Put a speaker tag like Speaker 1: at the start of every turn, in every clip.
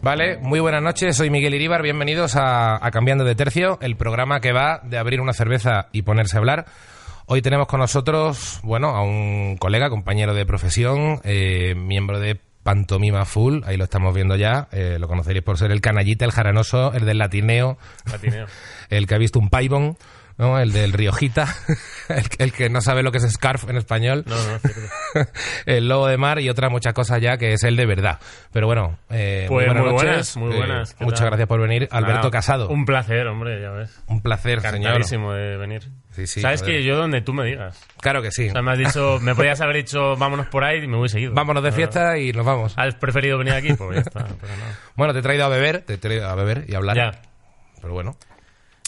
Speaker 1: Vale, muy buenas noches, soy Miguel Iríbar, bienvenidos a, a Cambiando de Tercio, el programa que va de abrir una cerveza y ponerse a hablar. Hoy tenemos con nosotros, bueno, a un colega, compañero de profesión, eh, miembro de Pantomima Full, ahí lo estamos viendo ya, eh, lo conoceréis por ser el canallita, el jaranoso, el del latineo,
Speaker 2: Latineo.
Speaker 1: el que ha visto un paibón, ¿no? el del riojita, el, que- el que no sabe lo que es scarf en español
Speaker 2: No, no, cierto.
Speaker 1: el lobo de mar y otras muchas cosas ya que es el de verdad. Pero bueno, eh,
Speaker 2: Pues
Speaker 1: muy buenas
Speaker 2: muy
Speaker 1: noches.
Speaker 2: buenas, muy
Speaker 1: Eh,
Speaker 2: buenas. ¿Qué
Speaker 1: muchas
Speaker 2: tal?
Speaker 1: gracias por venir, Alberto
Speaker 2: Nada,
Speaker 1: Casado. Un,
Speaker 2: Un placer, hombre, ya ves.
Speaker 1: placer, señor.
Speaker 2: Encantadísimo de venir.
Speaker 1: Sí, sí,
Speaker 2: Sabes
Speaker 1: joder.
Speaker 2: que yo donde tú me digas.
Speaker 1: Claro que sí.
Speaker 2: O sea, me has dicho, me podías haber dicho vámonos por ahí y me hubiese ido.
Speaker 1: Vámonos de
Speaker 2: No,
Speaker 1: fiesta y nos vamos.
Speaker 2: no. ¿Has preferido venir aquí? Pues ya está. pero no.
Speaker 1: Bueno, te he traído a beber, te he traído a beber y a hablar.
Speaker 2: Ya.
Speaker 1: Pero bueno.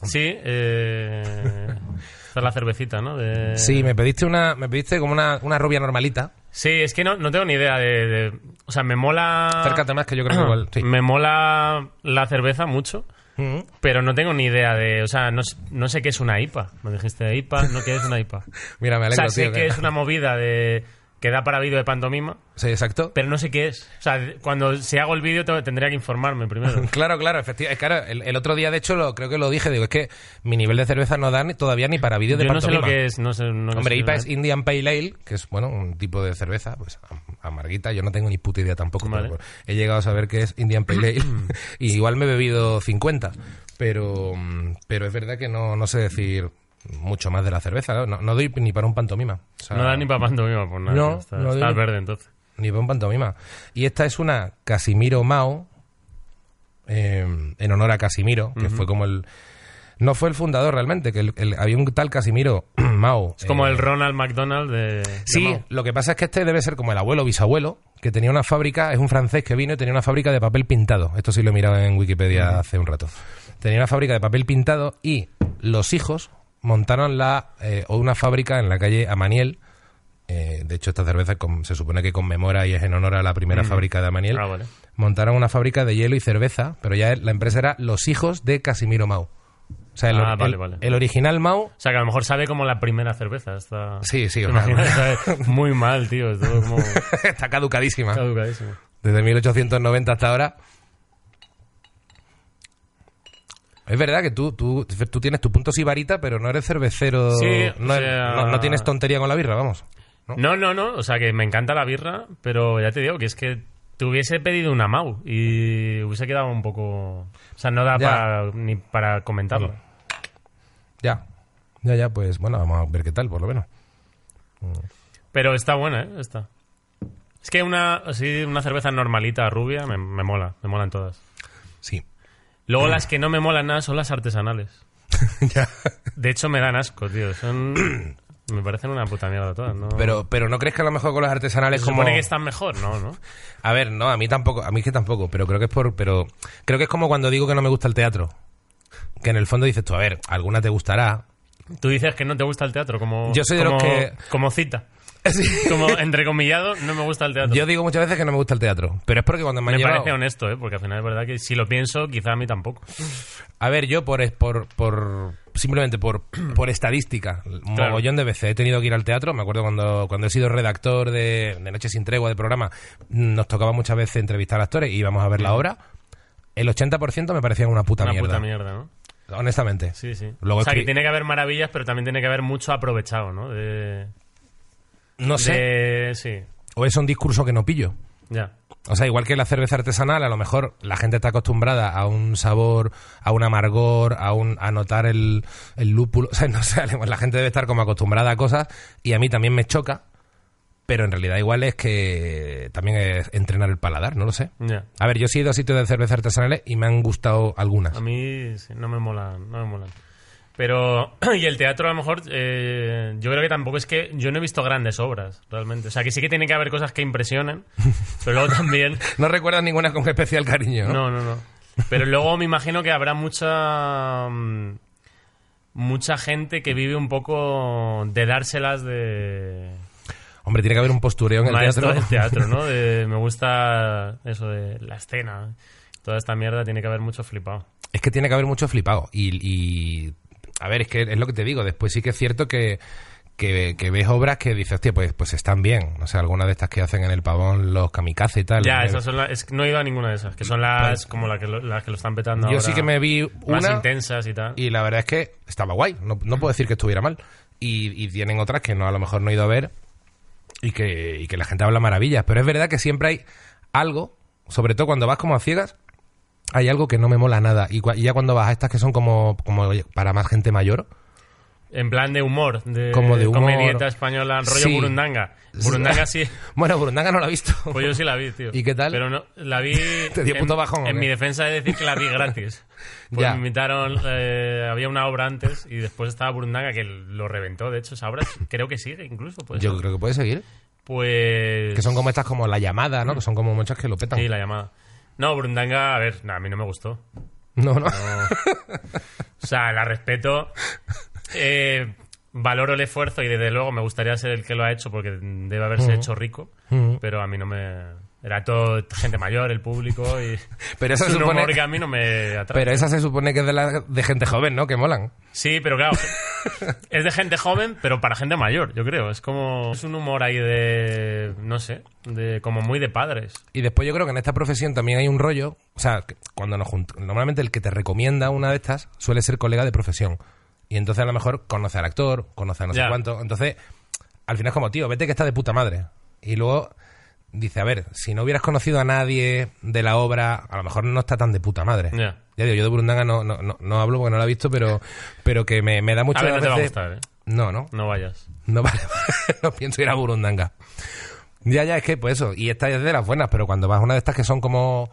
Speaker 2: Sí, eh, esta es la cervecita, ¿no? De-
Speaker 1: Sí, me pediste una, me pediste como una, una rubia normalita.
Speaker 2: Sí, es que no, no tengo ni idea de, de- O sea, me mola...
Speaker 1: Acércate más que yo creo que igual. Sí.
Speaker 2: Me mola la cerveza mucho.
Speaker 1: Mm.
Speaker 2: Pero no tengo ni idea de... O sea, no, s- no sé qué es una IPA. Me dijiste IPA, no qué es una IPA.
Speaker 1: Mira, me
Speaker 2: O
Speaker 1: alegro,
Speaker 2: sea, sé
Speaker 1: tío,
Speaker 2: que es una movida de que da para vídeo de pantomima,
Speaker 1: Sí, exacto.
Speaker 2: pero no sé qué es. O sea, de- cuando se hago el vídeo te- tendría que informarme primero.
Speaker 1: Claro, claro, efectivamente. Claro, el, el otro día, de hecho, lo, creo que lo dije. Digo, es que mi nivel de cerveza no da ni- todavía ni para vídeos de
Speaker 2: Yo no sé lo
Speaker 1: pantomima.
Speaker 2: que es, no sé. no
Speaker 1: Hombre,
Speaker 2: sé
Speaker 1: IPA
Speaker 2: lo
Speaker 1: es
Speaker 2: que-
Speaker 1: Indian Pale Ale, que es, bueno, un tipo de cerveza, pues am- amarguita. Yo no tengo ni puta idea tampoco.
Speaker 2: Vale.
Speaker 1: pero he llegado a saber que es Indian Pale Ale. y igual me he bebido 50. Pero, mm, pero es verdad que no, no sé decir mucho más de la cerveza. No, No- no doy ni para un pantomima. O sea,
Speaker 2: No da ni para pantomima por nada.
Speaker 1: No,
Speaker 2: está,
Speaker 1: no
Speaker 2: está
Speaker 1: digo-
Speaker 2: verde entonces.
Speaker 1: ni para un pantomima. Y esta es una Casimiro Mao, eh, en honor a Casimiro, que fue como el... No fue el fundador realmente, que el- el- había un tal Casimiro Mao.
Speaker 2: Es como
Speaker 1: eh,
Speaker 2: el Ronald McDonald de... de
Speaker 1: Sí,
Speaker 2: Mao.
Speaker 1: lo que pasa es que este debe ser como el abuelo o bisabuelo, que tenía una fábrica, es un francés que vino y tenía una fábrica de papel pintado. Esto sí lo he mirado en Wikipedia hace un rato. Tenía una fábrica de papel pintado y los hijos montaron la eh, o una fábrica en la calle Amaniel. Eh, de hecho, esta cerveza con- se supone que conmemora y es en honor a la primera fábrica de Amaniel.
Speaker 2: Ah, vale.
Speaker 1: Montaron una fábrica de hielo y cerveza, pero ya la empresa era Los Hijos de Casimiro Mau. O sea, el,
Speaker 2: Ah,
Speaker 1: or-
Speaker 2: vale,
Speaker 1: el-
Speaker 2: vale.
Speaker 1: el original Mau.
Speaker 2: O sea, que a lo mejor sabe como la primera cerveza. Está...
Speaker 1: Sí, sí,
Speaker 2: ¿Te
Speaker 1: o sea,
Speaker 2: imaginas? Sabe Muy mal, tío. Es todo como
Speaker 1: está caducadísima.
Speaker 2: caducadísimo.
Speaker 1: desde 1890 hasta ahora. Es verdad que tú, tú, tú tienes tu punto sibarita, pero no eres cervecero.
Speaker 2: Sí,
Speaker 1: no,
Speaker 2: o
Speaker 1: eres-
Speaker 2: sea-
Speaker 1: no- no tienes tontería con la birra, vamos. ¿no?
Speaker 2: No, no, no. O sea, que me encanta la birra, pero ya te digo que es que te hubiese pedido una Mau y hubiese quedado un poco... O sea, no da
Speaker 1: Ya.
Speaker 2: para, ni para comentarlo.
Speaker 1: Ya. Ya, ya, pues bueno, vamos a ver qué tal, por lo menos.
Speaker 2: Pero está buena, ¿eh? Está. Es que una, así, una cerveza normalita, rubia, me, me mola. Me molan todas.
Speaker 1: Sí.
Speaker 2: Luego las que no me molan nada son las artesanales.
Speaker 1: Ya.
Speaker 2: De hecho, me dan asco, tío. Son... me parecen una puta mierda todas, ¿no?
Speaker 1: Pero, pero no crees que a lo mejor con las artesanales
Speaker 2: Se
Speaker 1: como.
Speaker 2: supone que están mejor, ¿no? ¿no?
Speaker 1: A ver, no, a mí tampoco, a mí es que tampoco, pero creo que es por, pero creo que es como cuando digo que no me gusta el teatro. Que en el fondo dices tú, a ver, alguna te gustará.
Speaker 2: Tú dices que no te gusta el teatro como...
Speaker 1: Yo soy de los
Speaker 2: como-
Speaker 1: que-
Speaker 2: Como cita. Como entrecomillado, no me gusta el teatro.
Speaker 1: Yo digo muchas veces que no me gusta el teatro, pero es porque cuando me,
Speaker 2: Me
Speaker 1: han llevado-
Speaker 2: parece honesto, ¿eh? porque al final es verdad que si lo pienso, quizá a mí tampoco.
Speaker 1: A ver, yo por por, por simplemente por, por estadística, un
Speaker 2: Claro.
Speaker 1: mogollón de veces he tenido que ir al teatro. Me acuerdo cuando, cuando he sido redactor de, de Noche sin Tregua de programa, nos tocaba muchas veces entrevistar a actores y íbamos a ver la obra. El 80% me parecían una puta
Speaker 2: Una
Speaker 1: mierda.
Speaker 2: puta mierda, ¿no?
Speaker 1: Honestamente.
Speaker 2: Sí, sí.
Speaker 1: Luego
Speaker 2: o sea,
Speaker 1: escri-
Speaker 2: que tiene que haber maravillas, pero también tiene que haber mucho aprovechado, ¿no? De,
Speaker 1: No sé.
Speaker 2: de- sí,
Speaker 1: O es un discurso que no pillo.
Speaker 2: ya.
Speaker 1: O sea, igual que la cerveza artesanal, a lo mejor la gente está acostumbrada a un sabor, a un amargor, a un a notar el, el lúpulo. O sea, no sé, la gente debe estar como acostumbrada a cosas y a mí también me choca. Pero en realidad igual es que también es entrenar el paladar, no lo sé.
Speaker 2: Ya.
Speaker 1: A ver, yo sí he ido a sitios de cerveza artesanales y me han gustado algunas.
Speaker 2: A mí sí, no me molan, no me molan. Pero, y el teatro a lo mejor, eh, yo creo que tampoco es que yo no he visto grandes obras, realmente. O sea, que sí que tiene que haber cosas que impresionen, pero luego también...
Speaker 1: No recuerdas ninguna con especial cariño, ¿no?
Speaker 2: No, no, no. Pero luego me imagino que habrá mucha... mm, Mucha gente que vive un poco de dárselas de...
Speaker 1: Hombre, tiene que haber un postureo en el
Speaker 2: maestro
Speaker 1: teatro.
Speaker 2: del teatro, ¿no? De- me gusta eso de la escena. Toda esta mierda tiene que haber mucho flipado.
Speaker 1: Es que tiene que haber mucho flipado. Y, y- a ver, es que es lo que te digo. Después sí que es cierto que, que, que ves obras que dices, hostia, pues, pues están bien. No sé, alguna de estas que hacen en el pavón los kamikaze y tal.
Speaker 2: Ya,
Speaker 1: Eh,
Speaker 2: esas son las- es- no he ido a ninguna de esas, que son las como la que lo, las que lo están petando
Speaker 1: Yo
Speaker 2: ahora,
Speaker 1: sí que me vi
Speaker 2: más
Speaker 1: una
Speaker 2: intensas y tal.
Speaker 1: y la verdad es que estaba guay. No, no puedo decir que estuviera mal. Y, y tienen otras que no a lo mejor no he ido a ver y que, y que la gente habla maravillas. Pero es verdad que siempre hay algo, sobre todo cuando vas como a ciegas, hay algo que no me mola nada. Y, cua- y ya cuando vas a estas que son como, como para más gente mayor,
Speaker 2: En plan de humor, de,
Speaker 1: Como de humor.
Speaker 2: comedieta española, rollo
Speaker 1: Sí.
Speaker 2: burundanga. Burundanga sí,
Speaker 1: Bueno, Burundanga no lo ha visto.
Speaker 2: pues yo sí la vi, tío.
Speaker 1: ¿Y qué tal?
Speaker 2: Pero no, la vi...
Speaker 1: Te dio
Speaker 2: en,
Speaker 1: puto bajón, ¿o
Speaker 2: En
Speaker 1: qué?
Speaker 2: mi defensa he de decir que la vi gratis. Pues
Speaker 1: Ya.
Speaker 2: me invitaron, eh, había una obra antes y después estaba Burundanga que lo reventó. De hecho, esa obra creo que sigue incluso. Pues,
Speaker 1: Yo creo que puede seguir.
Speaker 2: pues...
Speaker 1: Que son como estas, como la llamada, ¿no? Que son como muchas que lo petan.
Speaker 2: Sí, la llamada. No, Burundanga, a ver, nah, a mí no me gustó.
Speaker 1: No, no.
Speaker 2: O sea, la respeto. eh, valoro el esfuerzo y desde luego me gustaría ser el que lo ha hecho porque debe haberse hecho rico. Pero a mí no me. Era todo gente mayor, el público y.
Speaker 1: Pero eso
Speaker 2: es un
Speaker 1: supone-
Speaker 2: humor que a mí no me atrae.
Speaker 1: Pero esa se supone que es de, la, de gente joven, ¿no? Que molan.
Speaker 2: Sí, pero claro. es de gente joven, pero para gente mayor, yo creo. Es como. Es un humor ahí de. No sé. De, como muy de padres.
Speaker 1: Y después yo creo que en esta profesión también hay un rollo. O sea, que cuando nos juntamos. Normalmente el que te recomienda una de estas suele ser colega de profesión. Y entonces a lo mejor conoce al actor, conoce a no sé
Speaker 2: Ya.
Speaker 1: cuánto. Entonces, al final es como, tío, vete que está de puta madre. Y luego dice, a ver, si no hubieras conocido a nadie de la obra, a lo mejor no está tan de puta madre.
Speaker 2: Ya.
Speaker 1: Ya digo, yo de Burundanga no, no, no, no hablo porque no la he visto, pero, pero que me, me da mucho
Speaker 2: A ver, no te va a gustar, ¿eh?
Speaker 1: No, no.
Speaker 2: No vayas.
Speaker 1: No, vale, no pienso ir a Burundanga. Ya, ya, es que, pues eso. Y esta es de las buenas, pero cuando vas a una de estas que son como.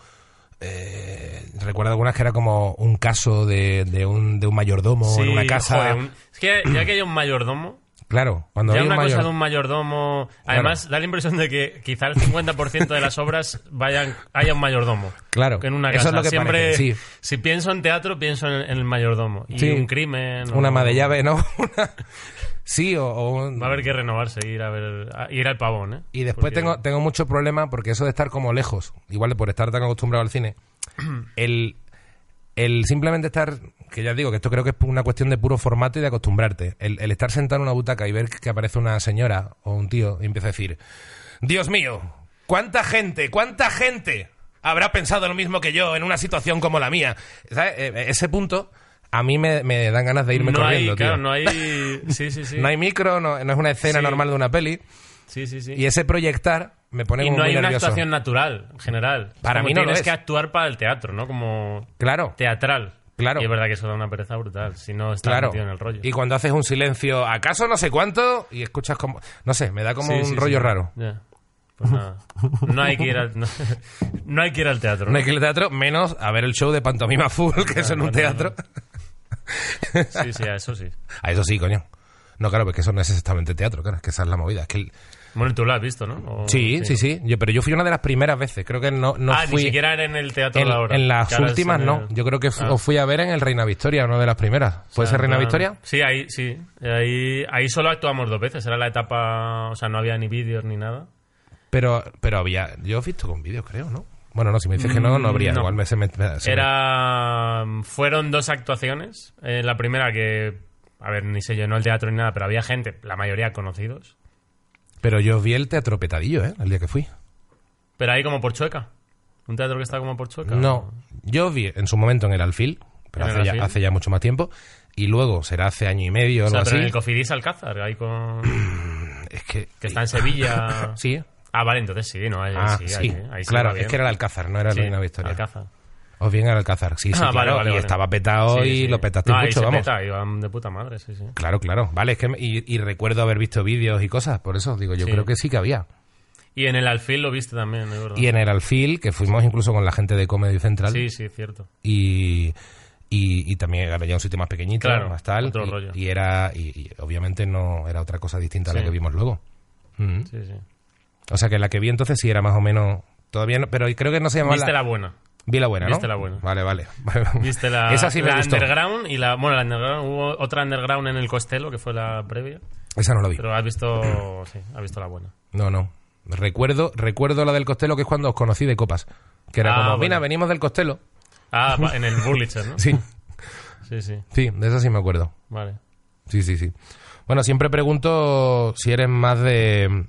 Speaker 1: eh, recuerdo algunas que era como un caso de, de un, de un mayordomo en una casa.
Speaker 2: joder, un- es que ya que haya un mayordomo,
Speaker 1: Claro, cuando
Speaker 2: ya
Speaker 1: hay un
Speaker 2: una cosa
Speaker 1: mayor-
Speaker 2: de un mayordomo. Además, da la impresión de que quizá el 50% de las obras vayan haya un mayordomo.
Speaker 1: Claro,
Speaker 2: En una
Speaker 1: eso
Speaker 2: casa.
Speaker 1: es lo que
Speaker 2: Siempre,
Speaker 1: parece, sí.
Speaker 2: si pienso en teatro, pienso en, en el mayordomo. Y
Speaker 1: Sí.
Speaker 2: un crimen. o-
Speaker 1: Una más de llave, ¿no? Una- sí, o, o un-
Speaker 2: Va a haber que renovarse, ir a ver, a- ir al pavón, ¿eh?
Speaker 1: Y después
Speaker 2: Porque-
Speaker 1: tengo, tengo mucho problema porque eso de estar como lejos, igual de por estar tan acostumbrado al cine, el, el simplemente estar, que ya digo que esto creo que es una cuestión de puro formato y de acostumbrarte, el, el estar sentado en una butaca y ver que aparece una señora o un tío y empieza a decir, Dios mío, ¿cuánta gente, cuánta gente habrá pensado lo mismo que yo en una situación como la mía? ¿Sabes? Eh, Ese punto a mí me, me dan ganas de irme
Speaker 2: no
Speaker 1: corriendo, tío.
Speaker 2: hay, claro, no hay. Sí, sí, sí.
Speaker 1: No hay micro, no, no es una escena
Speaker 2: Sí.
Speaker 1: normal de una peli.
Speaker 2: Sí, sí, sí.
Speaker 1: Y ese proyectar me pone
Speaker 2: Y
Speaker 1: como
Speaker 2: no hay
Speaker 1: muy
Speaker 2: una
Speaker 1: nervioso.
Speaker 2: actuación natural, en general.
Speaker 1: Para
Speaker 2: Como
Speaker 1: mí no lo
Speaker 2: Tienes
Speaker 1: es.
Speaker 2: que actuar para el teatro, ¿no? Como
Speaker 1: Claro,
Speaker 2: teatral.
Speaker 1: Claro.
Speaker 2: Y es verdad que eso da una pereza brutal, si no estás
Speaker 1: claro.
Speaker 2: metido en el rollo.
Speaker 1: Y cuando haces un silencio, ¿acaso no sé cuánto? Y escuchas como... No sé, me da como
Speaker 2: Sí,
Speaker 1: un
Speaker 2: sí,
Speaker 1: rollo
Speaker 2: sí.
Speaker 1: raro.
Speaker 2: Ya. Pues nada. No hay que ir al, no, no hay que ir al teatro.
Speaker 1: No hay que ir al teatro, menos a ver el show de Pantomima Full, que eso en un teatro.
Speaker 2: pantomima. Sí, sí, a eso sí.
Speaker 1: Ah, eso sí, coño. No, claro, porque eso no es exactamente teatro, claro, es que esa es la movida. Es que el-
Speaker 2: Bueno, tú lo has visto, ¿no? O-
Speaker 1: Sí, sí, sí. Yo, pero yo fui una de las primeras veces. Creo que no, no
Speaker 2: Oh, ah,
Speaker 1: fui...
Speaker 2: ni siquiera era en el teatro
Speaker 1: En,
Speaker 2: de la hora.
Speaker 1: en las
Speaker 2: Que ahora es
Speaker 1: últimas
Speaker 2: en
Speaker 1: no.
Speaker 2: el-
Speaker 1: Yo creo que fu-
Speaker 2: Ah.
Speaker 1: os fui a ver en el Reina Victoria, una de las primeras. ¿Puede ser Reina
Speaker 2: Ah,
Speaker 1: Victoria?
Speaker 2: Sí, ahí, sí. Ahí, ahí solo actuamos dos veces. Era la etapa. O sea, no había ni vídeos ni nada.
Speaker 1: Pero, pero había. Yo he visto con vídeos, creo, ¿no? Bueno, no, si me dices que no, no habría.
Speaker 2: Mm, no.
Speaker 1: Igual me se me. se me-
Speaker 2: Era. Fueron dos actuaciones. Eh, la primera que. A ver, ni se llenó el teatro ni nada, pero había gente, la mayoría conocidos.
Speaker 1: Pero yo vi el teatro petadillo, ¿eh? El día que fui.
Speaker 2: Pero ahí como por chueca. ¿Un teatro que está como por chueca?
Speaker 1: No. Yo vi en su momento en el Alfil, pero
Speaker 2: ¿En el
Speaker 1: hace ya,
Speaker 2: Alfil?
Speaker 1: hace ya mucho más tiempo. Y luego será hace año y medio o
Speaker 2: O
Speaker 1: algo
Speaker 2: sea, pero en
Speaker 1: así.
Speaker 2: el Cofidis Alcázar, ahí con...
Speaker 1: Es que.
Speaker 2: que está en Sevilla.
Speaker 1: Sí. ¿eh?
Speaker 2: Ah, vale, entonces sí, ¿no? Ahí,
Speaker 1: Ah,
Speaker 2: sí,
Speaker 1: sí.
Speaker 2: ahí- ahí sí
Speaker 1: claro,
Speaker 2: va
Speaker 1: es
Speaker 2: bien.
Speaker 1: que era el Alcázar, no era el
Speaker 2: Sí,
Speaker 1: Reina Victoria.
Speaker 2: Alcázar.
Speaker 1: O bien al Alcázar. Sí, sí,
Speaker 2: Ah,
Speaker 1: claro.
Speaker 2: vale, vale,
Speaker 1: y
Speaker 2: vale.
Speaker 1: estaba petado
Speaker 2: Sí,
Speaker 1: y
Speaker 2: sí.
Speaker 1: lo petaste
Speaker 2: No, ahí
Speaker 1: mucho,
Speaker 2: se
Speaker 1: vamos.
Speaker 2: peta, iban de puta madre, sí, sí.
Speaker 1: Claro, claro. Vale, es que me- y, y recuerdo haber visto vídeos y cosas, por eso digo, yo
Speaker 2: Sí.
Speaker 1: creo que sí que había.
Speaker 2: Y en el alfil lo viste también, es verdad.
Speaker 1: Y en el Alfil, que fuimos incluso con la gente de Comedy Central,
Speaker 2: Sí, sí, cierto.
Speaker 1: y, y, y también era ya un sitio más pequeñito,
Speaker 2: Claro,
Speaker 1: más tal,
Speaker 2: otro
Speaker 1: y,
Speaker 2: rollo.
Speaker 1: y era y, y obviamente no era otra cosa distinta a la
Speaker 2: Sí.
Speaker 1: que vimos luego. Mm.
Speaker 2: Sí, sí.
Speaker 1: O sea que la que vi entonces sí era más o menos todavía no, pero creo que no se llamaba
Speaker 2: Viste la buena.
Speaker 1: vi la buena, ¿no?
Speaker 2: Viste la buena.
Speaker 1: Vale, vale.
Speaker 2: Viste la,
Speaker 1: Esa sí me
Speaker 2: la
Speaker 1: gustó.
Speaker 2: underground y la. Bueno, la underground, hubo otra underground en el Costello, que fue la previa.
Speaker 1: Esa no la vi.
Speaker 2: Pero has visto. Sí, has visto la buena.
Speaker 1: No, no. Recuerdo, recuerdo la del Costello que es cuando os conocí de copas, que era
Speaker 2: Ah,
Speaker 1: como,
Speaker 2: bueno.
Speaker 1: "Mira, venimos del Costello."
Speaker 2: Ah, va- en el Burlitzer, ¿no?
Speaker 1: Sí,
Speaker 2: Sí, sí.
Speaker 1: sí, de esa sí me acuerdo.
Speaker 2: Vale.
Speaker 1: Sí, sí, sí. Bueno, siempre pregunto si eres más de.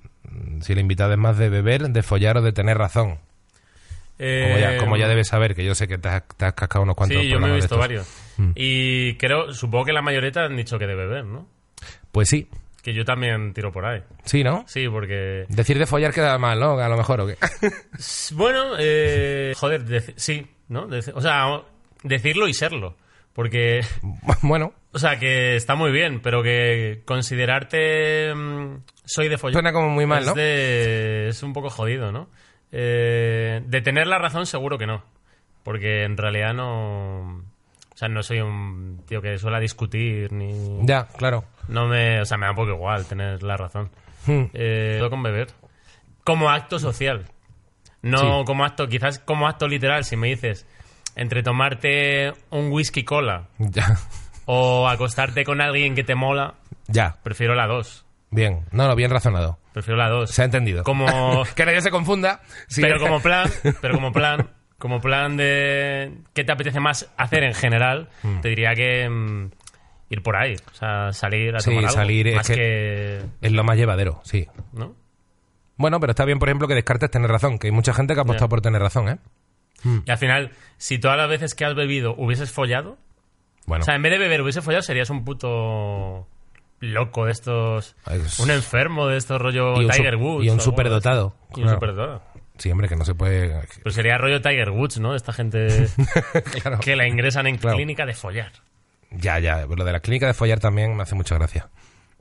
Speaker 1: Si el invitado es más de beber, de follar o de tener razón. Como,
Speaker 2: Eh,
Speaker 1: ya, como ya debes saber, que yo sé que te has, te has cascado unos cuantos
Speaker 2: Sí, yo me he
Speaker 1: programas de
Speaker 2: visto
Speaker 1: estos. Mm.
Speaker 2: varios. Y creo, supongo que la mayoría te han dicho que de beber, ¿no?
Speaker 1: Pues sí,
Speaker 2: Que yo también tiro por ahí.
Speaker 1: sí, ¿no?
Speaker 2: Sí, porque.
Speaker 1: Decir de follar queda mal, ¿no? A lo mejor, ¿o qué?
Speaker 2: Bueno, eh, joder, dec- sí, ¿no? Dec- o sea, o- decirlo y serlo. Porque,
Speaker 1: bueno,
Speaker 2: o sea, que está muy bien, pero que considerarte mm, soy de follar.
Speaker 1: suena como muy mal,
Speaker 2: es,
Speaker 1: ¿no?
Speaker 2: de- es un poco jodido, ¿no? Eh, de tener la razón, seguro que no. Porque en realidad no. O sea, no soy un tío que suela discutir ni.
Speaker 1: Ya, claro.
Speaker 2: No me. O sea, me da un poco igual tener la razón.
Speaker 1: Hmm.
Speaker 2: Eh, todo con beber. Como acto social. No
Speaker 1: Sí.
Speaker 2: como acto, quizás como acto literal, si me dices, entre tomarte un whisky cola
Speaker 1: Ya,
Speaker 2: o acostarte con alguien que te mola,
Speaker 1: ya.
Speaker 2: prefiero la dos.
Speaker 1: Bien, no, no, bien razonado.
Speaker 2: Prefiero la dos.
Speaker 1: Se ha entendido.
Speaker 2: como
Speaker 1: Que nadie se confunda. Sí.
Speaker 2: pero como plan, pero como plan, como plan de qué te apetece más hacer en general,
Speaker 1: Hmm.
Speaker 2: te diría que mm, ir por ahí, o sea, salir a
Speaker 1: Sí,
Speaker 2: tomar algo,
Speaker 1: salir, es
Speaker 2: más
Speaker 1: que-
Speaker 2: que,
Speaker 1: Es lo más llevadero, sí.
Speaker 2: ¿no?
Speaker 1: Bueno, pero está bien, por ejemplo, que descartes tener razón, que hay mucha gente que ha apostado
Speaker 2: Ya.
Speaker 1: por tener razón, ¿eh?
Speaker 2: Y al final, si todas las veces que has bebido hubieses follado,
Speaker 1: Bueno.
Speaker 2: o sea, en vez de beber hubieses follado, serías un puto loco de estos,
Speaker 1: Ay, es-
Speaker 2: un enfermo de estos rollo
Speaker 1: Y un
Speaker 2: Tiger
Speaker 1: sup-
Speaker 2: Woods
Speaker 1: y un
Speaker 2: o algo
Speaker 1: superdotado,
Speaker 2: de esto. Y un
Speaker 1: claro.
Speaker 2: superdotado.
Speaker 1: Sí, hombre, que no se puede.
Speaker 2: Pero sería rollo Tiger Woods, ¿no? Esta gente
Speaker 1: Claro.
Speaker 2: que la ingresan en
Speaker 1: Claro.
Speaker 2: clínica de follar.
Speaker 1: Ya, ya. Lo de la clínica de follar también me hace mucha gracia.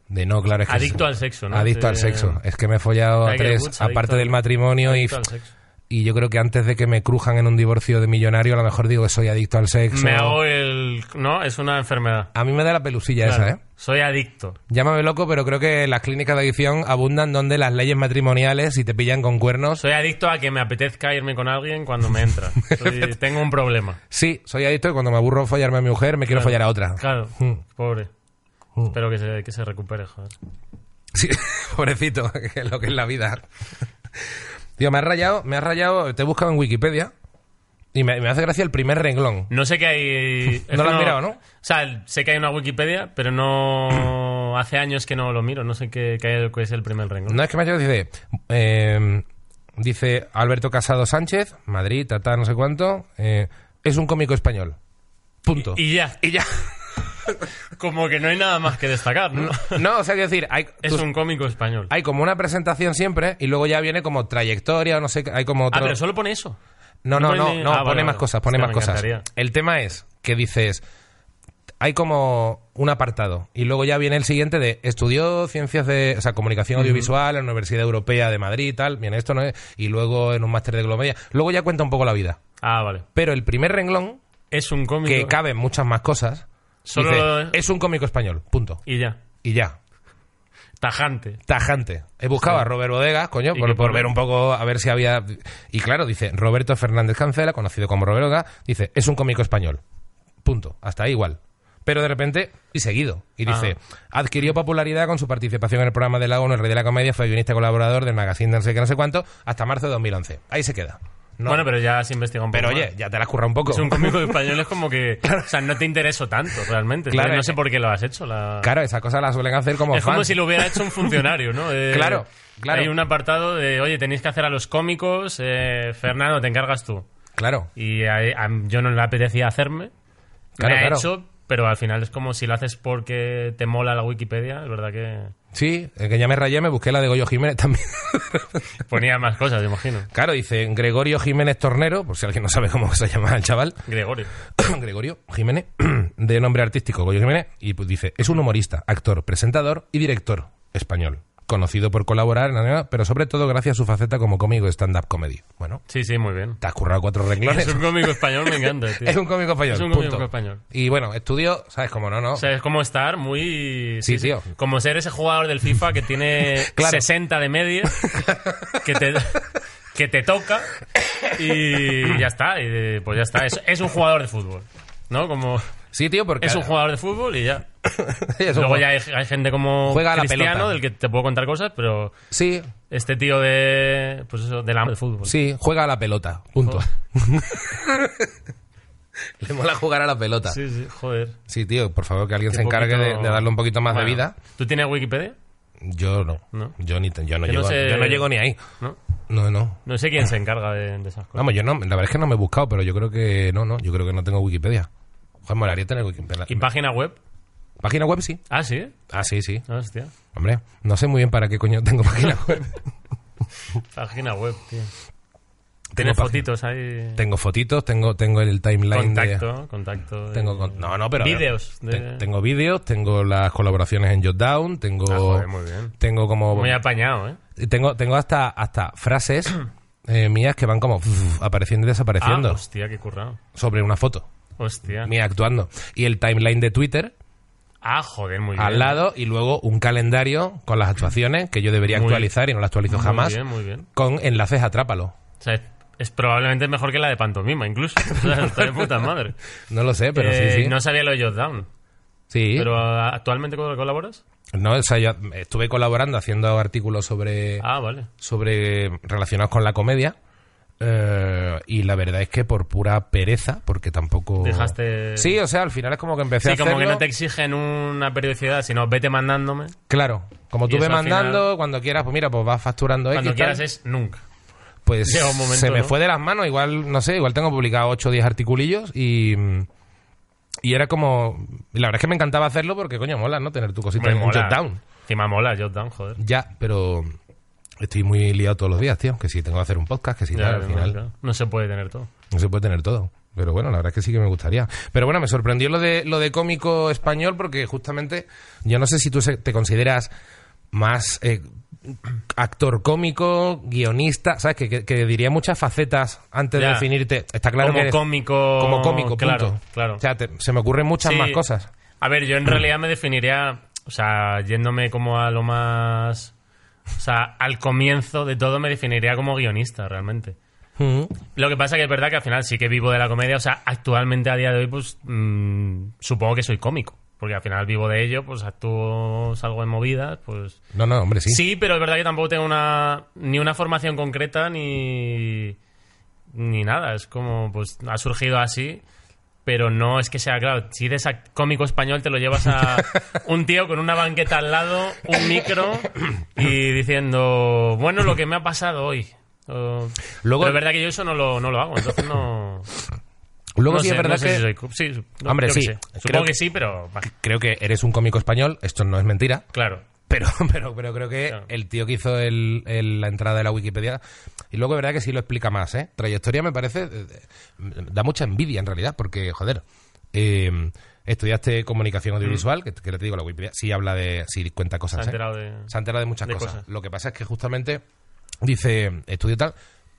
Speaker 1: De no, claro, es que.
Speaker 2: Adicto al sexo, ¿no?
Speaker 1: Adicto
Speaker 2: Te-
Speaker 1: al sexo. Es que me he follado a
Speaker 2: Tiger
Speaker 1: tres,
Speaker 2: Woods,
Speaker 1: aparte
Speaker 2: adicto al-
Speaker 1: del matrimonio, y,
Speaker 2: Adicto al sexo.
Speaker 1: y yo creo que antes de que me crujan en un divorcio de millonario, a lo mejor digo que soy adicto al sexo.
Speaker 2: Me hago el. No, es una enfermedad.
Speaker 1: A mí me da la pelusilla
Speaker 2: Claro.
Speaker 1: esa, ¿eh?
Speaker 2: Soy adicto.
Speaker 1: Llámame loco, pero creo que las clínicas de adicción abundan donde las leyes matrimoniales, si te pillan con cuernos.
Speaker 2: Soy adicto a que me apetezca irme con alguien cuando me entra. Soy- tengo un problema.
Speaker 1: Sí, soy adicto y cuando me aburro follarme a mi mujer, me quiero follar a otra.
Speaker 2: Claro,
Speaker 1: Mm.
Speaker 2: pobre.
Speaker 1: Mm.
Speaker 2: Espero que se, que se recupere, joder.
Speaker 1: Sí, pobrecito, que es lo que es la vida. Tío, me has rayado, me has rayado, te he buscado en Wikipedia y me, me hace gracia el primer renglón.
Speaker 2: No sé qué hay. es
Speaker 1: No
Speaker 2: que
Speaker 1: lo has mirado, ¿no?
Speaker 2: O sea, sé que hay una Wikipedia, pero no. Hace años que no lo miro. No sé qué, qué hay- qué es el primer renglón.
Speaker 1: No es que me haya dice, eh, dice Alberto Casado Sánchez, Madrid, tata, no sé cuánto, eh, es un cómico español. Punto.
Speaker 2: Y ya.
Speaker 1: Y ya.
Speaker 2: Como que no hay nada más que destacar, ¿no?
Speaker 1: No, o sea, quiero decir, hay,
Speaker 2: Es
Speaker 1: tus-
Speaker 2: un cómico español.
Speaker 1: hay como una presentación siempre y luego ya viene como trayectoria, no sé, qué, hay como
Speaker 2: Ah,
Speaker 1: otro...
Speaker 2: pero solo pone eso.
Speaker 1: No, no,
Speaker 2: No
Speaker 1: no,
Speaker 2: pone-
Speaker 1: no,
Speaker 2: Ah,
Speaker 1: pone
Speaker 2: vale,
Speaker 1: más
Speaker 2: vale.
Speaker 1: cosas, pone
Speaker 2: Hostia,
Speaker 1: más
Speaker 2: me
Speaker 1: cosas.
Speaker 2: encantaría.
Speaker 1: El tema es que dices, hay como un apartado y luego ya viene el siguiente de estudió ciencias de, o sea, comunicación audiovisual en la Universidad Europea de Madrid y tal, viene esto, ¿no? es? Y luego en un máster de glomedia. Luego ya cuenta un poco la vida.
Speaker 2: Ah, vale.
Speaker 1: Pero el primer renglón,
Speaker 2: Es un cómico.
Speaker 1: que caben muchas más cosas,
Speaker 2: Solo-
Speaker 1: dice, es un cómico español, punto.
Speaker 2: Y ya.
Speaker 1: Y ya.
Speaker 2: Tajante.
Speaker 1: tajante. He buscado a Robert Bodegas, coño,
Speaker 2: ¿Y
Speaker 1: por,
Speaker 2: qué
Speaker 1: por
Speaker 2: pone?
Speaker 1: ver un poco, a ver si había... Y claro, dice Roberto Fernández Cancela, conocido como Robert Bodegas, dice, es un cómico español. Punto. Hasta ahí igual. Pero de repente, y seguido, y dice,
Speaker 2: Ah.
Speaker 1: adquirió popularidad con su participación en el programa de la ONU, el Rey de la Comedia, fue guionista colaborador del magazine de no sé qué, no sé cuánto, hasta marzo de 2011. Ahí se queda. No,
Speaker 2: Bueno, pero ya se investiga un poco.
Speaker 1: pero
Speaker 2: más.
Speaker 1: oye, ya te la has currado un poco.
Speaker 2: Es un cómico español, es como que. O sea, no te interesó tanto realmente.
Speaker 1: Claro, eh,
Speaker 2: no
Speaker 1: es-
Speaker 2: sé por qué lo has hecho. la-
Speaker 1: Claro, esas cosas las suelen hacer como
Speaker 2: es como
Speaker 1: fans.
Speaker 2: si lo hubiera hecho un funcionario, ¿no? Eh,
Speaker 1: Claro, claro.
Speaker 2: Hay un apartado de, oye, tenéis que hacer a los cómicos, eh, Fernando, te encargas tú.
Speaker 1: Claro.
Speaker 2: Y a- a- yo no le apetecía hacerme.
Speaker 1: Claro,
Speaker 2: me ha
Speaker 1: claro.
Speaker 2: hecho, pero al final es como si lo haces porque te mola la Wikipedia, es verdad que
Speaker 1: Sí, eh, que ya me rayé, me busqué la de Goyo Jiménez también.
Speaker 2: ponía más cosas, imagino.
Speaker 1: claro, dice Gregorio Jiménez Tornero, por si alguien no sabe cómo se llama el chaval.
Speaker 2: Gregorio.
Speaker 1: Gregorio Jiménez, de nombre artístico Goyo Jiménez, y pues dice, es un humorista, actor, presentador y director español, conocido por colaborar, na, na, na, pero sobre todo gracias a su faceta como cómico de stand-up comedy. Bueno,
Speaker 2: Sí, sí, muy bien.
Speaker 1: te has currado cuatro renglones.
Speaker 2: Es un cómico español, me encanta. tío.
Speaker 1: Es un cómico español.
Speaker 2: Es un cómico
Speaker 1: punto.
Speaker 2: español.
Speaker 1: Y bueno, estudio, ¿sabes cómo no? no?
Speaker 2: O sea, es como estar muy...
Speaker 1: Sí, tío.
Speaker 2: Como ser ese jugador del FIFA que tiene
Speaker 1: Claro.
Speaker 2: 60 de media, que te, que te toca y ya está. Y eh, pues ya está. Es, es un jugador de fútbol, ¿no? Como...
Speaker 1: sí, tío, porque
Speaker 2: Es un jugador de fútbol y ya.
Speaker 1: es un
Speaker 2: Luego
Speaker 1: jugador.
Speaker 2: ya hay, hay gente como
Speaker 1: Juega a la
Speaker 2: Cristiano,
Speaker 1: pelota.
Speaker 2: del que te puedo contar cosas, pero
Speaker 1: Sí,
Speaker 2: este tío de... Pues eso, del amo del fútbol.
Speaker 1: sí, juega a la pelota, punto. Le mola jugar a la pelota. Sí.
Speaker 2: sí, sí, joder.
Speaker 1: tío, por favor, que alguien
Speaker 2: Qué
Speaker 1: se encargue de-
Speaker 2: poquito-
Speaker 1: de, darle un poquito más
Speaker 2: Bueno,
Speaker 1: de vida.
Speaker 2: ¿Tú tienes Wikipedia?
Speaker 1: Yo no.
Speaker 2: No.
Speaker 1: Yo, ni, te- yo, no
Speaker 2: Que no
Speaker 1: llego, a-
Speaker 2: sé-
Speaker 1: yo no llego ni ahí.
Speaker 2: ¿No?
Speaker 1: No, no.
Speaker 2: No sé quién se encarga de, de esas cosas.
Speaker 1: Vamos, yo no, la verdad es que no me he buscado, pero yo creo que no, no, yo creo que no tengo Wikipedia. Juan molaría tener Wikipedia.
Speaker 2: ¿Y página web?
Speaker 1: página web sí.
Speaker 2: Ah, sí.
Speaker 1: Ah, sí, sí.
Speaker 2: Ah, Hostia.
Speaker 1: Hombre, no sé muy bien para qué coño tengo página web.
Speaker 2: Página web, tío.
Speaker 1: Tengo
Speaker 2: Tienes
Speaker 1: página.
Speaker 2: fotitos ahí.
Speaker 1: tengo fotitos, tengo, tengo el timeline de.
Speaker 2: Contacto, contacto. de-
Speaker 1: Tengo con- no, no, pero
Speaker 2: Vídeos de-
Speaker 1: Ten- tengo vídeos, tengo las colaboraciones en Jotdown, tengo
Speaker 2: Ah, joder, muy bien.
Speaker 1: tengo como
Speaker 2: Muy apañado, ¿eh?
Speaker 1: tengo tengo hasta hasta frases eh, mías que van como uf, apareciendo y
Speaker 2: Ah,
Speaker 1: desapareciendo
Speaker 2: hostia, Ah. qué currado.
Speaker 1: sobre una foto.
Speaker 2: Hostia.
Speaker 1: mía actuando. Y el timeline de Twitter
Speaker 2: Ah, joder, muy bien.
Speaker 1: al lado y luego un calendario con las actuaciones que yo debería
Speaker 2: Muy-
Speaker 1: actualizar y no lo actualizo
Speaker 2: Muy
Speaker 1: jamás
Speaker 2: bien, muy bien.
Speaker 1: con enlaces Atrápalo.
Speaker 2: O sea, es, es probablemente mejor que la de pantomima, incluso. O sea, está de puta madre.
Speaker 1: No lo sé, pero
Speaker 2: Eh,
Speaker 1: sí, sí.
Speaker 2: No sabía lo de Jotdown.
Speaker 1: sí.
Speaker 2: Pero ah, actualmente cuándo colaboras?
Speaker 1: No, o sea, yo estuve colaborando haciendo artículos sobre,
Speaker 2: Ah, vale.
Speaker 1: sobre relacionados con la comedia eh, y la verdad es que por pura pereza, porque tampoco...
Speaker 2: Dejaste-
Speaker 1: Sí, o sea, al final es como que empecé a
Speaker 2: Sí, como que
Speaker 1: hacerlo.
Speaker 2: no te exigen una periodicidad, sino vete mandándome.
Speaker 1: Claro, como
Speaker 2: Y
Speaker 1: tú
Speaker 2: eso
Speaker 1: ve
Speaker 2: al
Speaker 1: mandando,
Speaker 2: final-
Speaker 1: cuando quieras, pues mira, pues vas facturando X
Speaker 2: Cuando
Speaker 1: y tal.
Speaker 2: quieras es nunca.
Speaker 1: pues
Speaker 2: Llega un momento,
Speaker 1: se me
Speaker 2: ¿no?
Speaker 1: fue de las manos. Igual, no sé, igual tengo publicado 8 o 10 articulillos y. Y era como. La verdad es que me encantaba hacerlo porque, coño, mola, ¿no? Tener tu cosita
Speaker 2: Hombre,
Speaker 1: en un
Speaker 2: mola.
Speaker 1: shutdown.
Speaker 2: Encima mola Jotdown, joder.
Speaker 1: Ya, pero. Estoy muy liado todos los días, tío. Que si tengo que hacer un podcast, que si
Speaker 2: Ya,
Speaker 1: tal, al
Speaker 2: no,
Speaker 1: final.
Speaker 2: claro. No se puede tener todo.
Speaker 1: No se puede tener todo. Pero bueno, la verdad es que sí que me gustaría. Pero bueno, me sorprendió lo de, lo de cómico español porque justamente yo no sé si tú se- te consideras más eh, actor cómico, guionista, ¿sabes? Que, que- que diría muchas facetas antes
Speaker 2: Ya.
Speaker 1: de definirte. Está claro
Speaker 2: como
Speaker 1: que eres
Speaker 2: cómico.
Speaker 1: como cómico, punto.
Speaker 2: claro. claro.
Speaker 1: O sea, te- se me ocurren muchas
Speaker 2: Sí.
Speaker 1: más cosas.
Speaker 2: A ver, yo en realidad me definiría, o sea, yéndome como a lo más. O sea, al comienzo de todo me definiría como guionista, realmente. Lo que pasa que es verdad que al final sí que vivo de la comedia. O sea, actualmente a día de hoy, pues mm, supongo que soy cómico. Porque al final vivo de ello, pues actúo, salgo en movidas, pues.
Speaker 1: No, no, hombre, sí.
Speaker 2: Sí, pero es verdad que tampoco tengo una, ni una formación concreta ni, ni nada. Es como, pues ha surgido así, pero no es que sea, claro, si eres act- cómico español te lo llevas a un tío con una banqueta al lado, un micro y diciendo, bueno, lo que me ha pasado hoy. O-
Speaker 1: Luego-
Speaker 2: pero es verdad que yo eso no lo, no lo hago, entonces no...
Speaker 1: Luego
Speaker 2: no
Speaker 1: sí
Speaker 2: sé,
Speaker 1: es verdad
Speaker 2: no sé
Speaker 1: que
Speaker 2: si soy cu- sí, no,
Speaker 1: Hombre,
Speaker 2: yo qué
Speaker 1: sí,
Speaker 2: sé.
Speaker 1: creo
Speaker 2: Supongo que
Speaker 1: que-
Speaker 2: sí, pero... bah,
Speaker 1: creo que eres un cómico español, esto no es mentira.
Speaker 2: Claro.
Speaker 1: Pero, pero, pero creo que
Speaker 2: Claro.
Speaker 1: el tío que hizo el- el- la entrada de la Wikipedia. Y luego, es verdad que sí lo explica más, ¿eh? Trayectoria me parece. eh, eh, Da mucha envidia en realidad, porque, joder. eh, estudiaste comunicación audiovisual, que, que te digo, la Wikipedia sí habla de. sí cuenta
Speaker 2: Mm. Se ha
Speaker 1: cosas. ¿eh?
Speaker 2: enterado de...
Speaker 1: Se ha enterado de muchas
Speaker 2: de
Speaker 1: cosas.
Speaker 2: cosas.
Speaker 1: Lo que pasa es que justamente dice estudio tal.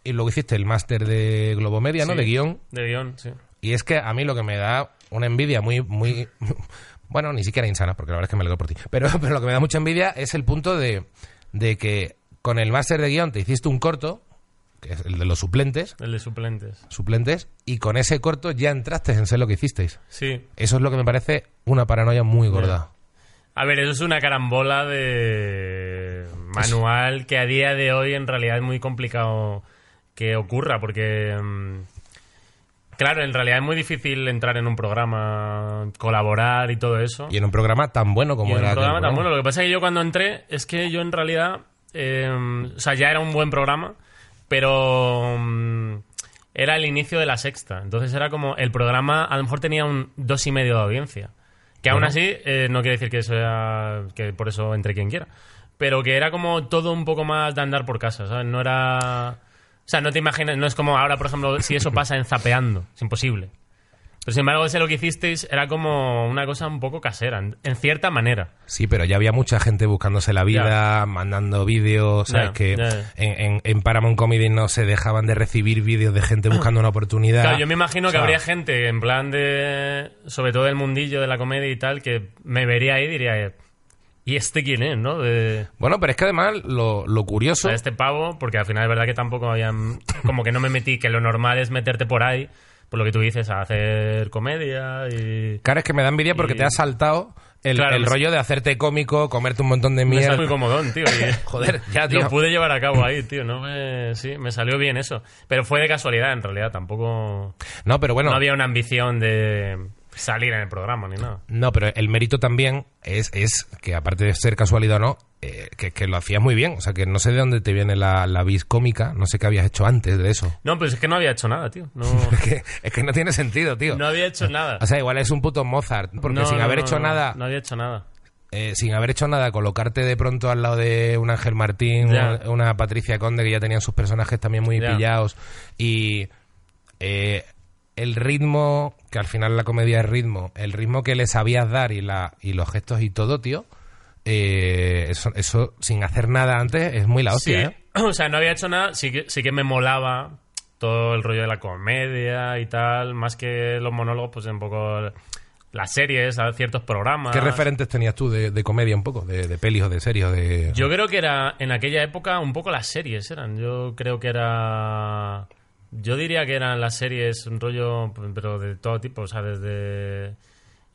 Speaker 1: Y luego hiciste el máster de Globomedia, ¿no?
Speaker 2: Sí.
Speaker 1: De guión.
Speaker 2: De guión, sí.
Speaker 1: Y es que a mí lo que me da una envidia muy, muy. Bueno, ni siquiera insana, porque la verdad es que me alegro por ti. Pero, pero lo que me da mucha envidia es el punto de, de que con el máster de guión te hiciste un corto, que es el de los suplentes,
Speaker 2: El de suplentes.
Speaker 1: suplentes, y con ese corto ya entraste en ser lo que hicisteis.
Speaker 2: Sí.
Speaker 1: Eso es lo que me parece una paranoia muy gorda.
Speaker 2: A ver, eso es una carambola de manual que a día de hoy en realidad es muy complicado que ocurra porque mm, claro, en realidad es muy difícil entrar en un programa, colaborar y todo eso.
Speaker 1: Y en un programa tan bueno como
Speaker 2: Y en
Speaker 1: era.
Speaker 2: un
Speaker 1: aquel ¿eh?
Speaker 2: programa tan bueno.
Speaker 1: programa.
Speaker 2: Lo que pasa es que yo cuando entré es que yo en realidad, eh, o sea, ya era un buen programa, pero mm, era el inicio de la sexta. Entonces era como el programa, a lo mejor tenía un dos y medio de audiencia. Que aún así eh, no quiere decir que sea que por eso entre quien quiera. Pero que era como todo un poco más de andar por casa, ¿sabes? No era... O sea, no te imaginas, no es como ahora, por ejemplo, si eso pasa en Zapeando, es imposible. Pero sin embargo, ese lo que hicisteis era como una cosa un poco casera, en, en cierta manera.
Speaker 1: Sí, pero ya había mucha gente buscándose la vida, mandando vídeos, sabes
Speaker 2: Ya,
Speaker 1: que
Speaker 2: ya, ya.
Speaker 1: En, en- en Paramount Comedy no se dejaban de recibir vídeos de gente buscando una oportunidad.
Speaker 2: Ah. Claro, yo me imagino
Speaker 1: O
Speaker 2: que
Speaker 1: sea,
Speaker 2: habría gente, en plan de. Sobre todo del mundillo de la comedia y tal, que me vería ahí y diría. eh, ¿Y este quién es, no? De,
Speaker 1: Bueno, pero es que además lo, lo
Speaker 2: o
Speaker 1: curioso...
Speaker 2: sea, este pavo, porque al final es verdad que tampoco habían. Como que no me metí, que lo normal es meterte por ahí, por lo que tú dices, a hacer comedia y.
Speaker 1: Cara, es que me da envidia porque
Speaker 2: Y-
Speaker 1: te has saltado el,
Speaker 2: Claro,
Speaker 1: el
Speaker 2: me-
Speaker 1: rollo de hacerte cómico, comerte un montón de
Speaker 2: Me salió
Speaker 1: mierda.
Speaker 2: muy comodón, tío. y-
Speaker 1: Joder, ya, tío.
Speaker 2: Lo pude llevar a cabo ahí, tío. No me, sí, me salió bien eso. Pero fue de casualidad, en realidad. Tampoco.
Speaker 1: No, pero bueno.
Speaker 2: No había una ambición de salir en el programa ni nada.
Speaker 1: No, pero el mérito también es, es que, aparte de ser casualidad o no, eh, que, que lo hacías muy bien. O sea, que no sé de dónde te viene la, la vis cómica, no sé qué habías hecho antes de eso.
Speaker 2: No, pues es que no había hecho nada, tío. No,
Speaker 1: Es que, es que no tiene sentido, tío.
Speaker 2: no había hecho nada.
Speaker 1: O sea, igual es un puto Mozart, porque
Speaker 2: No,
Speaker 1: sin
Speaker 2: no,
Speaker 1: haber
Speaker 2: no,
Speaker 1: hecho
Speaker 2: no,
Speaker 1: nada,
Speaker 2: No había hecho nada.
Speaker 1: eh, sin haber hecho nada, colocarte de pronto al lado de un Ángel Martín,
Speaker 2: Ya.
Speaker 1: una, una Patricia Conde, que ya tenían sus personajes también muy
Speaker 2: Ya.
Speaker 1: pillados, y eh, el ritmo, que al final la comedia es ritmo, el ritmo que le sabías dar y, la, y los gestos y todo, tío, eh, eso, eso sin hacer nada antes es muy la hostia,
Speaker 2: sí,
Speaker 1: ¿eh?
Speaker 2: o sea, no había hecho nada. Sí que, sí que me molaba todo el rollo de la comedia y tal. Más que los monólogos, pues un poco las series, ¿sabes? ciertos programas.
Speaker 1: ¿Qué referentes tenías tú de, de comedia un poco? De, de pelis o de series o de...
Speaker 2: Yo creo que era en aquella época un poco las series eran. Yo creo que era. Yo diría que eran las series un rollo, pero de todo tipo, o sea, desde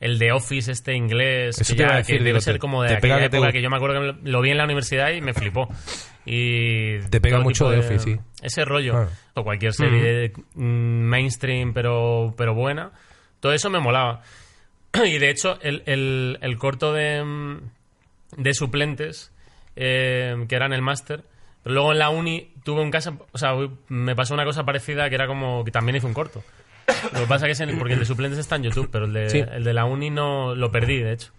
Speaker 2: el de Office este inglés,
Speaker 1: Eso
Speaker 2: que,
Speaker 1: te iba
Speaker 2: ya-
Speaker 1: a decir,
Speaker 2: que debe
Speaker 1: digo,
Speaker 2: ser
Speaker 1: te-
Speaker 2: como de
Speaker 1: te pega
Speaker 2: aquella
Speaker 1: que te
Speaker 2: época
Speaker 1: gu-
Speaker 2: que yo me acuerdo que me lo vi en la universidad y me flipó. Y
Speaker 1: Te pega
Speaker 2: todo
Speaker 1: mucho
Speaker 2: tipo
Speaker 1: The Office, sí.
Speaker 2: Ese rollo,
Speaker 1: Claro.
Speaker 2: o cualquier serie mm, mainstream pero, pero buena, todo eso me molaba. Y de hecho, el, el- el corto de, mm, de suplentes, eh, que eran el máster, pero luego en la uni tuve un caso, o sea, uy, me pasó una cosa parecida que era como que también hice un corto. Lo que pasa que es en- porque el de suplentes está en YouTube, pero el de,
Speaker 1: Sí.
Speaker 2: el de la uni no lo perdí, de hecho.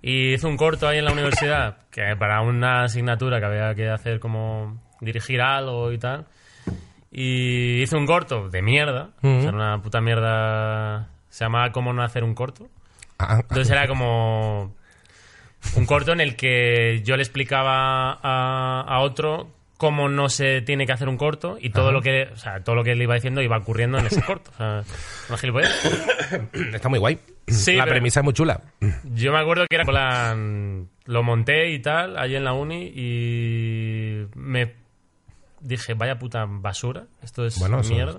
Speaker 2: Y hice un corto ahí en la universidad, que para una asignatura que había que hacer como dirigir algo y tal. Y hice un corto de mierda, o sea, una puta mierda. Se llamaba Cómo no hacer un corto.
Speaker 1: Ah,
Speaker 2: Entonces era como un corto en el que yo le explicaba a, a otro cómo no se tiene que hacer un corto y todo lo que o sea, todo lo que le iba diciendo iba ocurriendo en ese corto. O sea, una gilipollez.
Speaker 1: está muy guay.
Speaker 2: Sí,
Speaker 1: la
Speaker 2: pero-
Speaker 1: premisa es muy chula.
Speaker 2: Yo me acuerdo que era en plan, lo monté y tal, allí en la uni, y me dije, vaya puta basura, esto es
Speaker 1: Bueno, eso
Speaker 2: mierda.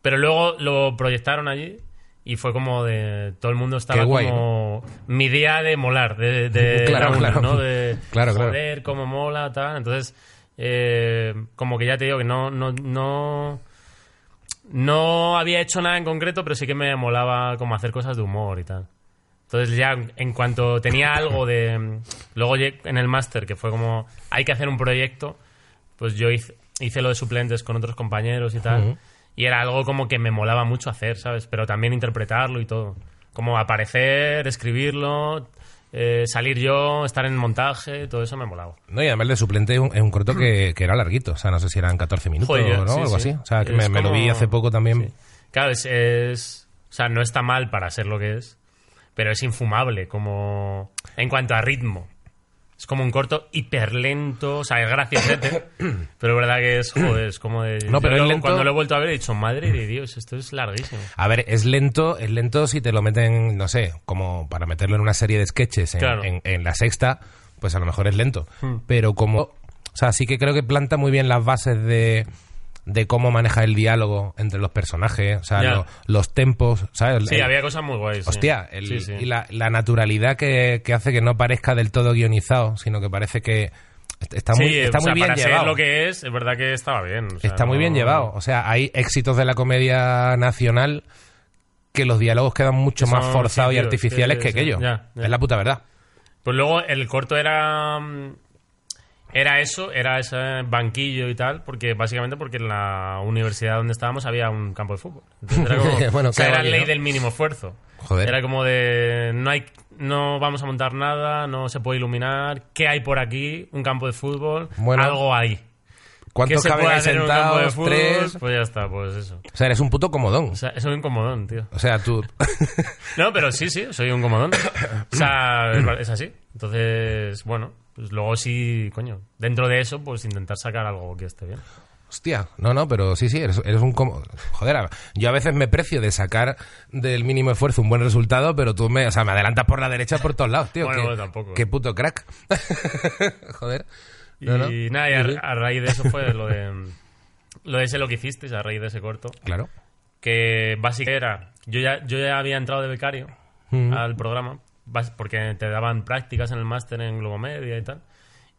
Speaker 2: Pero luego lo proyectaron allí y fue como de, todo el mundo estaba
Speaker 1: Qué guay,
Speaker 2: como, mi día de molar, de, de
Speaker 1: Claro,
Speaker 2: la uni,
Speaker 1: claro.
Speaker 2: ¿no? De,
Speaker 1: Claro, claro.
Speaker 2: joder, cómo mola, tal. Entonces, eh, como que ya te digo que no, no, no... No había hecho nada en concreto, pero sí que me molaba como hacer cosas de humor y tal. Entonces ya en cuanto tenía algo de... Luego lle- en el máster, que fue como, hay que hacer un proyecto, pues yo hice, hice lo de suplentes con otros compañeros y tal. Y era algo como que me molaba mucho hacer, ¿sabes? Pero también interpretarlo y todo. Como aparecer, escribirlo, eh, salir yo, estar en montaje, todo eso me molaba.
Speaker 1: No, y además el de suplente es un, es un corto que, que era larguito. O sea, no sé si eran 14 minutos
Speaker 2: Joder,
Speaker 1: o ¿no?
Speaker 2: sí,
Speaker 1: algo
Speaker 2: sí.
Speaker 1: así. O sea, que
Speaker 2: Es
Speaker 1: me, me lo vi
Speaker 2: como-
Speaker 1: hace poco también.
Speaker 2: Claro, es, es- O sea, no está mal para ser lo que es, pero es infumable como... En cuanto a ritmo. Es como un corto hiperlento, o sea, es graciosete, pero es verdad que es, joder, es como de...
Speaker 1: No, pero
Speaker 2: yo
Speaker 1: es
Speaker 2: luego
Speaker 1: lento.
Speaker 2: Cuando lo he vuelto a ver he dicho, madre de Dios, esto es larguísimo.
Speaker 1: A ver, es lento, es lento si te lo meten, no sé, como para meterlo en una serie de sketches en,
Speaker 2: Claro. Hmm.
Speaker 1: en- en la sexta, pues a lo mejor es lento. Pero como... O sea, sí que creo que planta muy bien las bases de, de cómo maneja el diálogo entre los personajes, o sea,
Speaker 2: Ya.
Speaker 1: lo- los tempos, ¿sabes?
Speaker 2: Sí,
Speaker 1: El-
Speaker 2: había cosas muy guays. sí.
Speaker 1: Hostia, el-
Speaker 2: Sí, sí.
Speaker 1: y la, la naturalidad que, que hace que no parezca del todo guionizado, sino que parece que est- está muy,
Speaker 2: Sí,
Speaker 1: está
Speaker 2: o sea,
Speaker 1: muy bien
Speaker 2: para
Speaker 1: llevado.
Speaker 2: ser lo que es, es verdad que estaba bien. o sea,
Speaker 1: Está muy bien
Speaker 2: no-
Speaker 1: llevado. O sea, hay éxitos de la comedia nacional que los diálogos quedan mucho
Speaker 2: Que
Speaker 1: más
Speaker 2: son-
Speaker 1: forzados
Speaker 2: sí,
Speaker 1: y
Speaker 2: tío,
Speaker 1: artificiales
Speaker 2: sí,
Speaker 1: que
Speaker 2: sí,
Speaker 1: aquello.
Speaker 2: ya, ya.
Speaker 1: Es la puta verdad.
Speaker 2: Pues luego el corto era. mm, Era eso, era ese banquillo y tal, porque básicamente porque en la universidad donde estábamos había un campo de fútbol. Entonces era como,
Speaker 1: Bueno,
Speaker 2: o sea,
Speaker 1: claro,
Speaker 2: era
Speaker 1: aquí,
Speaker 2: ley
Speaker 1: ¿no?
Speaker 2: del mínimo esfuerzo.
Speaker 1: Joder.
Speaker 2: Era como de no hay no vamos a montar nada, no se puede iluminar, ¿qué hay por aquí? Un campo de fútbol,
Speaker 1: Bueno.
Speaker 2: algo hay. ¿Qué
Speaker 1: ¿Cuántos
Speaker 2: se
Speaker 1: caben
Speaker 2: puede
Speaker 1: ahí
Speaker 2: hacer en un campo de
Speaker 1: sentados?
Speaker 2: fútbol?
Speaker 1: Tres.
Speaker 2: Pues ya está, pues eso.
Speaker 1: O sea, eres un puto comodón.
Speaker 2: O sea, eso es un comodón, tío.
Speaker 1: O sea, tú.
Speaker 2: No, pero sí, sí, soy un comodón. O sea, es- es así. Entonces, bueno, pues luego sí, coño, dentro de eso, pues intentar sacar algo que esté bien.
Speaker 1: Hostia, no, no, pero sí, sí, eres, eres un como Joder, a- yo a veces me precio de sacar del mínimo esfuerzo un buen resultado, pero tú me, o sea, me adelantas por la derecha por todos lados, tío.
Speaker 2: Bueno,
Speaker 1: qué-
Speaker 2: bueno, tampoco.
Speaker 1: Qué puto crack. Joder.
Speaker 2: Y
Speaker 1: No, no.
Speaker 2: nada, y a, a raíz de eso fue lo de lo de ese lo que hicisteis, a raíz de ese corto,
Speaker 1: Claro.
Speaker 2: que básicamente era, yo ya, yo ya había entrado de becario
Speaker 1: Mm.
Speaker 2: al programa, bas- porque te daban prácticas en el máster en Globomedia y tal,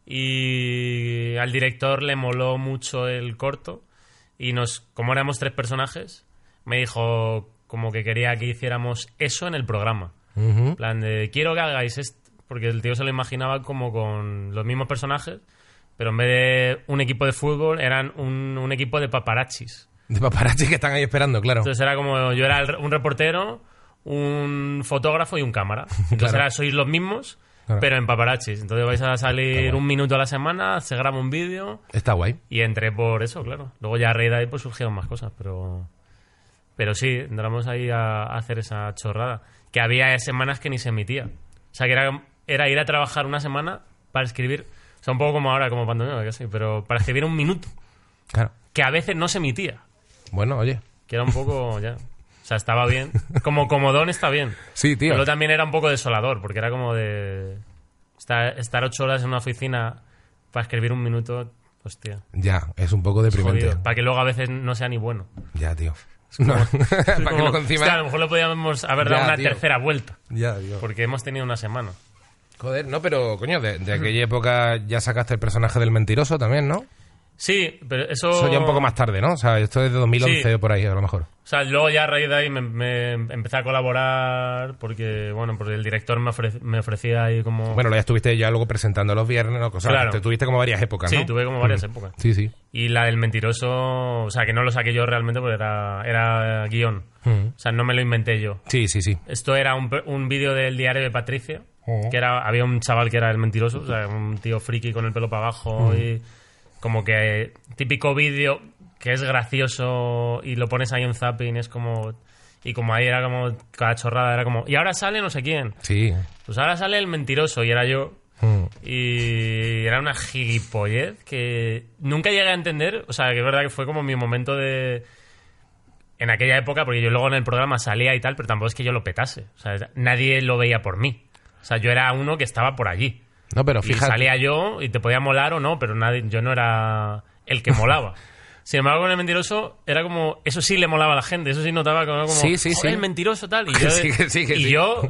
Speaker 2: y al director le moló mucho el corto, y nos, como éramos tres personajes, me dijo como que quería que hiciéramos eso en el programa. En
Speaker 1: Ujú.
Speaker 2: plan de, quiero que hagáis esto. Porque el tío se lo imaginaba como con los mismos personajes, pero en vez de un equipo de fútbol, eran un, un equipo de paparachis.
Speaker 1: De paparazzi que están ahí esperando, claro.
Speaker 2: Entonces era como, yo era el- un reportero, un fotógrafo y un cámara. Entonces
Speaker 1: Claro.
Speaker 2: era, sois los mismos,
Speaker 1: Claro.
Speaker 2: pero en paparachis. Entonces vais a salir
Speaker 1: Está
Speaker 2: un minuto a la semana, se graba un vídeo
Speaker 1: Está guay.
Speaker 2: y entré por eso, claro. Luego ya a raíz de ahí pues surgieron más cosas, pero... Pero sí, entramos ahí a, a hacer esa chorrada. Que había semanas que ni se emitía. O sea, que era, era ir a trabajar una semana para escribir... O sea, un poco como ahora, como pandemia, que sí, pero para escribir un minuto.
Speaker 1: Claro.
Speaker 2: Que a veces no se emitía.
Speaker 1: Bueno, oye.
Speaker 2: Que era un poco, ya... O sea, estaba bien. Como comodón está bien.
Speaker 1: Sí, tío.
Speaker 2: Pero también era un poco desolador, porque era como de... Estar, estar ocho horas en una oficina para escribir un minuto... Hostia.
Speaker 1: Ya, es un poco deprimente.
Speaker 2: Jodido, para que luego a veces no sea ni bueno.
Speaker 1: Ya, tío. No, para que
Speaker 2: Como,
Speaker 1: luego encima-
Speaker 2: hostia, a lo mejor lo podíamos haber dado
Speaker 1: Ya,
Speaker 2: una
Speaker 1: tío.
Speaker 2: tercera vuelta,
Speaker 1: Ya, tío.
Speaker 2: porque hemos tenido una semana.
Speaker 1: Joder, no, pero coño, de, de aquella época ya sacaste el personaje del mentiroso también, ¿no?
Speaker 2: Sí, pero eso...
Speaker 1: Eso ya un poco más tarde, ¿no? O sea, esto es de 2011
Speaker 2: Sí.
Speaker 1: o por ahí, a lo mejor.
Speaker 2: O sea, luego ya a raíz de ahí me, me empecé a colaborar porque, bueno, porque el director me, ofre- me ofrecía ahí como...
Speaker 1: Bueno, lo ya estuviste ya luego presentando los viernes, o cosas.
Speaker 2: Claro.
Speaker 1: Te tuviste como varias épocas,
Speaker 2: sí,
Speaker 1: ¿no? Mm.
Speaker 2: tuve como varias épocas.
Speaker 1: Sí, sí.
Speaker 2: Y la del mentiroso, o sea, que no lo saqué yo realmente porque era, era guión. O sea, no me lo inventé yo.
Speaker 1: Sí, sí, sí.
Speaker 2: Esto era un, pe- un vídeo del diario de Patricia, que era había un chaval que era el mentiroso, o sea, un tío friki con el pelo para abajo y como que típico vídeo que es gracioso y lo pones ahí en zapping, es como y como ahí era como cada chorrada era como y ahora sale no sé quién.
Speaker 1: Sí.
Speaker 2: Pues ahora sale el mentiroso y era yo.
Speaker 1: Mm.
Speaker 2: Y era una gilipollez que nunca llegué a entender. O sea, que es verdad que fue como mi momento de. En aquella época, porque yo luego en el programa salía y tal, pero tampoco es que yo lo petase. O sea, era- nadie lo veía por mí. O sea, yo era uno que estaba por allí.
Speaker 1: No, pero
Speaker 2: Y
Speaker 1: fíjate.
Speaker 2: salía yo y te podía molar o no, pero nadie, yo no era el que molaba. Sin embargo, con el mentiroso era como. Eso sí le molaba a la gente, eso sí notaba como. como,
Speaker 1: Sí, sí,
Speaker 2: "Joder,
Speaker 1: sí.
Speaker 2: el mentiroso tal. Y yo,
Speaker 1: Sí, que sí, que
Speaker 2: y
Speaker 1: sí.
Speaker 2: yo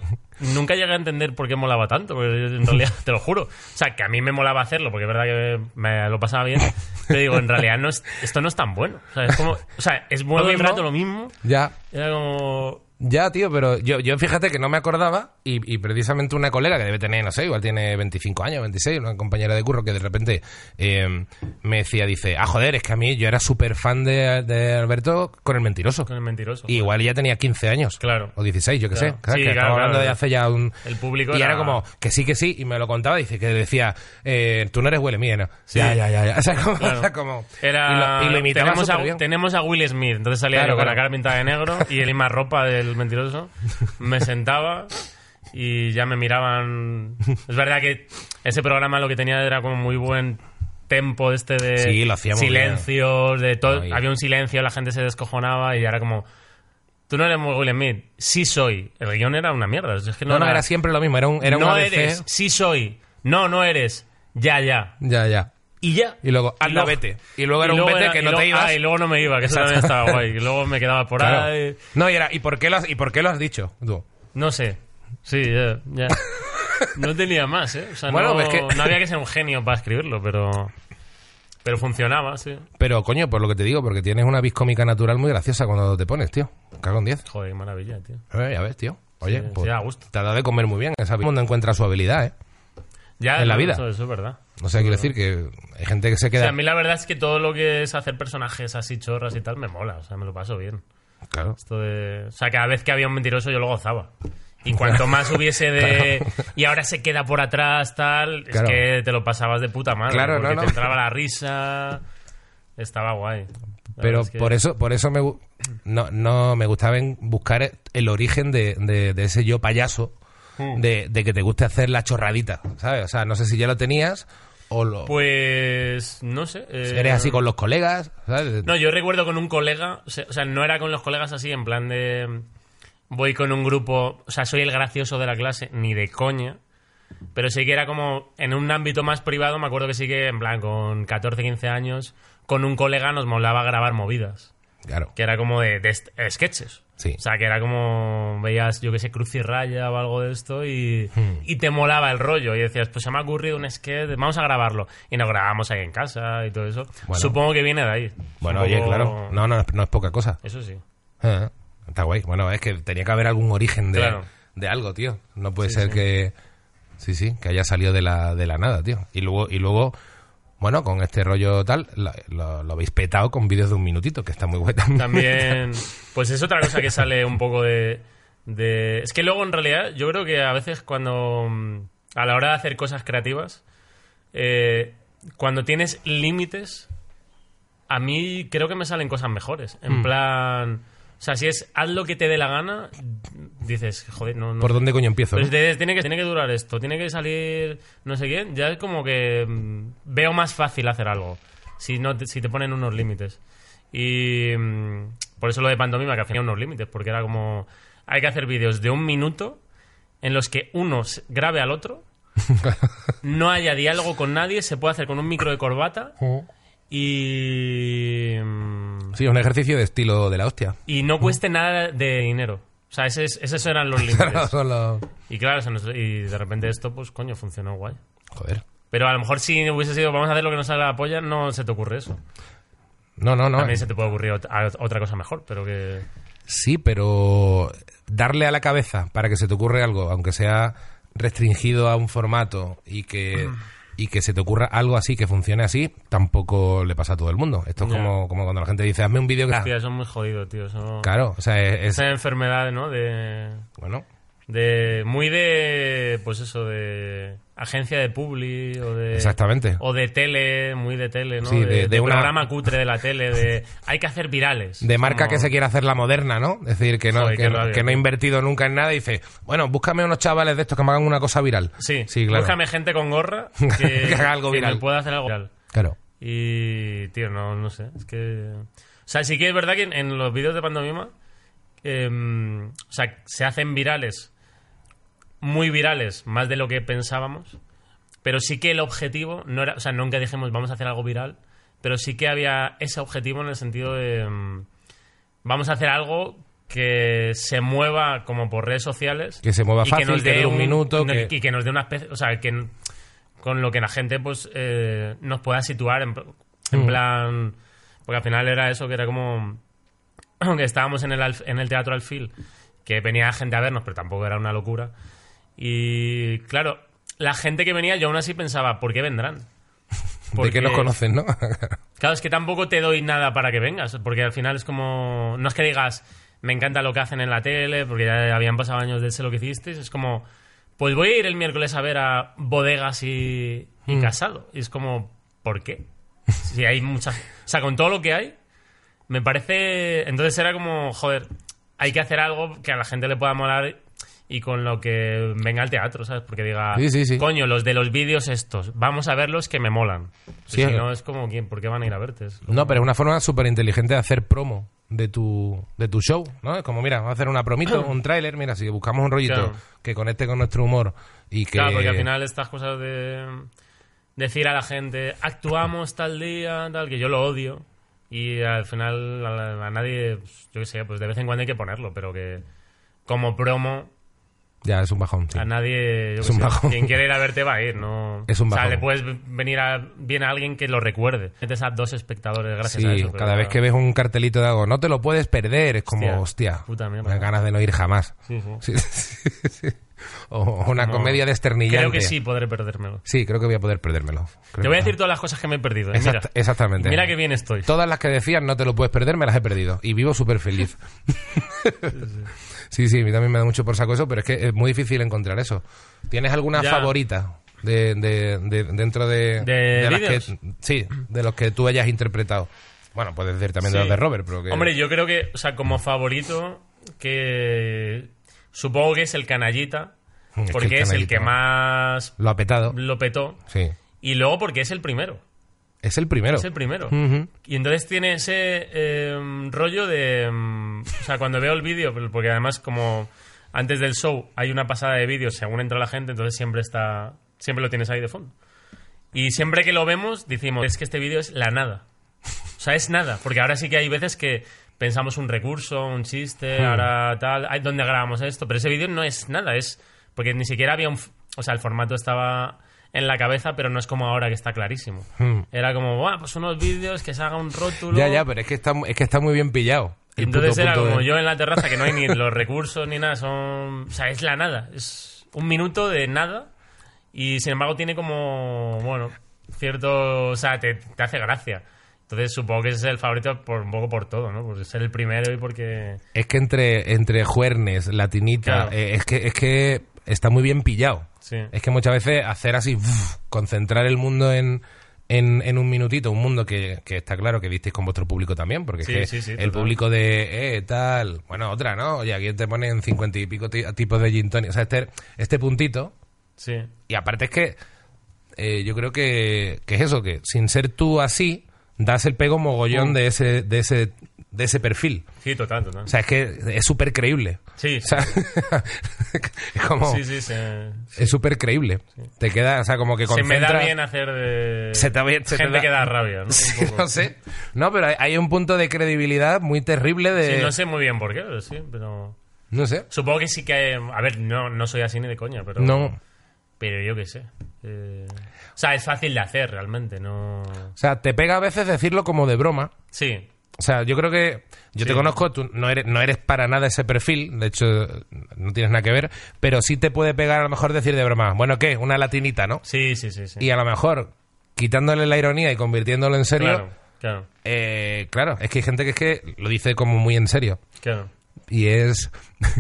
Speaker 2: nunca llegué a entender por qué molaba tanto, porque en realidad, te lo juro. O sea, que a mí me molaba hacerlo, porque es verdad que me lo pasaba bien. Pero digo, en realidad no es- esto no es tan bueno. O sea, es como. O sea, es bueno
Speaker 1: Lo
Speaker 2: el
Speaker 1: mismo.
Speaker 2: rato lo mismo.
Speaker 1: Ya.
Speaker 2: Era como.
Speaker 1: Ya, tío, pero yo, yo fíjate que no me acordaba y, y precisamente una colega que debe tener, no sé, igual tiene 25 años, 26, una compañera de curro que de repente eh, me decía, dice, ah, joder, es que a mí yo era súper fan de, de Alberto con el mentiroso.
Speaker 2: Con el mentiroso.
Speaker 1: Y igual ya tenía 15 años.
Speaker 2: Pues Claro.
Speaker 1: O 16, yo qué
Speaker 2: Claro.
Speaker 1: sé. Claro,
Speaker 2: Sí,
Speaker 1: que
Speaker 2: claro,
Speaker 1: estamos hablando
Speaker 2: claro,
Speaker 1: de
Speaker 2: claro.
Speaker 1: hace ya un...
Speaker 2: El público
Speaker 1: Y era
Speaker 2: era-
Speaker 1: como, que sí, que sí, y me lo contaba, dice que decía, eh, tú no eres huele mía, ¿no?
Speaker 2: Sí.
Speaker 1: Ya, ya, ya, ya. O sea, como...
Speaker 2: Claro.
Speaker 1: o sea, como-
Speaker 2: Era,
Speaker 1: Y lo, y lo imitaba
Speaker 2: tenemos, a,
Speaker 1: superbién.
Speaker 2: tenemos a Will Smith, entonces salía
Speaker 1: Claro,
Speaker 2: yo con la
Speaker 1: claro.
Speaker 2: cara pintada de negro y el más ropa del mentiroso. Me sentaba y ya me miraban. Es verdad que ese programa lo que tenía era como muy buen tempo este de
Speaker 1: Sí, lo hacía muy
Speaker 2: silencios, de todo.
Speaker 1: Ay.
Speaker 2: Había un silencio, la gente se descojonaba y era como. Tú no eres muy Will Smith. Sí soy. El guión era una mierda. Es que no,
Speaker 1: No, no, era siempre lo mismo, era un... Era un
Speaker 2: no
Speaker 1: ABC.
Speaker 2: eres. Sí soy. No, no eres. Ya, ya.
Speaker 1: Ya, ya.
Speaker 2: Y ya.
Speaker 1: Y luego, anda,
Speaker 2: luego-
Speaker 1: vete. Y luego era un vete que
Speaker 2: y
Speaker 1: no te
Speaker 2: luego-
Speaker 1: ibas.
Speaker 2: ah, y luego no me iba, que eso también estaba guay. Y luego me quedaba por
Speaker 1: Claro.
Speaker 2: ahí.
Speaker 1: No, y era, ¿y por qué lo has, y por qué lo has dicho tú?
Speaker 2: No sé. Sí, ya. ya. No tenía más, ¿eh? O sea,
Speaker 1: Bueno,
Speaker 2: no,
Speaker 1: es que-
Speaker 2: no había que ser un genio para escribirlo, pero. Pero funcionaba, sí.
Speaker 1: Pero, coño, por lo que te digo, porque tienes una viscómica natural muy graciosa cuando te pones, tío. Cago en 10.
Speaker 2: Joder, qué maravilla, tío.
Speaker 1: A ver, ya ves, tío. Oye,
Speaker 2: Sí,
Speaker 1: pues,
Speaker 2: sí, da gusto.
Speaker 1: te ha dado de comer muy bien. Esa... Todo el mundo encuentra su habilidad, ¿eh?
Speaker 2: Ya,
Speaker 1: en la vida.
Speaker 2: Eso, eso es verdad.
Speaker 1: O sea, quiero decir que hay gente que se
Speaker 2: O
Speaker 1: queda.
Speaker 2: sea, a mí la verdad es que todo lo que es hacer personajes así chorras y tal me mola. O sea, me lo paso bien.
Speaker 1: Claro.
Speaker 2: Esto de- O sea, cada vez que había un mentiroso yo lo gozaba. Y cuanto más hubiese de... Y ahora se queda por atrás, tal...
Speaker 1: Claro.
Speaker 2: Es que te lo pasabas de puta madre.
Speaker 1: Claro,
Speaker 2: porque
Speaker 1: no, no.
Speaker 2: te entraba la risa... Estaba guay. La
Speaker 1: Pero
Speaker 2: verdad es que-
Speaker 1: por e- eso, por eso me gu- no, no me gustaba en buscar el origen de, de- de ese yo payaso,
Speaker 2: Hmm.
Speaker 1: de, de que te guste hacer la chorradita, ¿sabes? O sea, no sé si ya lo tenías o lo
Speaker 2: Pues... No sé. eh,
Speaker 1: eres así con los colegas, ¿sabes?
Speaker 2: No, yo recuerdo con un colega... O sea, o sea, no era con los colegas así, en plan de... Voy con un grupo... O sea, soy el gracioso de la clase, ni de coña. Pero sí que era como en un ámbito más privado, me acuerdo que sí que, en plan, con 14, 15 años, con un colega nos molaba grabar movidas.
Speaker 1: Claro.
Speaker 2: que era como de, de est- eh, sketches.
Speaker 1: Sí.
Speaker 2: O sea, que era como veías, yo que sé, Cruz y Raya o algo de esto y,
Speaker 1: Hmm.
Speaker 2: y te molaba el rollo y decías, pues se me ha ocurrido un sketch, vamos a grabarlo. Y nos grabamos ahí en casa y todo eso.
Speaker 1: Bueno.
Speaker 2: Supongo que viene de ahí.
Speaker 1: Bueno,
Speaker 2: Un
Speaker 1: oye,
Speaker 2: poco-
Speaker 1: claro. No, no, no es poca cosa.
Speaker 2: Eso sí.
Speaker 1: Ah, está guay. Bueno, es que tenía que haber algún origen de,
Speaker 2: Claro.
Speaker 1: de algo, tío. No puede ser que. Sí, sí, que haya salido de la, de la nada, tío. Y luego, y luego, bueno, con este rollo tal, la- lo, lo habéis petado con vídeos de un minutito, que está muy guay también.
Speaker 2: También, pues es otra cosa que sale un poco de, de- Es que luego, en realidad, yo creo que a veces cuando... mm, A la hora de hacer cosas creativas, eh, cuando tienes límites, a mí creo que me salen cosas mejores. En plan... O sea, si es haz lo que te dé la gana, dices, joder, no... no
Speaker 1: ¿Por dónde coño empiezo?
Speaker 2: pues
Speaker 1: no?
Speaker 2: de- tiene, que, tiene que durar esto, tiene que salir no sé quién. Ya es como que mm, veo más fácil hacer algo si, no te, si te ponen unos límites. Y mm, por eso lo de pantomima, que hacía unos límites, porque era como hay que hacer vídeos de un minuto en los que uno se- grabe al otro, no haya diálogo con nadie, se puede hacer con un micro de corbata y... mm,
Speaker 1: Sí, un ejercicio de estilo de la hostia.
Speaker 2: Y no cueste nada de dinero. O sea, ese es- esos eran los límites.
Speaker 1: Solo-
Speaker 2: Y claro, se nos- y de repente esto, pues coño, funcionó guay.
Speaker 1: Joder.
Speaker 2: Pero a lo mejor si hubiese sido vamos a hacer lo que nos sale a la polla, no se te ocurre eso.
Speaker 1: No, no, no.
Speaker 2: También se te puede ocurrir ot- a- otra cosa mejor, pero que...
Speaker 1: Sí, pero darle a la cabeza para que se te ocurra algo, aunque sea restringido a un formato y que
Speaker 2: Mm.
Speaker 1: y que se te ocurra algo así que funcione así, tampoco le pasa a todo el mundo. Esto es
Speaker 2: Ya.
Speaker 1: como, como cuando la gente dice, hazme un vídeo que...
Speaker 2: Hostia, eso es muy jodido, tío. Eso...
Speaker 1: Claro, o sea, es, es-
Speaker 2: Esa enfermedad, ¿no? De,
Speaker 1: bueno,
Speaker 2: de... Muy de... Pues eso, de... Agencia de publi o de...
Speaker 1: exactamente.
Speaker 2: Eh, O de tele, muy de tele, ¿no?
Speaker 1: Sí, de- de una-
Speaker 2: programa cutre de la tele, de... Hay que hacer virales.
Speaker 1: De marca
Speaker 2: Como-
Speaker 1: que se quiere hacer la moderna, ¿no? Es decir, que no,
Speaker 2: Joder,
Speaker 1: que,
Speaker 2: qué
Speaker 1: no-
Speaker 2: rabia.
Speaker 1: que no ha invertido nunca en nada y dice, bueno, búscame unos chavales de estos que me hagan una cosa viral.
Speaker 2: Sí,
Speaker 1: sí, claro.
Speaker 2: Búscame gente con gorra que,
Speaker 1: Que haga algo
Speaker 2: que
Speaker 1: viral.
Speaker 2: me pueda hacer algo viral.
Speaker 1: Claro.
Speaker 2: Y, tío, no, no sé. Es que. O sea, sí que es verdad que en, en los vídeos de pantomima. em, o sea, se hacen virales. Muy virales, más de lo que pensábamos. Pero sí que el objetivo no era. O sea, nunca dijimos vamos a hacer algo viral. Pero sí que había ese objetivo en el sentido de. em, vamos a hacer algo que se mueva como por redes sociales.
Speaker 1: Que se mueva
Speaker 2: y
Speaker 1: fácil, que dure un minuto,
Speaker 2: no,
Speaker 1: que-
Speaker 2: Y que nos dé una especie. O sea, que con lo que la gente pues eh, nos pueda situar en,
Speaker 1: Mm.
Speaker 2: en plan porque al final era eso que era como aunque estábamos en el Alf- en el teatro Alfil que venía gente a vernos pero tampoco era una locura y claro la gente que venía yo aún así pensaba ¿por qué vendrán?
Speaker 1: De que nos conocen, ¿no?
Speaker 2: Claro, es que tampoco te doy nada para que vengas, porque al final es como. No es que digas, me encanta lo que hacen en la tele, porque ya habían pasado años de sé lo que hicisteis. Es como, pues voy a ir el miércoles a ver a bodegas y, y
Speaker 1: Mm.
Speaker 2: casado. Y es como, ¿por qué? Si hay muchas. O sea, con todo lo que hay, me parece. Entonces era como, joder, hay que hacer algo que a la gente le pueda molar y con lo que venga al teatro, ¿sabes? Porque diga,
Speaker 1: Sí, sí, sí.
Speaker 2: coño, los de los vídeos estos, vamos a verlos que me molan. Pues
Speaker 1: Sí,
Speaker 2: si
Speaker 1: es-
Speaker 2: no, es como, ¿quién? ¿por qué van a ir a verte? Es como-
Speaker 1: No, pero es una forma súper inteligente de hacer promo de tu, de tu show, ¿no? Es como, mira, vamos a hacer una promito, un tráiler, mira, si buscamos un rollito
Speaker 2: Claro.
Speaker 1: que conecte con nuestro humor y que...
Speaker 2: Claro, porque al final estas cosas de decir a la gente, actuamos tal día, tal, que yo lo odio. Y al final a, a nadie, pues, yo qué sé, pues de vez en cuando hay que ponerlo, pero que como promo
Speaker 1: Ya, es un bajón, sí.
Speaker 2: a nadie, yo
Speaker 1: Es
Speaker 2: qué
Speaker 1: un
Speaker 2: sé,
Speaker 1: bajón.
Speaker 2: quien quiere ir a verte va a ir, ¿no?
Speaker 1: Es un
Speaker 2: O sea,
Speaker 1: bajón.
Speaker 2: le puedes venir a, bien a alguien que lo recuerde. Metes a dos espectadores gracias
Speaker 1: Sí,
Speaker 2: a eso. pero
Speaker 1: cada vez que
Speaker 2: claro.
Speaker 1: ves un cartelito de algo, no te lo puedes perder, es como, hostia,
Speaker 2: Hostia, puta mierda.
Speaker 1: me dan ganas de no ir jamás.
Speaker 2: Sí, sí.
Speaker 1: Sí, sí, sí. O, o una
Speaker 2: No.
Speaker 1: comedia desternillante.
Speaker 2: Creo que sí podré perdérmelo.
Speaker 1: Sí, creo que voy a poder perdérmelo. Creo
Speaker 2: Te voy a
Speaker 1: que-
Speaker 2: decir todas las cosas que me he perdido. eh,
Speaker 1: Exact-
Speaker 2: mira.
Speaker 1: exactamente.
Speaker 2: Mira qué bien estoy.
Speaker 1: Todas las que decías no te lo puedes perder, me las he perdido. Y vivo súper feliz. sí, sí, a mí también me da mucho por saco eso, pero es que es muy difícil encontrar eso. ¿Tienes alguna
Speaker 2: Ya.
Speaker 1: favorita de, de- de- dentro de,
Speaker 2: ¿De
Speaker 1: las
Speaker 2: vídeos?
Speaker 1: que, sí, de los que tú hayas interpretado? Bueno, puedes decir también de
Speaker 2: Sí.
Speaker 1: los de Robert, pero que...
Speaker 2: Hombre, yo creo que, o sea, como favorito, que supongo que es el canallita,
Speaker 1: Es que
Speaker 2: porque
Speaker 1: el
Speaker 2: es el
Speaker 1: Canallita.
Speaker 2: que más
Speaker 1: Lo ha petado.
Speaker 2: lo petó,
Speaker 1: Sí.
Speaker 2: y luego porque es el primero.
Speaker 1: Es el primero.
Speaker 2: Es el primero.
Speaker 1: Ujú.
Speaker 2: Y entonces tiene ese eh, rollo de... mm, o sea, cuando veo el vídeo, porque además como antes del show hay una pasada de vídeos según entra la gente, entonces siempre está... Siempre lo tienes ahí de fondo. Y siempre que lo vemos, decimos, es que este vídeo es la nada. O sea, es nada. Porque ahora sí que hay veces que pensamos un recurso, un chiste,
Speaker 1: Hmm.
Speaker 2: ahora tal, ay, ¿dónde grabamos esto? Pero ese vídeo no es nada, es... Porque ni siquiera había un... f- O sea, el formato estaba en la cabeza, pero no es como ahora que está clarísimo.
Speaker 1: Hmm.
Speaker 2: Era como, "Buah, pues unos vídeos que se haga un rótulo.
Speaker 1: Ya, ya, pero es que está, es que está muy bien pillado.
Speaker 2: Y
Speaker 1: el puto
Speaker 2: Entonces era
Speaker 1: punto de-
Speaker 2: como yo en la terraza, que no hay ni los recursos ni nada, son... O sea, es la nada, es un minuto de nada y sin embargo tiene como, bueno, cierto... O sea, te, te hace gracia. Entonces supongo que ese es el favorito por un poco por todo, ¿no? Por ser el primero y porque...
Speaker 1: Es que entre, entre Juernes, Latinita,
Speaker 2: Claro.
Speaker 1: eh, es, que, es que está muy bien pillado.
Speaker 2: Sí.
Speaker 1: Es que muchas veces hacer así, uf, concentrar el mundo en, en, en un minutito, un mundo que, que está claro que visteis con vuestro público también, porque
Speaker 2: Sí,
Speaker 1: es que
Speaker 2: sí, sí,
Speaker 1: el
Speaker 2: total.
Speaker 1: público de, eh, tal, bueno, otra, ¿no? Oye, aquí te ponen cincuenta y pico ti- tipos de gin tonic. O sea, este, este puntito,
Speaker 2: Sí.
Speaker 1: y aparte es que eh, yo creo que, que es eso, que sin ser tú así, das el pego
Speaker 2: Mm.
Speaker 1: mogollón de ese, de ese, de ese perfil.
Speaker 2: Sí, total, total.
Speaker 1: O sea, es que es súper creíble.
Speaker 2: Sí,
Speaker 1: O sea, es como...
Speaker 2: sí, sí, se,
Speaker 1: Es súper creíble. Te queda, o sea, como que
Speaker 2: se me
Speaker 1: concentras...
Speaker 2: da bien hacer de...
Speaker 1: Se te ve- se te
Speaker 2: gente
Speaker 1: da-
Speaker 2: que da rabia, ¿no?
Speaker 1: Sí,
Speaker 2: Un poco.
Speaker 1: no sé. No, pero hay- hay un punto de credibilidad muy terrible de...
Speaker 2: Sí, no sé muy bien por qué, pero sí, pero...
Speaker 1: No sé.
Speaker 2: Supongo que sí que... A ver, no, no soy así ni de coña, pero...
Speaker 1: No.
Speaker 2: Pero yo qué sé. Eh, o sea, es fácil de hacer realmente, ¿no?
Speaker 1: O sea, te pega a veces decirlo como de broma.
Speaker 2: Sí,
Speaker 1: O sea, yo creo que... Yo te
Speaker 2: Sí.
Speaker 1: conozco, tú no eres, no eres para nada ese perfil, de hecho, no tienes nada que ver, pero sí te puede pegar a lo mejor decir de broma, bueno, ¿qué? Una latinita, ¿no?
Speaker 2: sí, sí, sí. sí.
Speaker 1: Y a lo mejor, quitándole la ironía y convirtiéndolo en serio,
Speaker 2: claro, claro,
Speaker 1: Eh, claro, es que hay gente que es que lo dice como muy en serio.
Speaker 2: claro.
Speaker 1: Y es.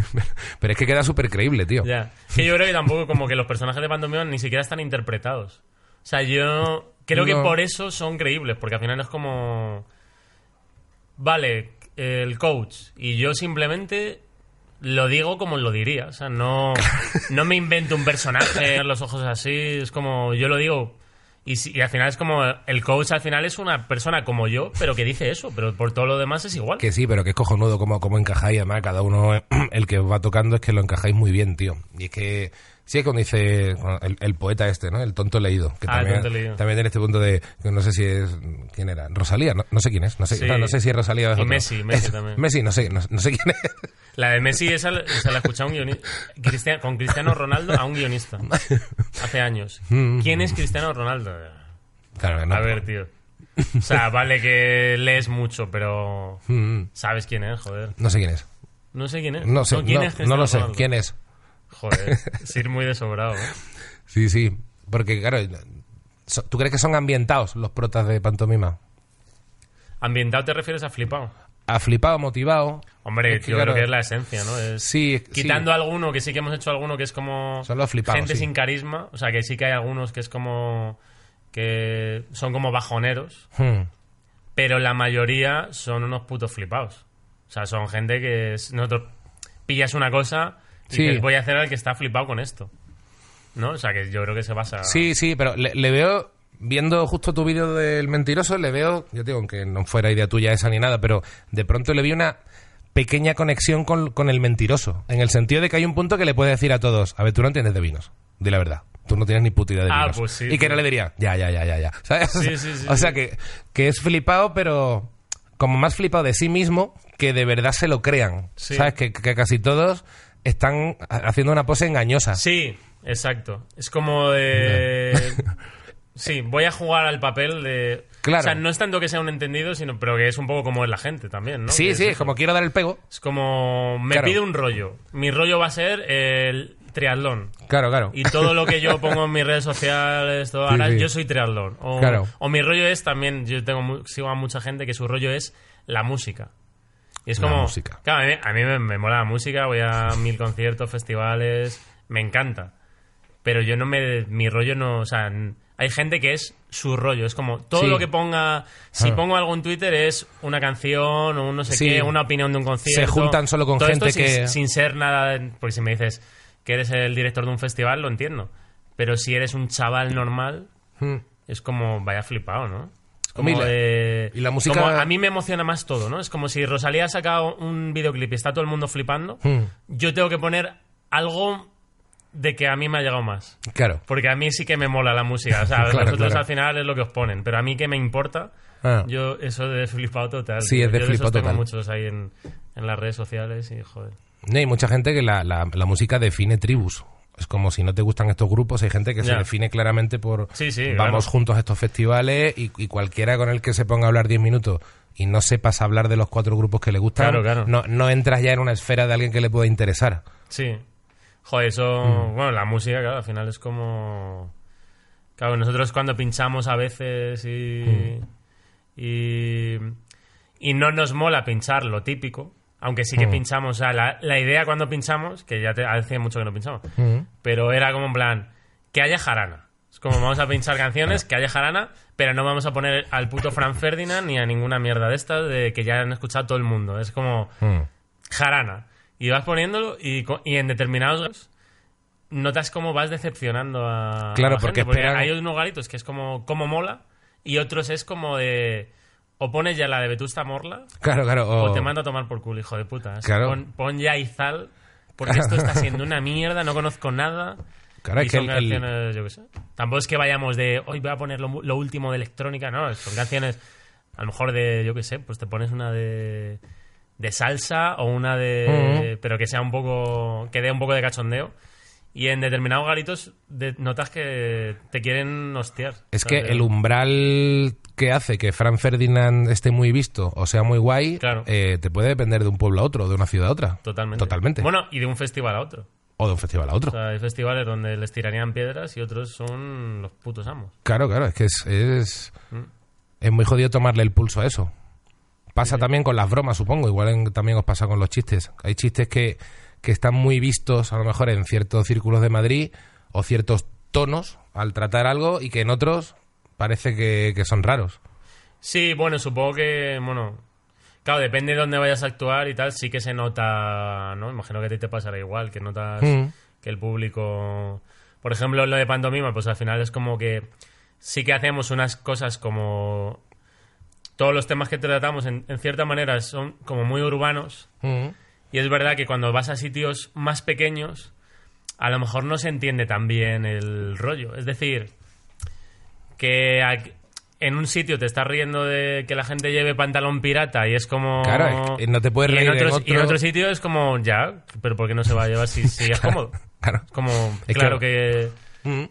Speaker 1: Pero es que queda súper creíble, tío.
Speaker 2: Ya. Es que yo creo que tampoco como que los personajes de Pantomima ni siquiera están interpretados. O sea, yo creo que
Speaker 1: No.
Speaker 2: por eso son creíbles, porque al final es como... Vale, el coach. Y yo simplemente lo digo como lo diría. O sea, no, no me invento un personaje, los ojos así. Es como yo lo digo. Y, si- y al final es como el coach al final es una persona como yo, pero que dice eso. Pero por todo lo demás es igual.
Speaker 1: Que sí, pero que es cojonudo como, como encajáis. Además, cada uno eh, el que os va tocando es que lo encajáis muy bien, tío. Y es que. Sí, es cuando dice bueno, el, el poeta este, ¿no? El tonto leído. Que
Speaker 2: Ah, el
Speaker 1: también,
Speaker 2: tonto leído.
Speaker 1: también tiene este punto de. que No sé si es. ¿Quién era? ¿Rosalía? No, no sé quién es. No sé,
Speaker 2: Sí.
Speaker 1: no, no sé si es Rosalía o es
Speaker 2: Y
Speaker 1: otro.
Speaker 2: Messi, Messi también.
Speaker 1: Messi, no sé, no, no sé quién es.
Speaker 2: La de Messi, esa, la- esa la escuchaba un guionista. con Cristiano Ronaldo a un guionista. Hace años. ¿Quién es Cristiano Ronaldo?
Speaker 1: Claro, no.
Speaker 2: A ver, tío. O sea, vale que lees mucho, pero.
Speaker 1: Mm,
Speaker 2: ¿Sabes quién es, joder?
Speaker 1: No sé quién es.
Speaker 2: No sé quién es.
Speaker 1: No sé,
Speaker 2: ¿quién
Speaker 1: no-
Speaker 2: es
Speaker 1: no
Speaker 2: Cristiano
Speaker 1: lo sé.
Speaker 2: Ronaldo?
Speaker 1: ¿Quién es?
Speaker 2: Joder, es ir muy desobrado, ¿eh?
Speaker 1: Sí, sí. Porque, claro, so- ¿tú crees que son ambientados los protas de pantomima?
Speaker 2: Ambientado te refieres a flipado.
Speaker 1: ¿A flipado, motivado?
Speaker 2: Hombre,
Speaker 1: Es que,
Speaker 2: yo
Speaker 1: claro,
Speaker 2: creo que es la esencia, ¿no? Es-
Speaker 1: Sí, es-
Speaker 2: Quitando
Speaker 1: sí.
Speaker 2: alguno, que sí que hemos hecho alguno que es como.
Speaker 1: Son los flipados,
Speaker 2: Gente
Speaker 1: sí.
Speaker 2: sin carisma. O sea, que sí que hay algunos que es como. que son como bajoneros.
Speaker 1: Hmm.
Speaker 2: pero la mayoría son unos putos flipados. O sea, son gente que es- nosotros pillas una cosa y
Speaker 1: Sí.
Speaker 2: dices, voy a hacer al que está flipado con esto. ¿No? O sea, que yo creo que se basa...
Speaker 1: Sí, sí, pero le, le veo, viendo justo tu vídeo del mentiroso, le veo, yo digo, aunque no fuera idea tuya esa ni nada, pero de pronto le vi una pequeña conexión con, con el mentiroso. En el sentido de que hay un punto que le puede decir a todos, a ver, tú no entiendes de vinos, di la verdad. Tú no tienes ni puta idea de
Speaker 2: Ah,
Speaker 1: vinos.
Speaker 2: pues sí,
Speaker 1: y que
Speaker 2: tío.
Speaker 1: no le diría, ya, ya, ya, ya, ya. ¿Sabes?
Speaker 2: Sí, sí, sí,
Speaker 1: o sea
Speaker 2: sí.
Speaker 1: que, que es flipado, pero como más flipado de sí mismo que de verdad se lo crean.
Speaker 2: Sí.
Speaker 1: ¿Sabes? Que, que casi todos están ha- haciendo una pose engañosa.
Speaker 2: Sí, exacto. Es como de... Sí, voy a jugar al papel de...
Speaker 1: Claro.
Speaker 2: O sea, no es tanto que sea un entendido, sino pero que es un poco como es la gente también, ¿no?
Speaker 1: sí,
Speaker 2: Que
Speaker 1: sí, es
Speaker 2: eso.
Speaker 1: como quiero dar el pego.
Speaker 2: Es como... Me
Speaker 1: Claro.
Speaker 2: pide un rollo. Mi rollo va a ser el triatlón.
Speaker 1: Claro, claro.
Speaker 2: Y todo lo que yo pongo en mis redes sociales, todo,
Speaker 1: Sí,
Speaker 2: ahora
Speaker 1: sí.
Speaker 2: yo soy triatlón. O,
Speaker 1: Claro.
Speaker 2: o mi rollo es también, yo tengo mu- sigo a mucha gente que su rollo es la música. Y es
Speaker 1: La
Speaker 2: como,
Speaker 1: música.
Speaker 2: claro, a mí, a mí me, me mola la música, voy a mil conciertos, festivales, me encanta. Pero yo no me, mi rollo no, o sea, n- hay gente que es su rollo, es como todo
Speaker 1: Sí.
Speaker 2: lo que ponga, si
Speaker 1: Claro.
Speaker 2: pongo algo en Twitter es una canción o un no sé
Speaker 1: Sí.
Speaker 2: qué, una opinión de un concierto.
Speaker 1: juntan solo con
Speaker 2: Todo esto
Speaker 1: gente
Speaker 2: sin-
Speaker 1: que-
Speaker 2: sin ser nada. Porque si me dices que eres el director de un festival, lo entiendo. Pero si eres un chaval normal,
Speaker 1: Hmm.
Speaker 2: es como vaya flipado, ¿no? Es como
Speaker 1: Mira,
Speaker 2: de-
Speaker 1: y la música-
Speaker 2: como a mí me emociona más todo, ¿no? Es como si Rosalía ha sacado un videoclip y está todo el mundo flipando.
Speaker 1: Hmm.
Speaker 2: Yo tengo que poner algo de que a mí me ha llegado más.
Speaker 1: Claro.
Speaker 2: Porque a mí sí que me mola la música. O sea,
Speaker 1: Claro,
Speaker 2: vosotros
Speaker 1: claro.
Speaker 2: al final es lo que os ponen. Pero a mí que me importa,
Speaker 1: Ah.
Speaker 2: yo eso de flipado total.
Speaker 1: Sí,
Speaker 2: tío.
Speaker 1: es de
Speaker 2: Yo esos
Speaker 1: flipado
Speaker 2: tengo
Speaker 1: total.
Speaker 2: muchos ahí en, en las redes sociales y joder.
Speaker 1: No, hay mucha gente que la, la- la música define tribus. Es como si no te gustan estos grupos, hay gente que se
Speaker 2: Ya.
Speaker 1: define claramente por
Speaker 2: Sí, sí,
Speaker 1: vamos
Speaker 2: claro.
Speaker 1: juntos a estos festivales y, y cualquiera con el que se ponga a hablar 10 minutos y no sepas hablar de los cuatro grupos que le gustan,
Speaker 2: Claro, claro.
Speaker 1: No, no entras ya en una esfera de alguien que le pueda interesar.
Speaker 2: Sí. Joder, eso. Bueno, la música, claro, al final es como. Claro, nosotros cuando pinchamos a veces y. Y. Y no nos mola pinchar lo típico. Aunque sí que pinchamos. O sea, la, la idea cuando pinchamos, que ya te, hace mucho que no pinchamos. Pero era como en plan. Que haya jarana. Es como vamos a pinchar canciones, que haya jarana, pero no vamos a poner al puto Fran Ferdinand ni a ninguna mierda de estas de que ya han escuchado todo el mundo. Es como jarana. Y vas poniéndolo y, co- y en determinados lugares notas cómo vas decepcionando a.
Speaker 1: Claro,
Speaker 2: a la
Speaker 1: porque
Speaker 2: gente,
Speaker 1: esperan-
Speaker 2: hay unos garitos que es como, como mola y otros es como de. O pones ya la de Vetusta Morla
Speaker 1: Claro, claro.
Speaker 2: o
Speaker 1: o-
Speaker 2: Pues te mando a tomar por culo, hijo de puta. Es
Speaker 1: Oh. Claro.
Speaker 2: Pon, pon ya Izal porque esto está siendo una mierda, no conozco nada.
Speaker 1: Claro,
Speaker 2: Y
Speaker 1: es que
Speaker 2: son
Speaker 1: el- el-
Speaker 2: canciones, yo qué sé. Tampoco es que vayamos de hoy voy a poner lo, mu- lo último de electrónica, no, son canciones a lo mejor de, yo qué sé, pues te pones una de de salsa o una de
Speaker 1: Mm.
Speaker 2: pero que sea un poco que dé un poco de cachondeo y en determinados garitos de- notas que te quieren hostiar.
Speaker 1: Es que
Speaker 2: ¿sabes?
Speaker 1: el umbral que hace que Fran Ferdinand esté muy visto o sea muy guay,
Speaker 2: Claro.
Speaker 1: eh, te puede depender de un pueblo a otro, de una ciudad a otra.
Speaker 2: totalmente.
Speaker 1: Totalmente.
Speaker 2: Bueno, y de un festival a otro.
Speaker 1: o de un festival a otro.
Speaker 2: O sea, hay festivales donde les tirarían piedras y otros son los putos amos.
Speaker 1: Claro, claro, es que es, es,
Speaker 2: Mm.
Speaker 1: es muy jodido tomarle el pulso a eso. Pasa también con las bromas, supongo, igual en- también os pasa con los chistes. Hay chistes que, que están muy vistos a lo mejor en ciertos círculos de Madrid o ciertos tonos al tratar algo y que en otros parece que, que son raros.
Speaker 2: Sí, bueno, supongo que, bueno, claro, depende de dónde vayas a actuar y tal, sí que se nota, ¿no? Imagino que a ti te pasará igual, que notas
Speaker 1: Mm.
Speaker 2: que el público... Por ejemplo, lo de pantomima, pues al final es como que sí que hacemos unas cosas como... Todos los temas que tratamos, en, en cierta manera, son como muy urbanos. Y es verdad que cuando vas a sitios más pequeños, a lo mejor no se entiende tan bien el rollo. Es decir, que a- en un sitio te estás riendo de que la gente lleve pantalón pirata y es como...
Speaker 1: Claro, es que no te puedes
Speaker 2: y
Speaker 1: reír
Speaker 2: en
Speaker 1: en
Speaker 2: otro, Y en
Speaker 1: otro-
Speaker 2: otro sitio es como, ya, pero ¿por qué no se va a llevar si, si es cómodo?
Speaker 1: Claro.
Speaker 2: Es como,
Speaker 1: Es
Speaker 2: claro
Speaker 1: que- Mm.
Speaker 2: que...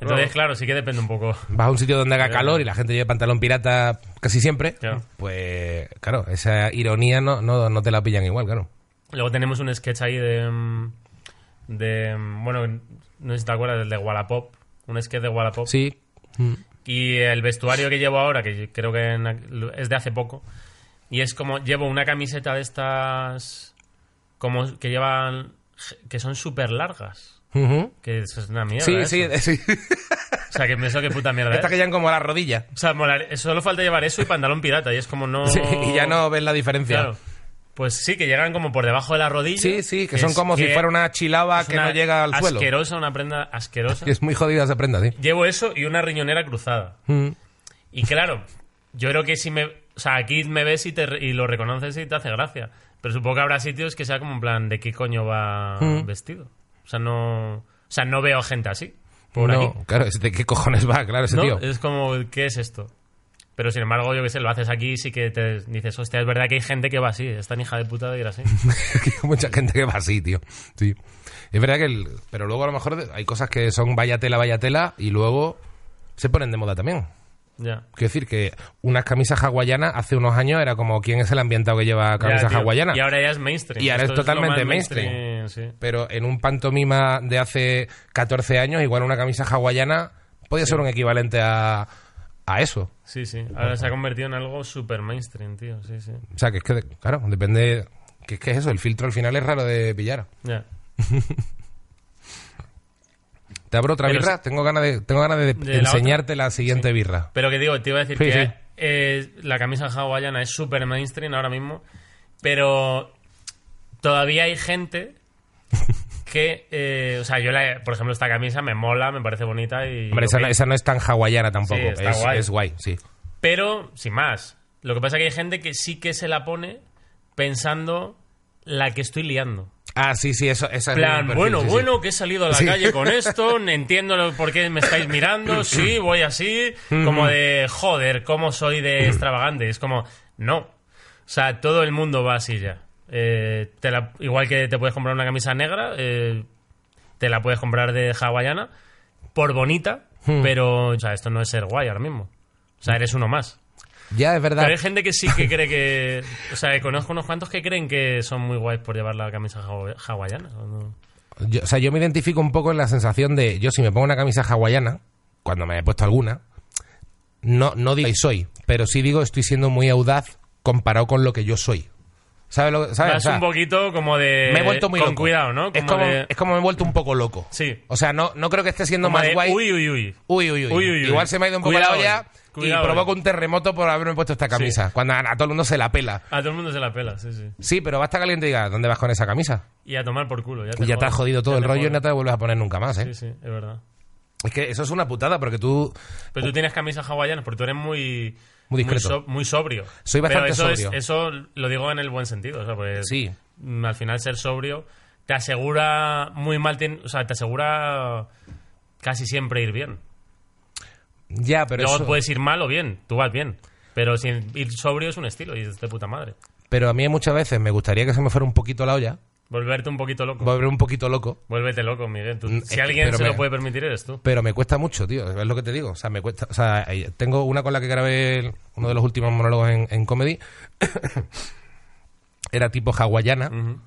Speaker 2: Entonces, claro, sí que depende un poco.
Speaker 1: Vas a un sitio donde haga
Speaker 2: Claro.
Speaker 1: calor y la gente lleva pantalón pirata casi siempre,
Speaker 2: Claro.
Speaker 1: pues claro, esa ironía no, no, no te la pillan igual, claro.
Speaker 2: Luego tenemos un sketch ahí de. mm, de mm, bueno, no sé si te acuerdas, del de Wallapop. Un sketch de Wallapop.
Speaker 1: Sí,
Speaker 2: Y el vestuario que llevo ahora, que creo que en aqu- es de hace poco. Y es como. Llevo una camiseta de estas. Como que llevan. Que son súper largas.
Speaker 1: Ujú.
Speaker 2: Que eso es una mierda.
Speaker 1: sí,
Speaker 2: eso.
Speaker 1: sí, sí.
Speaker 2: O sea, que me eso que puta mierda.
Speaker 1: Estas
Speaker 2: es.
Speaker 1: que llegan como a la rodilla.
Speaker 2: O sea, molar- solo falta llevar eso y pantalón pirata. Y es como no.
Speaker 1: Sí, y ya no ves la diferencia.
Speaker 2: Claro. Pues sí, que llegan como por debajo de la rodilla.
Speaker 1: Sí, sí, que son
Speaker 2: es
Speaker 1: como si
Speaker 2: que-
Speaker 1: fuera una chilaba
Speaker 2: Es
Speaker 1: que
Speaker 2: una
Speaker 1: no llega al suelo.
Speaker 2: Asquerosa, una prenda asquerosa.
Speaker 1: Es muy jodida esa prenda, sí. Mm.
Speaker 2: Llevo eso y una riñonera cruzada. Y claro, yo creo que si me. O sea, aquí me ves y, te, re- y lo reconoces y te hace gracia. Pero supongo que habrá sitios que sea como en plan, ¿de qué coño va
Speaker 1: Mm.
Speaker 2: vestido? O sea, no. O sea, no veo gente así. Por
Speaker 1: no,
Speaker 2: aquí.
Speaker 1: claro, es de qué cojones va, claro, ese
Speaker 2: ¿no?
Speaker 1: tío.
Speaker 2: Es como, ¿qué es esto? Pero sin embargo, yo que sé, lo haces aquí y sí que te dices, hostia, es verdad que hay gente que va así, es tan hija de puta de ir así.
Speaker 1: Que hay mucha gente que va así, tío. Sí. Es verdad que el, pero luego a lo mejor hay cosas que son vaya tela, vaya tela y luego se ponen de moda también.
Speaker 2: ya.
Speaker 1: Quiero decir que unas camisas hawaianas hace unos años era como quién es el ambientado que lleva
Speaker 2: Ya,
Speaker 1: camisas
Speaker 2: tío.
Speaker 1: hawaianas.
Speaker 2: Y ahora ya es mainstream.
Speaker 1: Y ahora es
Speaker 2: Esto lo
Speaker 1: totalmente
Speaker 2: más
Speaker 1: mainstream.
Speaker 2: también, sí.
Speaker 1: Pero en un pantomima de hace 14 años, igual una camisa hawaiana podía ser un equivalente a, a eso.
Speaker 2: Sí, sí. Ahora se ha convertido en algo super mainstream, tío. Sí, sí.
Speaker 1: O sea, que es que, claro, depende. Que es que es eso, el filtro al final es raro de pillar.
Speaker 2: Ya.
Speaker 1: Te abro otra
Speaker 2: Pero
Speaker 1: birra,
Speaker 2: sí.
Speaker 1: tengo ganas de, tengo ganas de,
Speaker 2: De la
Speaker 1: enseñarte la siguiente birra.
Speaker 2: Pero que digo, te iba a decir
Speaker 1: Sí,
Speaker 2: que
Speaker 1: sí.
Speaker 2: eh, la camisa hawaiana es super mainstream ahora mismo, pero todavía hay gente que, eh, o sea, yo, la, por ejemplo, esta camisa me mola, me parece bonita y...
Speaker 1: Hombre,
Speaker 2: lo
Speaker 1: esa,
Speaker 2: que-
Speaker 1: no- esa no es tan hawaiana tampoco.
Speaker 2: Sí, está
Speaker 1: es,
Speaker 2: guay.
Speaker 1: es guay, sí.
Speaker 2: Pero, sin más. Lo que pasa es que hay gente que sí que se la pone pensando la que estoy liando.
Speaker 1: Ah, sí, sí, eso, esa es
Speaker 2: plan,
Speaker 1: mi perfil,
Speaker 2: bueno,
Speaker 1: sí, sí.
Speaker 2: bueno, que he salido a la calle con esto, no entiendo lo- por qué me estáis mirando, sí, voy así, como de, joder, cómo soy de extravagante. Es como, no. O sea, todo el mundo va así ya. Eh, te la- igual que te puedes comprar una camisa negra, eh, te la puedes comprar de hawaiana, por bonita, pero, o sea, esto no es ser guay ahora mismo. O sea, eres uno más.
Speaker 1: Ya es verdad.
Speaker 2: Pero hay gente que sí que cree que. O sea, conozco unos cuantos que creen que son muy guays por llevar la camisa hawa- hawaiana. ¿o no?
Speaker 1: Yo- o sea, yo me identifico un poco en la sensación de, yo si me pongo una camisa hawaiana, cuando me he puesto alguna, no, no digo "Ahí soy, pero sí digo estoy siendo muy audaz comparado con lo que yo soy. ¿Sabes lo que- sabes?
Speaker 2: Vas
Speaker 1: O sea,
Speaker 2: un poquito como de.
Speaker 1: me he vuelto muy
Speaker 2: Con
Speaker 1: loco.
Speaker 2: cuidado, ¿no?
Speaker 1: es, como,
Speaker 2: de-
Speaker 1: es como me he vuelto un poco loco.
Speaker 2: Sí.
Speaker 1: O sea, no, no creo que esté siendo
Speaker 2: como
Speaker 1: más
Speaker 2: de,
Speaker 1: guay.
Speaker 2: Uy, uy, uy.
Speaker 1: Uy, uy, uy.
Speaker 2: Uy, uy, uy.
Speaker 1: Igual se me ha ido un poco
Speaker 2: Cuidado
Speaker 1: la olla
Speaker 2: hoy. Cuidado
Speaker 1: y provoca
Speaker 2: hoy.
Speaker 1: un terremoto por haberme puesto esta camisa. Cuando a, a todo el mundo se la pela.
Speaker 2: A todo el mundo se la pela, sí, sí.
Speaker 1: Sí, pero basta que alguien te diga, ¿dónde vas con esa camisa?
Speaker 2: Y a tomar por culo. Ya te,
Speaker 1: Y ya te has jodido todo
Speaker 2: ya
Speaker 1: el
Speaker 2: te
Speaker 1: rollo y
Speaker 2: jodes.
Speaker 1: no te vuelves a poner nunca más, ¿eh?
Speaker 2: Sí, sí, es verdad.
Speaker 1: Es que eso es una putada porque tú...
Speaker 2: Pero tú tienes camisas hawaianas porque tú eres muy.
Speaker 1: Oh. Muy discreto.
Speaker 2: so- muy sobrio.
Speaker 1: Soy bastante
Speaker 2: Pero eso es-
Speaker 1: sobrio.
Speaker 2: eso lo digo en el buen sentido. O sea, porque
Speaker 1: Sí.
Speaker 2: mm, al final ser sobrio te asegura muy mal. tien- O sea, te asegura casi siempre ir bien.
Speaker 1: Ya, pero
Speaker 2: Luego
Speaker 1: eso-
Speaker 2: puedes ir mal o bien. Tú vas bien. Pero sin ir sobrio es un estilo y es de puta madre.
Speaker 1: Pero a mí muchas veces me gustaría que se me fuera un poquito la olla,
Speaker 2: Volverte un poquito loco.
Speaker 1: volver un poquito loco,
Speaker 2: Vuélvete loco, Miguel. Tú-
Speaker 1: Mm, es
Speaker 2: si
Speaker 1: que-
Speaker 2: alguien
Speaker 1: pero
Speaker 2: se lo
Speaker 1: me-
Speaker 2: puede permitir, eres tú.
Speaker 1: pero me cuesta mucho, tío, es lo que te digo. O sea, me cuesta... O sea, eh, tengo una con la que grabé el- uno de los últimos monólogos en, en comedy. Era tipo hawaiana.
Speaker 2: Ujú.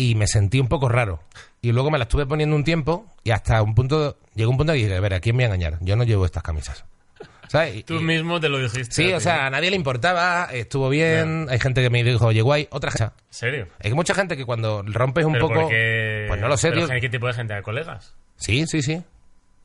Speaker 1: y me sentí un poco raro. Y luego me la estuve poniendo un tiempo y hasta un punto, llegó un punto que dije, a ver, ¿a quién me voy a engañar? Yo no llevo estas camisas. ¿Sabes? Y-
Speaker 2: Tú
Speaker 1: y-
Speaker 2: mismo te lo dijiste.
Speaker 1: sí, o
Speaker 2: tío.
Speaker 1: sea, a nadie le importaba, estuvo bien, hay gente que me dijo, oye, guay, otra cosa.
Speaker 2: ¿En serio?
Speaker 1: Es que mucha gente que cuando rompes un
Speaker 2: Pero
Speaker 1: poco...
Speaker 2: porque-
Speaker 1: Pues no lo sé,
Speaker 2: pero
Speaker 1: tío.
Speaker 2: ¿Qué tipo de gente? ¿A colegas?
Speaker 1: Sí, sí, sí.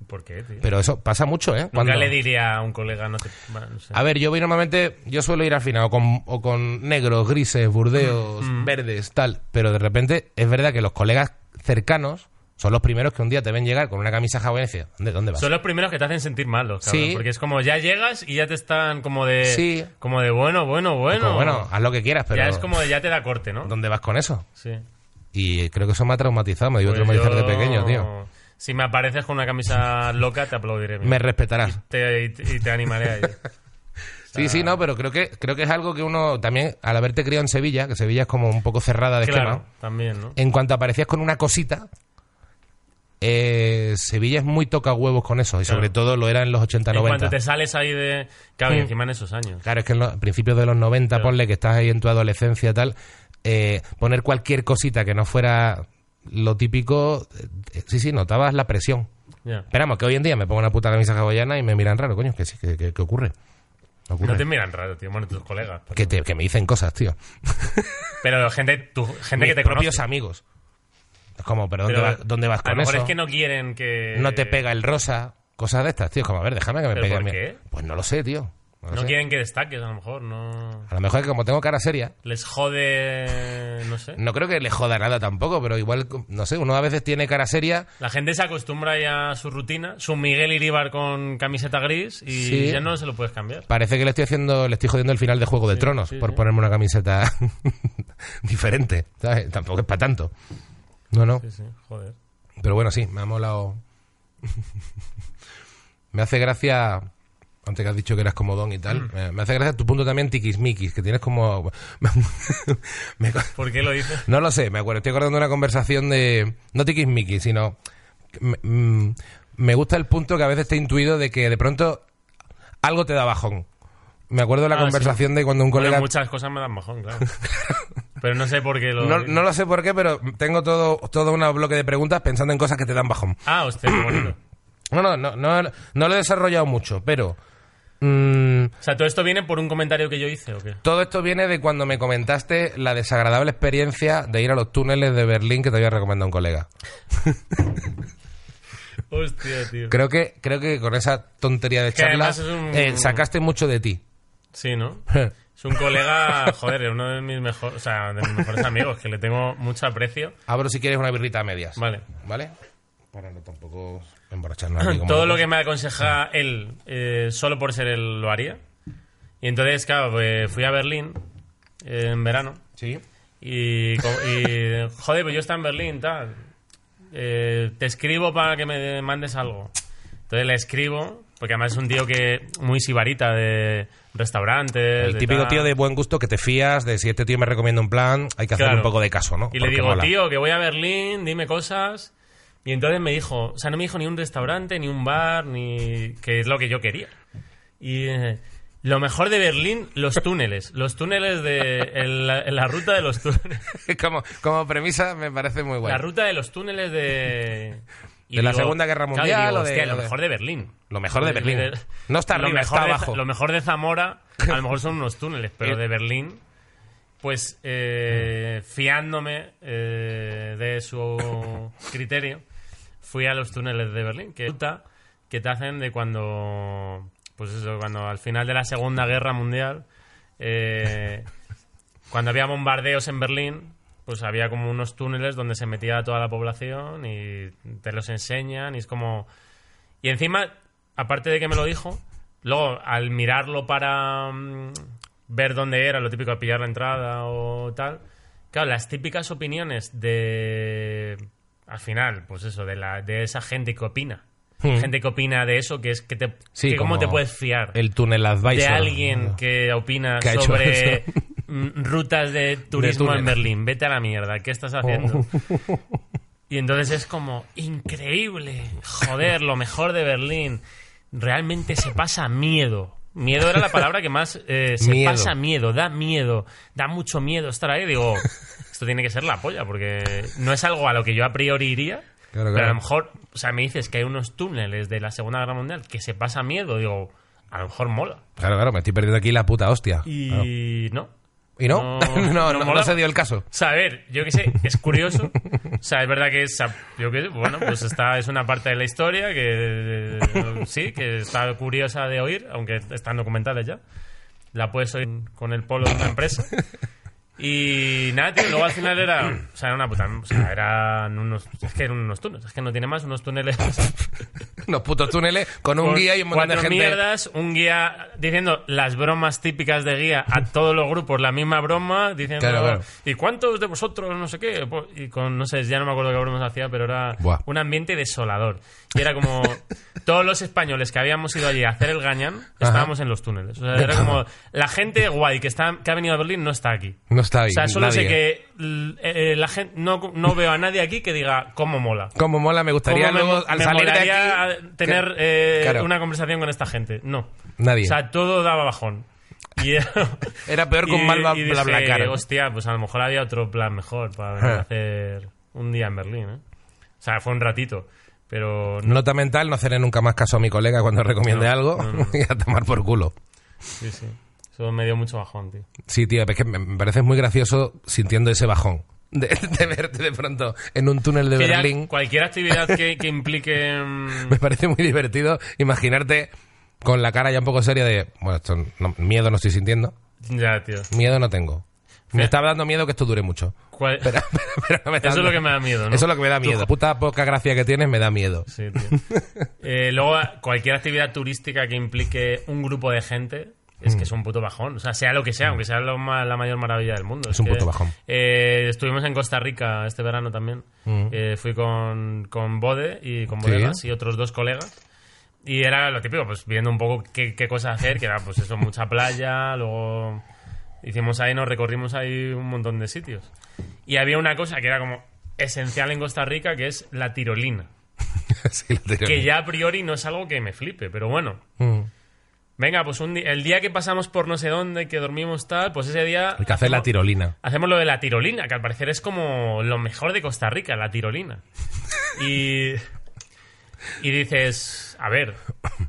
Speaker 2: ¿Por qué, tío?
Speaker 1: Pero eso pasa mucho, ¿eh?
Speaker 2: Nunca
Speaker 1: Cuando- Ah.
Speaker 2: le diría a un colega, no te. va, no sé.
Speaker 1: A ver, yo voy normalmente, yo suelo ir al final o con, o con negros, grises,
Speaker 2: Mm,
Speaker 1: burdeos, verdes, tal, pero de repente es verdad que los colegas cercanos son los primeros que un día te ven llegar con una camisa hawaiana y dicen, ¿dónde, dónde vas?
Speaker 2: Son los primeros que te hacen sentir malo, cabrón,
Speaker 1: Sí.
Speaker 2: Porque es como ya llegas y ya te están como de.
Speaker 1: Sí.
Speaker 2: Como de bueno, bueno, bueno.
Speaker 1: Como, bueno, haz lo que quieras, pero
Speaker 2: Ya es como de ya te da corte, ¿no?
Speaker 1: ¿dónde vas con eso?
Speaker 2: Sí.
Speaker 1: Y creo que eso me ha traumatizado, me dio
Speaker 2: Pues
Speaker 1: traumatizar
Speaker 2: yo-
Speaker 1: de pequeño, tío.
Speaker 2: Si me apareces con una camisa loca, te aplaudiré. mira.
Speaker 1: Me respetarás.
Speaker 2: Te- y, te- y te animaré a ello.
Speaker 1: Sí, sí, no, pero creo que creo que es algo que uno también, al haberte criado en Sevilla, que Sevilla es como un poco cerrada de
Speaker 2: claro,
Speaker 1: esquema,
Speaker 2: también, ¿no?
Speaker 1: en cuanto aparecías con una cosita, eh, Sevilla es muy toca huevos con eso, y sobre todo lo era en los
Speaker 2: En cuanto
Speaker 1: 80-90.
Speaker 2: te sales ahí de... Claro, y encima en esos años.
Speaker 1: Claro, es que en los principios de los 90, ponle que estás ahí en tu adolescencia tal, eh, poner cualquier cosita que no fuera lo típico, eh, sí, sí, notabas la presión.
Speaker 2: Ya.
Speaker 1: Esperamos que hoy en día me pongo una puta camisa hawaiana y me miran raro, coño, que sí, que, que- que ocurre. Ocurre.
Speaker 2: No te miran raro, tío. Bueno, tus colegas.
Speaker 1: que, te- que me dicen cosas, tío.
Speaker 2: Pero gente, tu- gente
Speaker 1: Mis
Speaker 2: que te conoce.
Speaker 1: propios amigos. Es como, pero ¿dónde,
Speaker 2: Pero
Speaker 1: vas, dónde vas
Speaker 2: a lo
Speaker 1: con
Speaker 2: mejor
Speaker 1: eso?
Speaker 2: es que no quieren que...
Speaker 1: No te pega el rosa, cosas de estas, tío. Es Como, a ver, déjame que me
Speaker 2: ¿Pero
Speaker 1: pegue.
Speaker 2: por
Speaker 1: a mí.
Speaker 2: qué?
Speaker 1: Pues no lo sé, tío. No lo
Speaker 2: No
Speaker 1: sé.
Speaker 2: quieren que destaques, a lo mejor. No...
Speaker 1: A lo mejor es que como tengo cara seria,
Speaker 2: Les jode... No sé.
Speaker 1: no creo que le joda nada tampoco, pero igual, no sé, uno a veces tiene cara seria
Speaker 2: La gente se acostumbra ya a su rutina. Su Miguel Iribar con camiseta gris y
Speaker 1: Sí.
Speaker 2: ya no se lo puedes cambiar.
Speaker 1: Parece que le estoy haciendo, le estoy jodiendo el final de Juego de Tronos por ponerme una camiseta diferente. ¿sabes? Tampoco es para tanto. No, no.
Speaker 2: Sí, sí, joder.
Speaker 1: Pero bueno, sí, me ha molado. me hace gracia. Antes que has dicho que eras comodón y tal. eh, Me hace gracia tu punto también tiquismiquis, que tienes como. me-
Speaker 2: ¿Por qué lo dices?
Speaker 1: no lo sé, me acuerdo. Estoy acordando de una conversación de. No tiquismiquis, sino. que Me, mm, me gusta el punto que a veces te he intuido de que de pronto algo te da bajón. Me acuerdo de la
Speaker 2: Ah,
Speaker 1: conversación de cuando un
Speaker 2: Bueno,
Speaker 1: colega...
Speaker 2: muchas cosas me dan mojón, claro. Pero no sé por qué lo...
Speaker 1: No, no lo sé por qué, pero tengo todo, todo un bloque de preguntas pensando en cosas que te dan bajón.
Speaker 2: Ah, hostia, qué bonito.
Speaker 1: No, no, no, no, no lo he desarrollado mucho, pero... mm,
Speaker 2: O sea, ¿todo esto viene por un comentario que yo hice o qué?
Speaker 1: todo esto viene de cuando me comentaste la desagradable experiencia de ir a los túneles de Berlín que te había recomendado un colega.
Speaker 2: Hostia, tío.
Speaker 1: Creo que, creo que con esa tontería de
Speaker 2: Que
Speaker 1: charla
Speaker 2: además es un-
Speaker 1: eh, sacaste mucho de ti.
Speaker 2: Sí, ¿no? Es un colega, joder, es uno de mis mejores, o sea, de mis mejores amigos, que le tengo mucho aprecio.
Speaker 1: Abro si quieres una birrita a medias.
Speaker 2: Vale.
Speaker 1: ¿Vale? Para no tampoco emborracharnos. aquí como-
Speaker 2: Todo lo que me aconseja él, eh, solo por ser él, lo haría. Y entonces, claro, pues, fui a Berlín eh, en verano.
Speaker 1: Sí.
Speaker 2: Y, co- y, joder, pues yo estaba en Berlín, tal. Eh, te escribo para que me mandes algo. Entonces le escribo, porque además es un tío que muy sibarita de restaurantes.
Speaker 1: El
Speaker 2: de
Speaker 1: típico
Speaker 2: tal.
Speaker 1: tío de buen gusto que te fías de si este tío me recomienda un plan, hay que hacer
Speaker 2: Claro.
Speaker 1: un poco de caso, ¿no?
Speaker 2: Y le
Speaker 1: Porque
Speaker 2: digo,
Speaker 1: mola.
Speaker 2: tío, que voy a Berlín, dime cosas. Y entonces me dijo, o sea, no me dijo ni un restaurante, ni un bar, ni. que es lo que yo quería. Y eh, lo mejor de Berlín, los túneles. Los túneles de. el- la, la ruta de los túneles.
Speaker 1: como, como premisa me parece muy
Speaker 2: La
Speaker 1: buena.
Speaker 2: ruta de los túneles de. y
Speaker 1: ¿De la Segunda Guerra
Speaker 2: claro, y
Speaker 1: Mundial
Speaker 2: digo,
Speaker 1: o de-
Speaker 2: hostia,
Speaker 1: o
Speaker 2: lo
Speaker 1: de-
Speaker 2: mejor de Berlín.
Speaker 1: Lo mejor de Berlín. No está
Speaker 2: lo
Speaker 1: arriba,
Speaker 2: mejor
Speaker 1: está
Speaker 2: de-
Speaker 1: abajo. Eh,
Speaker 2: lo mejor de Zamora, a lo mejor son unos túneles, pero
Speaker 1: Y-
Speaker 2: de Berlín, pues eh, fiándome eh, de su criterio, fui a los túneles de Berlín, que ruta que te hacen de cuando, pues eso, cuando al final de la Segunda Guerra Mundial, eh, cuando había bombardeos en Berlín, pues había como unos túneles donde se metía toda la población y te los enseñan y es como... Y encima, aparte de que me lo dijo, luego al mirarlo para mm, ver dónde era, lo típico, pillar la entrada o tal, claro, las típicas opiniones de... Al final, pues eso, de, la, de esa gente que opina.
Speaker 1: Hmm.
Speaker 2: Gente que opina de eso, que es que, te,
Speaker 1: Sí,
Speaker 2: que cómo
Speaker 1: como
Speaker 2: te puedes fiar
Speaker 1: El túnel advisor.
Speaker 2: de alguien que opina
Speaker 1: Que ha hecho
Speaker 2: sobre
Speaker 1: eso.
Speaker 2: mm, rutas de turismo
Speaker 1: túnel. Oh.
Speaker 2: en Berlín. Vete a la mierda, ¿qué estás haciendo? Y entonces es como, increíble, joder, lo mejor de Berlín. Realmente se pasa miedo. Miedo era la palabra que más eh, se
Speaker 1: Miedo.
Speaker 2: pasa miedo, da miedo, da mucho miedo estar ahí. Digo, esto tiene que ser la polla, porque no es algo a lo que yo a priori iría.
Speaker 1: Claro,
Speaker 2: Pero a
Speaker 1: claro.
Speaker 2: lo mejor, o sea, me dices que hay unos túneles de la Segunda Guerra Mundial que se pasa miedo. Digo, a lo mejor mola.
Speaker 1: Claro, claro, me estoy perdiendo aquí la puta hostia.
Speaker 2: Y no.
Speaker 1: ¿Y no?
Speaker 2: No,
Speaker 1: No, no,
Speaker 2: no
Speaker 1: no
Speaker 2: mola.
Speaker 1: se dio el caso.
Speaker 2: O sea, a ver, yo qué sé, es curioso. O sea, es verdad que es, yo qué sé, bueno, pues está, es una parte de la historia que eh, sí, que está curiosa de oír, aunque están documentales ya. La puedes oír con el polo de una empresa. Y nada, tío, luego al final era, o sea, era una puta, o sea, eran unos, es que eran unos túneles, es que no tiene más, unos túneles
Speaker 1: Los putos túneles con un
Speaker 2: con
Speaker 1: guía y un montón de
Speaker 2: cuatro
Speaker 1: gente.
Speaker 2: mierdas, un guía diciendo las bromas típicas de guía a todos los grupos, la misma broma, diciendo
Speaker 1: Claro, claro.
Speaker 2: ¿y cuántos de vosotros no sé qué? Po- Y con, no sé, ya no me acuerdo qué bromas hacía, pero era
Speaker 1: Buah.
Speaker 2: un ambiente desolador. Y era como todos los españoles que habíamos ido allí a hacer el gañán, estábamos en los túneles. O sea, era como la gente guay que, está, que ha venido a Berlín no está aquí.
Speaker 1: No está ahí.
Speaker 2: O sea, solo
Speaker 1: nadie.
Speaker 2: sé que l- eh, la gente, no, no veo a nadie aquí que diga cómo mola.
Speaker 1: Como mola, me gustaría
Speaker 2: ¿Cómo me-
Speaker 1: luego al
Speaker 2: me
Speaker 1: salir de
Speaker 2: molaría
Speaker 1: aquí.
Speaker 2: tener
Speaker 1: que-
Speaker 2: eh,
Speaker 1: Claro.
Speaker 2: una conversación con esta gente. No.
Speaker 1: Nadie.
Speaker 2: O sea, todo daba bajón. Y- eh,
Speaker 1: Era peor con
Speaker 2: y-
Speaker 1: mal bla,
Speaker 2: y
Speaker 1: bla, bla,
Speaker 2: dije,
Speaker 1: cara.
Speaker 2: Hostia, pues a lo mejor había otro plan mejor para venir a
Speaker 1: Ah.
Speaker 2: hacer un día en Berlín. ¿eh? O sea, fue un ratito. Pero no.
Speaker 1: Nota mental, no hacerle nunca más caso a mi colega cuando recomiende
Speaker 2: No,
Speaker 1: algo
Speaker 2: no, no.
Speaker 1: y a tomar por culo.
Speaker 2: Sí, sí. Eso me dio mucho bajón, tío.
Speaker 1: Sí, tío, es que me, me parece muy gracioso sintiendo ese bajón de, de verte de pronto en un túnel de
Speaker 2: Que ya
Speaker 1: Berlín.
Speaker 2: Cualquier actividad que, que implique. mm,
Speaker 1: Me parece muy divertido imaginarte con la cara ya un poco seria de, bueno, esto no- miedo no estoy sintiendo,
Speaker 2: ya, tío.
Speaker 1: miedo no tengo. Me está dando miedo que esto dure mucho.
Speaker 2: Cual-
Speaker 1: Pero- pero no me está
Speaker 2: Eso es lo
Speaker 1: dando-
Speaker 2: que me da miedo, ¿no?
Speaker 1: Eso es lo que me da
Speaker 2: Tú-
Speaker 1: miedo. Puta poca gracia que tienes me da miedo.
Speaker 2: Sí, tío. Eh, luego, cualquier actividad turística que implique un grupo de gente es que es un puto bajón. O sea, sea lo que sea, aunque sea lo ma- la mayor maravilla del mundo.
Speaker 1: Es un
Speaker 2: que,
Speaker 1: puto bajón.
Speaker 2: eh, estuvimos en Costa Rica este verano también.
Speaker 1: Mm.
Speaker 2: Eh, fui con, con Bode y con Bodegas y otros dos colegas. Y era lo típico, pues viendo un poco qué, qué cosas hacer, que era pues eso, mucha playa, luego hicimos ahí, nos recorrimos ahí un montón de sitios. Y había una cosa que era como esencial en Costa Rica, que es la tirolina
Speaker 1: Sí, lo tengo.
Speaker 2: que ya a priori no es algo que me flipe, pero bueno,
Speaker 1: Mm.
Speaker 2: Venga, pues un di- el día que pasamos por no sé dónde, que dormimos tal, pues ese día
Speaker 1: Hay que hacer la tirolina.
Speaker 2: hacemos lo de la tirolina, que al parecer es como lo mejor de Costa Rica, la tirolina. Y, y dices, a ver, o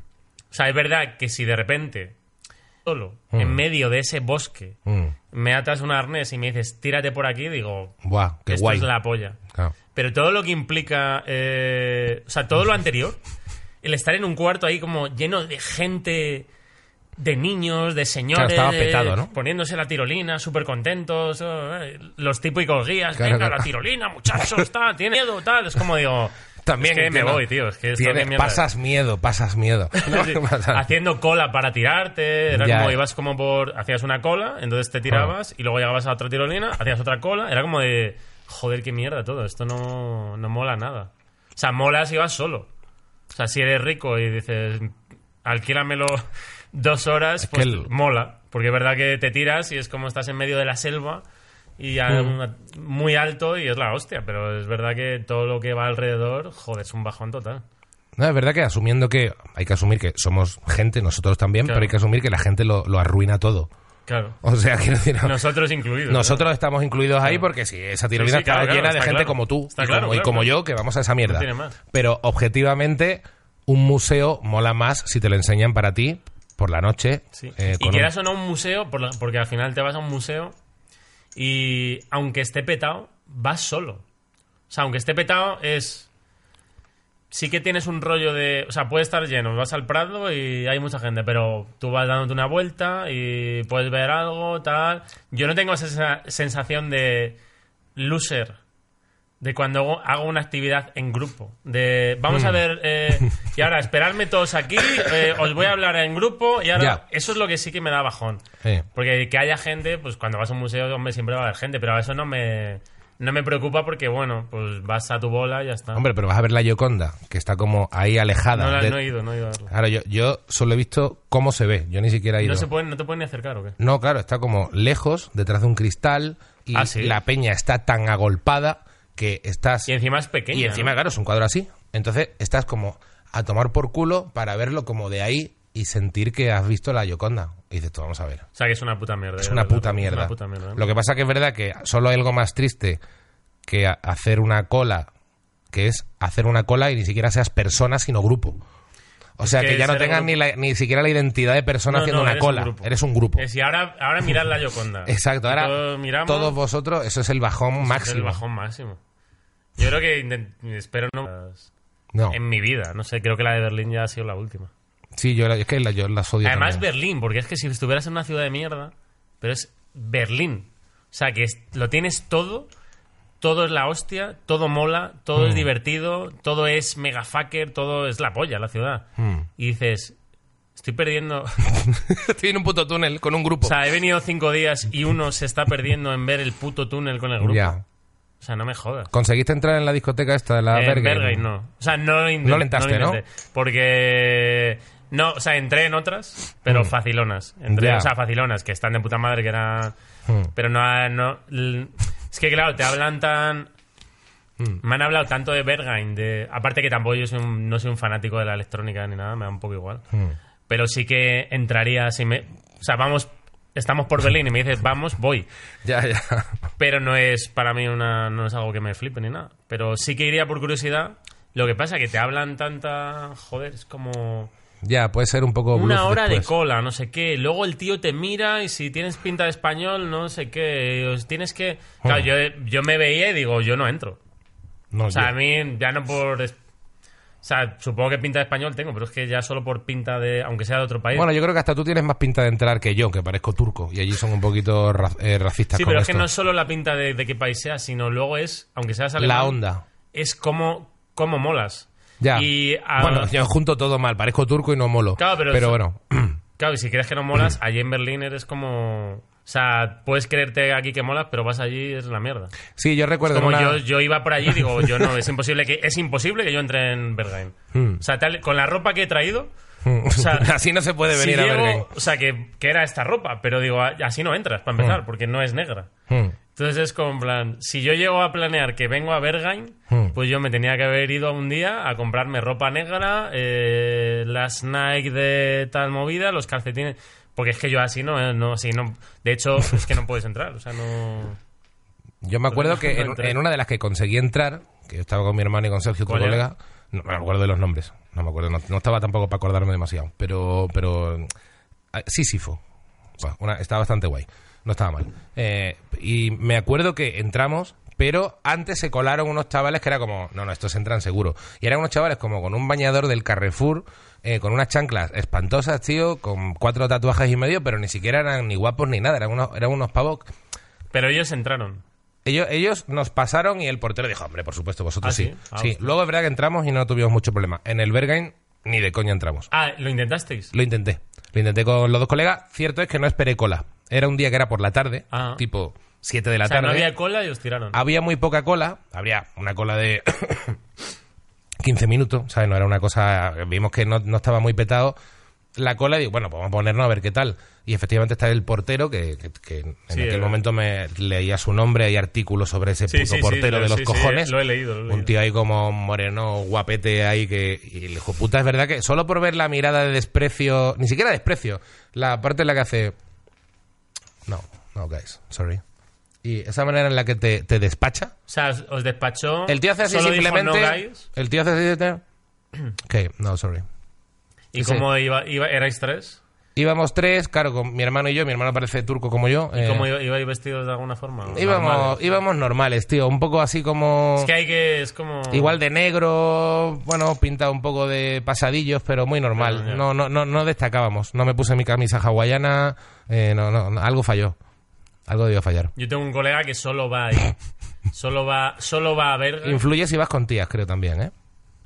Speaker 2: sea, es verdad que si de repente, solo, en medio de ese bosque,
Speaker 1: Mm.
Speaker 2: me atas un arnés y me dices, tírate por aquí, digo,
Speaker 1: Buah, qué
Speaker 2: esto
Speaker 1: guay.
Speaker 2: es la polla.
Speaker 1: Claro.
Speaker 2: Pero todo lo que implica, eh, o sea, todo lo anterior, el estar en un cuarto ahí como lleno de gente, de niños, de señores,
Speaker 1: Claro, estaba
Speaker 2: eh,
Speaker 1: petado, ¿no?
Speaker 2: poniéndose la tirolina, súper contentos, eh, los típicos guías,
Speaker 1: Claro,
Speaker 2: venga
Speaker 1: claro.
Speaker 2: la tirolina, muchachos, tal, tiene miedo, tal, es como digo,
Speaker 1: También
Speaker 2: es que me
Speaker 1: entiendo.
Speaker 2: voy, tío, es que esto
Speaker 1: Tienes-
Speaker 2: qué mierda es.
Speaker 1: pasas miedo, pasas miedo. ¿no?
Speaker 2: Sí,
Speaker 1: Pasas-
Speaker 2: haciendo cola para tirarte, era
Speaker 1: Ya. Ah.
Speaker 2: como ibas como por, hacías una cola, entonces te tirabas y luego llegabas a otra tirolina, hacías otra cola, era como de, joder, qué mierda todo, esto no, no mola nada. O sea, mola si vas solo. O sea, si eres rico y dices, alquílamelo dos horas,
Speaker 1: que
Speaker 2: pues
Speaker 1: el-
Speaker 2: mola, porque es verdad que te tiras y es como estás en medio de la selva y a
Speaker 1: Mm.
Speaker 2: una- muy alto y es la hostia, pero es verdad que todo lo que va alrededor, joder, es un bajón total.
Speaker 1: No, es verdad que asumiendo que hay que asumir que somos gente, nosotros también,
Speaker 2: Claro.
Speaker 1: pero hay que asumir que la gente lo, lo arruina todo.
Speaker 2: Claro.
Speaker 1: O sea, quiero decir, no-
Speaker 2: Nosotros incluidos. ¿no?
Speaker 1: nosotros estamos incluidos ahí porque si esa tirolina
Speaker 2: Sí, sí, claro,
Speaker 1: estaba
Speaker 2: claro,
Speaker 1: llena de
Speaker 2: está
Speaker 1: gente
Speaker 2: claro.
Speaker 1: como tú
Speaker 2: Está
Speaker 1: y,
Speaker 2: claro,
Speaker 1: como, y
Speaker 2: claro,
Speaker 1: como
Speaker 2: claro.
Speaker 1: yo, que vamos a esa mierda.
Speaker 2: tiene más.
Speaker 1: Pero objetivamente, un museo mola más si te lo enseñan para ti por la noche.
Speaker 2: Sí.
Speaker 1: eh, con
Speaker 2: y
Speaker 1: un-
Speaker 2: quieras o no un museo, por la- porque al final te vas a un museo y aunque esté petado, vas solo. O sea, aunque esté petado es... Sí que tienes un rollo de... O sea, puede estar lleno, vas al Prado y hay mucha gente, pero tú vas dándote una vuelta y puedes ver algo, tal... Yo no tengo esa sen- sensación de loser de cuando hago- hago una actividad en grupo. De vamos
Speaker 1: Mm.
Speaker 2: a ver, eh, y ahora esperarme todos aquí, eh, os voy a hablar en grupo, y ahora
Speaker 1: Ya.
Speaker 2: eso es lo que sí que me da bajón.
Speaker 1: Sí.
Speaker 2: Porque que haya gente, pues cuando vas a un museo, hombre, siempre va a haber gente, pero a eso no me, no me preocupa porque, bueno, pues vas a tu bola y ya está.
Speaker 1: Hombre, pero vas a ver la Gioconda, que está como ahí alejada.
Speaker 2: no, la-
Speaker 1: de-
Speaker 2: no he ido, no he ido a verla.
Speaker 1: Claro, yo, yo solo he visto cómo se ve, yo ni siquiera he ido.
Speaker 2: No, se pueden, no te pueden ni acercar, ¿o qué?
Speaker 1: No, claro, está como lejos, detrás de un cristal, y
Speaker 2: Ah, sí.
Speaker 1: la peña está tan agolpada que estás...
Speaker 2: Y encima es pequeño.
Speaker 1: y encima, claro, es un cuadro así. Entonces estás como a tomar por culo para verlo como de ahí y sentir que has visto la Gioconda. Y dices, tú, vamos a ver.
Speaker 2: O sea, que es una puta mierda.
Speaker 1: Es
Speaker 2: ya,
Speaker 1: una
Speaker 2: ¿verdad?
Speaker 1: puta mierda.
Speaker 2: Una puta mierda. ¿eh? ¿no?
Speaker 1: Lo que pasa que es verdad que solo hay algo más triste que a- hacer una cola, que es hacer una cola y ni siquiera seas persona, sino grupo. O sea, que,
Speaker 2: que
Speaker 1: ya no
Speaker 2: ser un
Speaker 1: tengas ni,
Speaker 2: grupo.
Speaker 1: la- ni siquiera la identidad de persona
Speaker 2: No,
Speaker 1: haciendo
Speaker 2: no,
Speaker 1: una
Speaker 2: eres un
Speaker 1: cola.
Speaker 2: grupo.
Speaker 1: eres un grupo.
Speaker 2: Es, y Eh, ahora, ahora mirad la Yoconda.
Speaker 1: Exacto. Ahora
Speaker 2: todos, miramos,
Speaker 1: todos vosotros, eso es el bajón
Speaker 2: Es
Speaker 1: máximo.
Speaker 2: el bajón máximo. Yo creo que intent- espero no
Speaker 1: No,
Speaker 2: en mi vida, no sé, creo que la de Berlín ya ha sido la última.
Speaker 1: sí, yo, la- es que la- yo las odio.
Speaker 2: Además
Speaker 1: también.
Speaker 2: Berlín, porque es que si estuvieras en una ciudad de mierda, pero es Berlín. O sea, que es- lo tienes todo, todo es la hostia, todo mola, todo
Speaker 1: Hmm.
Speaker 2: es divertido, todo es mega fucker, todo es la polla la ciudad.
Speaker 1: Hmm.
Speaker 2: Y dices, estoy perdiendo, o
Speaker 1: Estoy en un puto túnel con un grupo.
Speaker 2: sea, he venido cinco días y uno se está perdiendo en ver el puto túnel con el grupo.
Speaker 1: Ya.
Speaker 2: O sea, no me jodas.
Speaker 1: ¿Conseguiste entrar en la discoteca esta de la
Speaker 2: En
Speaker 1: Bergen?
Speaker 2: Bergen no. O sea, no lo intenté.
Speaker 1: No lo intentaste, ¿no?
Speaker 2: Porque. No, o sea, entré en otras, pero facilonas. Entré,
Speaker 1: Mm. Ya. Hmm.
Speaker 2: o sea, facilonas, que están de puta madre, que era. Pero no, no. l- Es que, claro, te hablan tan.
Speaker 1: Hmm.
Speaker 2: Me han hablado tanto de Berghain, de... aparte que tampoco yo soy un- no soy un fanático de la electrónica ni nada, me da un poco igual.
Speaker 1: Hmm.
Speaker 2: Pero sí que entraría si me... O sea, vamos, estamos por Berlín y me dices, vamos, voy.
Speaker 1: Ya, ya.
Speaker 2: Pero no es para mí una, no es algo que me flipe ni nada. Pero sí que iría por curiosidad. Lo que pasa que te hablan tanta. Joder, es como.
Speaker 1: Ya, puede ser un poco. bluff
Speaker 2: Una hora de
Speaker 1: después.
Speaker 2: cola, no sé qué. Luego el tío te mira y si tienes pinta de español, no sé qué. Os Tienes que. Claro, yo, yo me veía y digo, yo no entro.
Speaker 1: No,
Speaker 2: O sea,
Speaker 1: yo-
Speaker 2: a mí ya no por. es- O sea, supongo que pinta de español tengo, pero es que ya solo por pinta de. Aunque sea de otro país.
Speaker 1: Bueno, yo creo que hasta tú tienes más pinta de entrar que yo, que parezco turco. Y allí son un poquito ra- eh, racistas
Speaker 2: sí,
Speaker 1: con
Speaker 2: pero es que
Speaker 1: esto.
Speaker 2: no es solo la pinta de, de qué país sea, sino luego es. Aunque seas alemán.
Speaker 1: La onda.
Speaker 2: es como, como molas.
Speaker 1: Ya.
Speaker 2: Y, ah,
Speaker 1: Bueno, yo junto todo mal. Parezco turco y no molo.
Speaker 2: Claro, pero-
Speaker 1: bueno.
Speaker 2: Claro, y si crees que no
Speaker 1: Mm.
Speaker 2: molas, allí en Berlín eres como... O sea, puedes creerte aquí que molas, pero vas allí y es la mierda.
Speaker 1: Sí, yo recuerdo
Speaker 2: Como
Speaker 1: una-
Speaker 2: yo, yo iba por allí y digo, yo no, es imposible que, es imposible que yo entre en Berlín.
Speaker 1: Mm.
Speaker 2: O sea, tal- con la ropa que he traído... O sea,
Speaker 1: Así no se puede
Speaker 2: si
Speaker 1: venir a
Speaker 2: llego-
Speaker 1: Bergen. Mm. Hmm.
Speaker 2: O sea, que, que era esta ropa, pero digo, a- así no entras, para empezar, porque no es negra. Entonces es como en plan, si yo llego a planear que vengo a Berghain,
Speaker 1: Hmm.
Speaker 2: pues yo me tenía que haber ido un día a comprarme ropa negra, eh, las Nike de tal movida, los calcetines, porque es que yo así no, eh, no, así no, de hecho es que no puedes entrar, o sea no.
Speaker 1: Yo me acuerdo que en,
Speaker 2: Entré.
Speaker 1: en una de las que conseguí entrar, que yo estaba con mi hermano y con Sergio, otro
Speaker 2: ¿Cuál era?
Speaker 1: colega, no me acuerdo de los nombres, no me acuerdo, no, no estaba tampoco para acordarme demasiado, pero, pero ah, Sísifo, Buah, una- estaba bastante guay, no estaba mal. Eh, y me acuerdo que entramos, pero antes se colaron unos chavales que era como, no, no, estos entran seguro. Y eran unos chavales como con un bañador del Carrefour, eh, con unas chanclas espantosas, tío, con cuatro tatuajes y medio, pero ni siquiera eran ni guapos ni nada, eran unos, eran unos pavos
Speaker 2: Pero ellos entraron.
Speaker 1: ellos, ellos nos pasaron y el portero dijo, hombre, por supuesto, vosotros
Speaker 2: ¿Ah,
Speaker 1: sí.
Speaker 2: sí? Ah,
Speaker 1: Sí.
Speaker 2: bueno.
Speaker 1: Luego es verdad que entramos y no tuvimos mucho problema. En el Berghain ni de coña entramos.
Speaker 2: Ah, ¿lo intentasteis?
Speaker 1: Lo intenté. Lo intenté con los dos colegas. Cierto es que no esperé cola. Era un día que era por la tarde,
Speaker 2: Ah.
Speaker 1: tipo 7 de la
Speaker 2: O sea,
Speaker 1: tarde.
Speaker 2: no había cola y os tiraron.
Speaker 1: Había muy poca cola, habría una cola de 15 minutos, ¿sabes? No era una cosa, vimos que no, no estaba muy petado la cola y digo, bueno, pues vamos a ponernos a ver qué tal. Y efectivamente está el portero, que, que- que en
Speaker 2: Sí,
Speaker 1: aquel
Speaker 2: eh.
Speaker 1: momento me leía su nombre, hay artículos sobre ese
Speaker 2: Sí,
Speaker 1: puto
Speaker 2: sí, sí,
Speaker 1: portero
Speaker 2: lo-
Speaker 1: de los
Speaker 2: sí, sí,
Speaker 1: cojones.
Speaker 2: lo he leído, lo he leído.
Speaker 1: Un tío ahí como moreno, guapete ahí que... Y le dijo, puta, es verdad que solo por ver la mirada de desprecio, ni siquiera desprecio, la parte en la que hace... No, no, guys, sorry. Y esa manera en la que te, te despacha.
Speaker 2: O sea, os- os despachó.
Speaker 1: El tío hace así
Speaker 2: solo dijo
Speaker 1: simplemente.
Speaker 2: no, guys,
Speaker 1: el tío hace así. de- Ok, no, sorry.
Speaker 2: ¿Y
Speaker 1: Sí.
Speaker 2: cómo iba, iba- erais tres?
Speaker 1: Íbamos tres, claro, con mi hermano y yo. Mi hermano parece turco como yo.
Speaker 2: ¿Y
Speaker 1: eh,
Speaker 2: cómo iba- ibais vestidos de alguna forma? ¿O
Speaker 1: íbamos,
Speaker 2: normales?
Speaker 1: íbamos normales, tío. Un poco así como.
Speaker 2: Es que hay que. Es como.
Speaker 1: Igual de negro, bueno, pintado un poco de pasadillos, pero muy normal.
Speaker 2: Pero, ya.
Speaker 1: No, no, no, no destacábamos. No me puse mi camisa hawaiana. eh, no, no, no, algo falló. Algo debió fallar.
Speaker 2: Yo tengo un colega que solo va ahí. solo va, solo va a ver.
Speaker 1: Influye si vas con tías, creo también, ¿eh?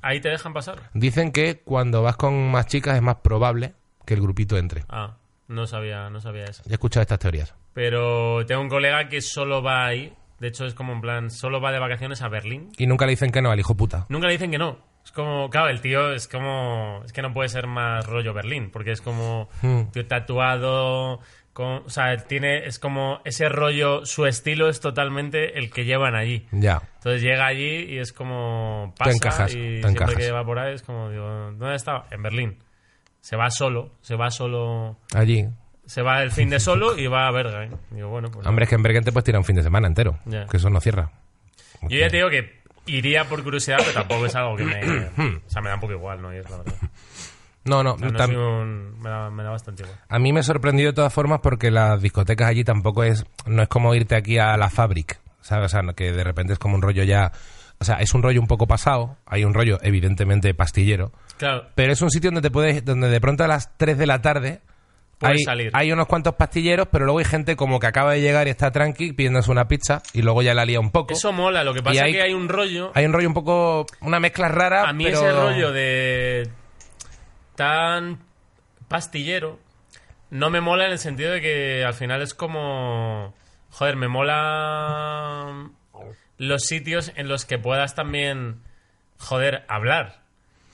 Speaker 2: Ahí te dejan pasar.
Speaker 1: Dicen que cuando vas con más chicas es más probable que el grupito entre.
Speaker 2: Ah, no sabía, no sabía eso.
Speaker 1: He escuchado estas teorías.
Speaker 2: Pero tengo un colega que solo va ahí. De hecho, es como en plan, solo va de vacaciones a Berlín.
Speaker 1: Y nunca le dicen que no al hijo puta.
Speaker 2: Nunca le dicen que no. Es como, claro, el tío es como. Es que no puede ser más rollo Berlín, porque es como. Tío tatuado. Con, o sea, tiene. Es como ese rollo. Su estilo es totalmente el que llevan allí.
Speaker 1: Ya.
Speaker 2: Entonces llega allí y es como pasa
Speaker 1: encajas,
Speaker 2: y
Speaker 1: te
Speaker 2: siempre
Speaker 1: encajas.
Speaker 2: que va por ahí es como digo, ¿dónde estaba? En Berlín. Se va solo, se va solo,
Speaker 1: Allí.
Speaker 2: se va el fin de solo y va a Bergen. Digo, bueno, pues
Speaker 1: Hombre, es que en Bergen te puedes tirar un fin de semana entero.
Speaker 2: Ya.
Speaker 1: Que eso no cierra.
Speaker 2: yo ya te digo que iría por curiosidad, pero tampoco es algo que me o sea, me da un poco igual, no, y es la verdad.
Speaker 1: No, no.
Speaker 2: O sea, no
Speaker 1: tam-
Speaker 2: soy un- me, da, me da bastante igual.
Speaker 1: A mí me sorprendió de todas formas porque las discotecas allí tampoco es. No es como irte aquí a la Fabric. ¿Sabes? O sea, no- que de repente es como un rollo ya. O sea, es un rollo un poco pasado. Hay un rollo, evidentemente, pastillero.
Speaker 2: Claro,
Speaker 1: Pero es un sitio donde te puedes, donde de pronto a las 3 de la tarde
Speaker 2: Puedes
Speaker 1: hay,
Speaker 2: salir.
Speaker 1: hay unos cuantos pastilleros, pero luego hay gente como que acaba de llegar y está tranqui pidiéndose una pizza y luego ya la lía un poco.
Speaker 2: eso mola, lo que
Speaker 1: Y
Speaker 2: pasa
Speaker 1: hay-
Speaker 2: es que hay un rollo
Speaker 1: Hay un rollo un poco, una mezcla rara.
Speaker 2: A mí
Speaker 1: pero-
Speaker 2: ese rollo de tan pastillero no me mola en el sentido de que al final es como... Joder, me mola los sitios en los que puedas también, joder, hablar.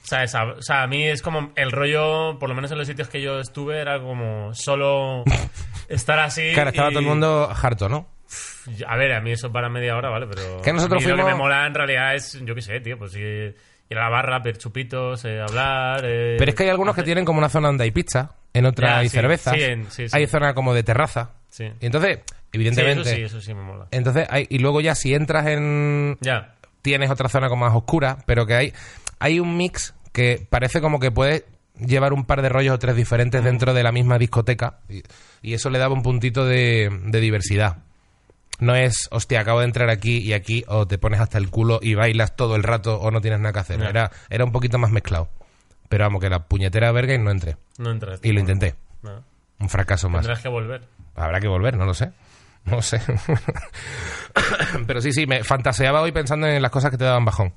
Speaker 2: ¿Sabes? A- O sea, a mí es como el rollo, por lo menos en los sitios que yo estuve, era como solo estar así.
Speaker 1: Claro, estaba
Speaker 2: y-
Speaker 1: todo el mundo harto, ¿no?
Speaker 2: a ver, a mí eso para media hora, ¿vale? Pero
Speaker 1: Que nosotros
Speaker 2: a mí lo
Speaker 1: fuimos-
Speaker 2: que me mola en realidad es, yo qué sé, tío, pues ir, ir a la barra, pedir chupitos, eh, hablar... eh,
Speaker 1: Pero es que hay algunos que tienen como una zona donde hay pizza, en otra
Speaker 2: Ya,
Speaker 1: hay
Speaker 2: sí,
Speaker 1: cervezas,
Speaker 2: sí, en- sí, sí.
Speaker 1: hay zona como de terraza.
Speaker 2: Sí.
Speaker 1: Y entonces,
Speaker 2: Sí, eso
Speaker 1: evidentemente,
Speaker 2: sí, eso sí me mola.
Speaker 1: entonces hay- y luego ya si entras en,
Speaker 2: Ya.
Speaker 1: tienes otra zona como más oscura, pero que hay, hay un mix que parece como que puedes llevar un par de rollos o tres diferentes dentro de la misma discoteca y, y eso le daba un puntito de, de diversidad. No es, hostia, acabo de entrar aquí y aquí o te pones hasta el culo y bailas todo el rato o no tienes nada que hacer.
Speaker 2: Ya.
Speaker 1: Era, era un poquito más mezclado. Pero vamos, que la puñetera verga y no entré.
Speaker 2: No entraste.
Speaker 1: Y lo intenté.
Speaker 2: No.
Speaker 1: Un fracaso más.
Speaker 2: Tendrás que volver.
Speaker 1: Habrá que volver, no lo sé. No sé. Pero sí, sí, me fantaseaba hoy pensando en las cosas que te daban bajón.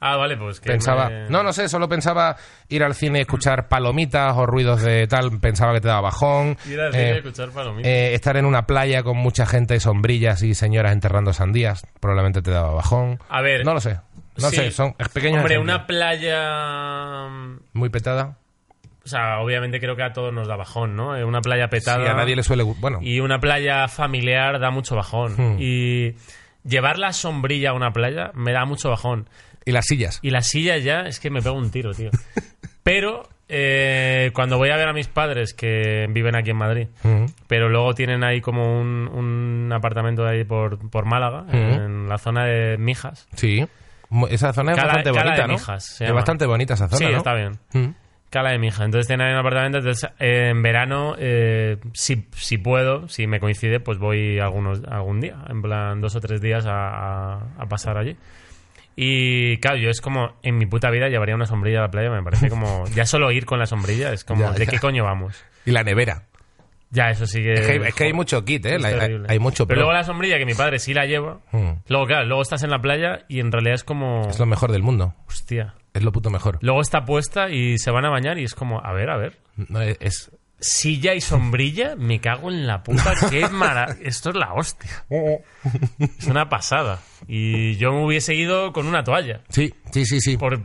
Speaker 2: Ah, vale, pues que...
Speaker 1: Pensaba,
Speaker 2: me-
Speaker 1: no, no sé, solo pensaba ir al cine y escuchar palomitas o ruidos de tal, pensaba que te daba bajón.
Speaker 2: Ir al cine
Speaker 1: Eh,
Speaker 2: a escuchar palomitas.
Speaker 1: eh, estar en una playa con mucha gente, sombrillas y señoras enterrando sandías, probablemente te daba bajón.
Speaker 2: A ver.
Speaker 1: No lo sé, no
Speaker 2: Sí.
Speaker 1: sé, son pequeños.
Speaker 2: Hombre,
Speaker 1: ejemplos.
Speaker 2: una playa... mm,
Speaker 1: Muy petada.
Speaker 2: O sea, obviamente creo que a todos nos da bajón, ¿no? Eh, Una playa
Speaker 1: Si
Speaker 2: petada.
Speaker 1: a nadie le suele. gu- Bueno,
Speaker 2: Y una playa familiar da mucho bajón.
Speaker 1: Hmm.
Speaker 2: Y llevar la sombrilla a una playa me da mucho bajón.
Speaker 1: y las sillas.
Speaker 2: Y la silla ya es que me pega un tiro, tío. Pero eh, cuando voy a ver a mis padres que viven aquí en Madrid,
Speaker 1: Mm.
Speaker 2: pero luego tienen ahí como un, un apartamento ahí por, por Málaga, en la zona de Mijas.
Speaker 1: Sí. Mo- Esa zona es
Speaker 2: Cala-
Speaker 1: bastante
Speaker 2: Cala de
Speaker 1: bonita, ¿no?
Speaker 2: Mijas, se
Speaker 1: es
Speaker 2: llama.
Speaker 1: bastante bonita esa zona,
Speaker 2: sí,
Speaker 1: ¿no?
Speaker 2: está bien.
Speaker 1: Mm.
Speaker 2: Cala de Mijas. Entonces tienen ahí un apartamento. Entonces, eh, en verano, eh, si, si puedo, si me coincide, pues voy algunos, algún día, en plan dos o tres días a, a- a pasar allí. Y claro, yo es como, en mi puta vida llevaría una sombrilla a la playa, me parece como, ya solo ir con la sombrilla es como,
Speaker 1: Ya,
Speaker 2: ¿de
Speaker 1: ya.
Speaker 2: qué coño vamos?
Speaker 1: Y la nevera.
Speaker 2: Ya, eso sí que...
Speaker 1: Es que, hay, es que hay mucho kit, ¿eh?
Speaker 2: Es
Speaker 1: La- hay,
Speaker 2: terrible.
Speaker 1: hay mucho
Speaker 2: Pero
Speaker 1: pro.
Speaker 2: luego la sombrilla, que mi padre sí la lleva.
Speaker 1: Mm.
Speaker 2: Luego, claro, luego estás en la playa y en realidad es como.
Speaker 1: Es lo mejor del mundo.
Speaker 2: Hostia.
Speaker 1: Es lo puto mejor.
Speaker 2: Luego está puesta y se van a bañar y es como, a ver, a ver.
Speaker 1: No, es- es,
Speaker 2: Silla y sombrilla, me cago en la puta. Qué mara. Esto es la hostia.
Speaker 1: Oh,
Speaker 2: Es una pasada. Y yo me hubiese ido con una toalla.
Speaker 1: Sí, sí, sí, sí.
Speaker 2: Por,
Speaker 1: y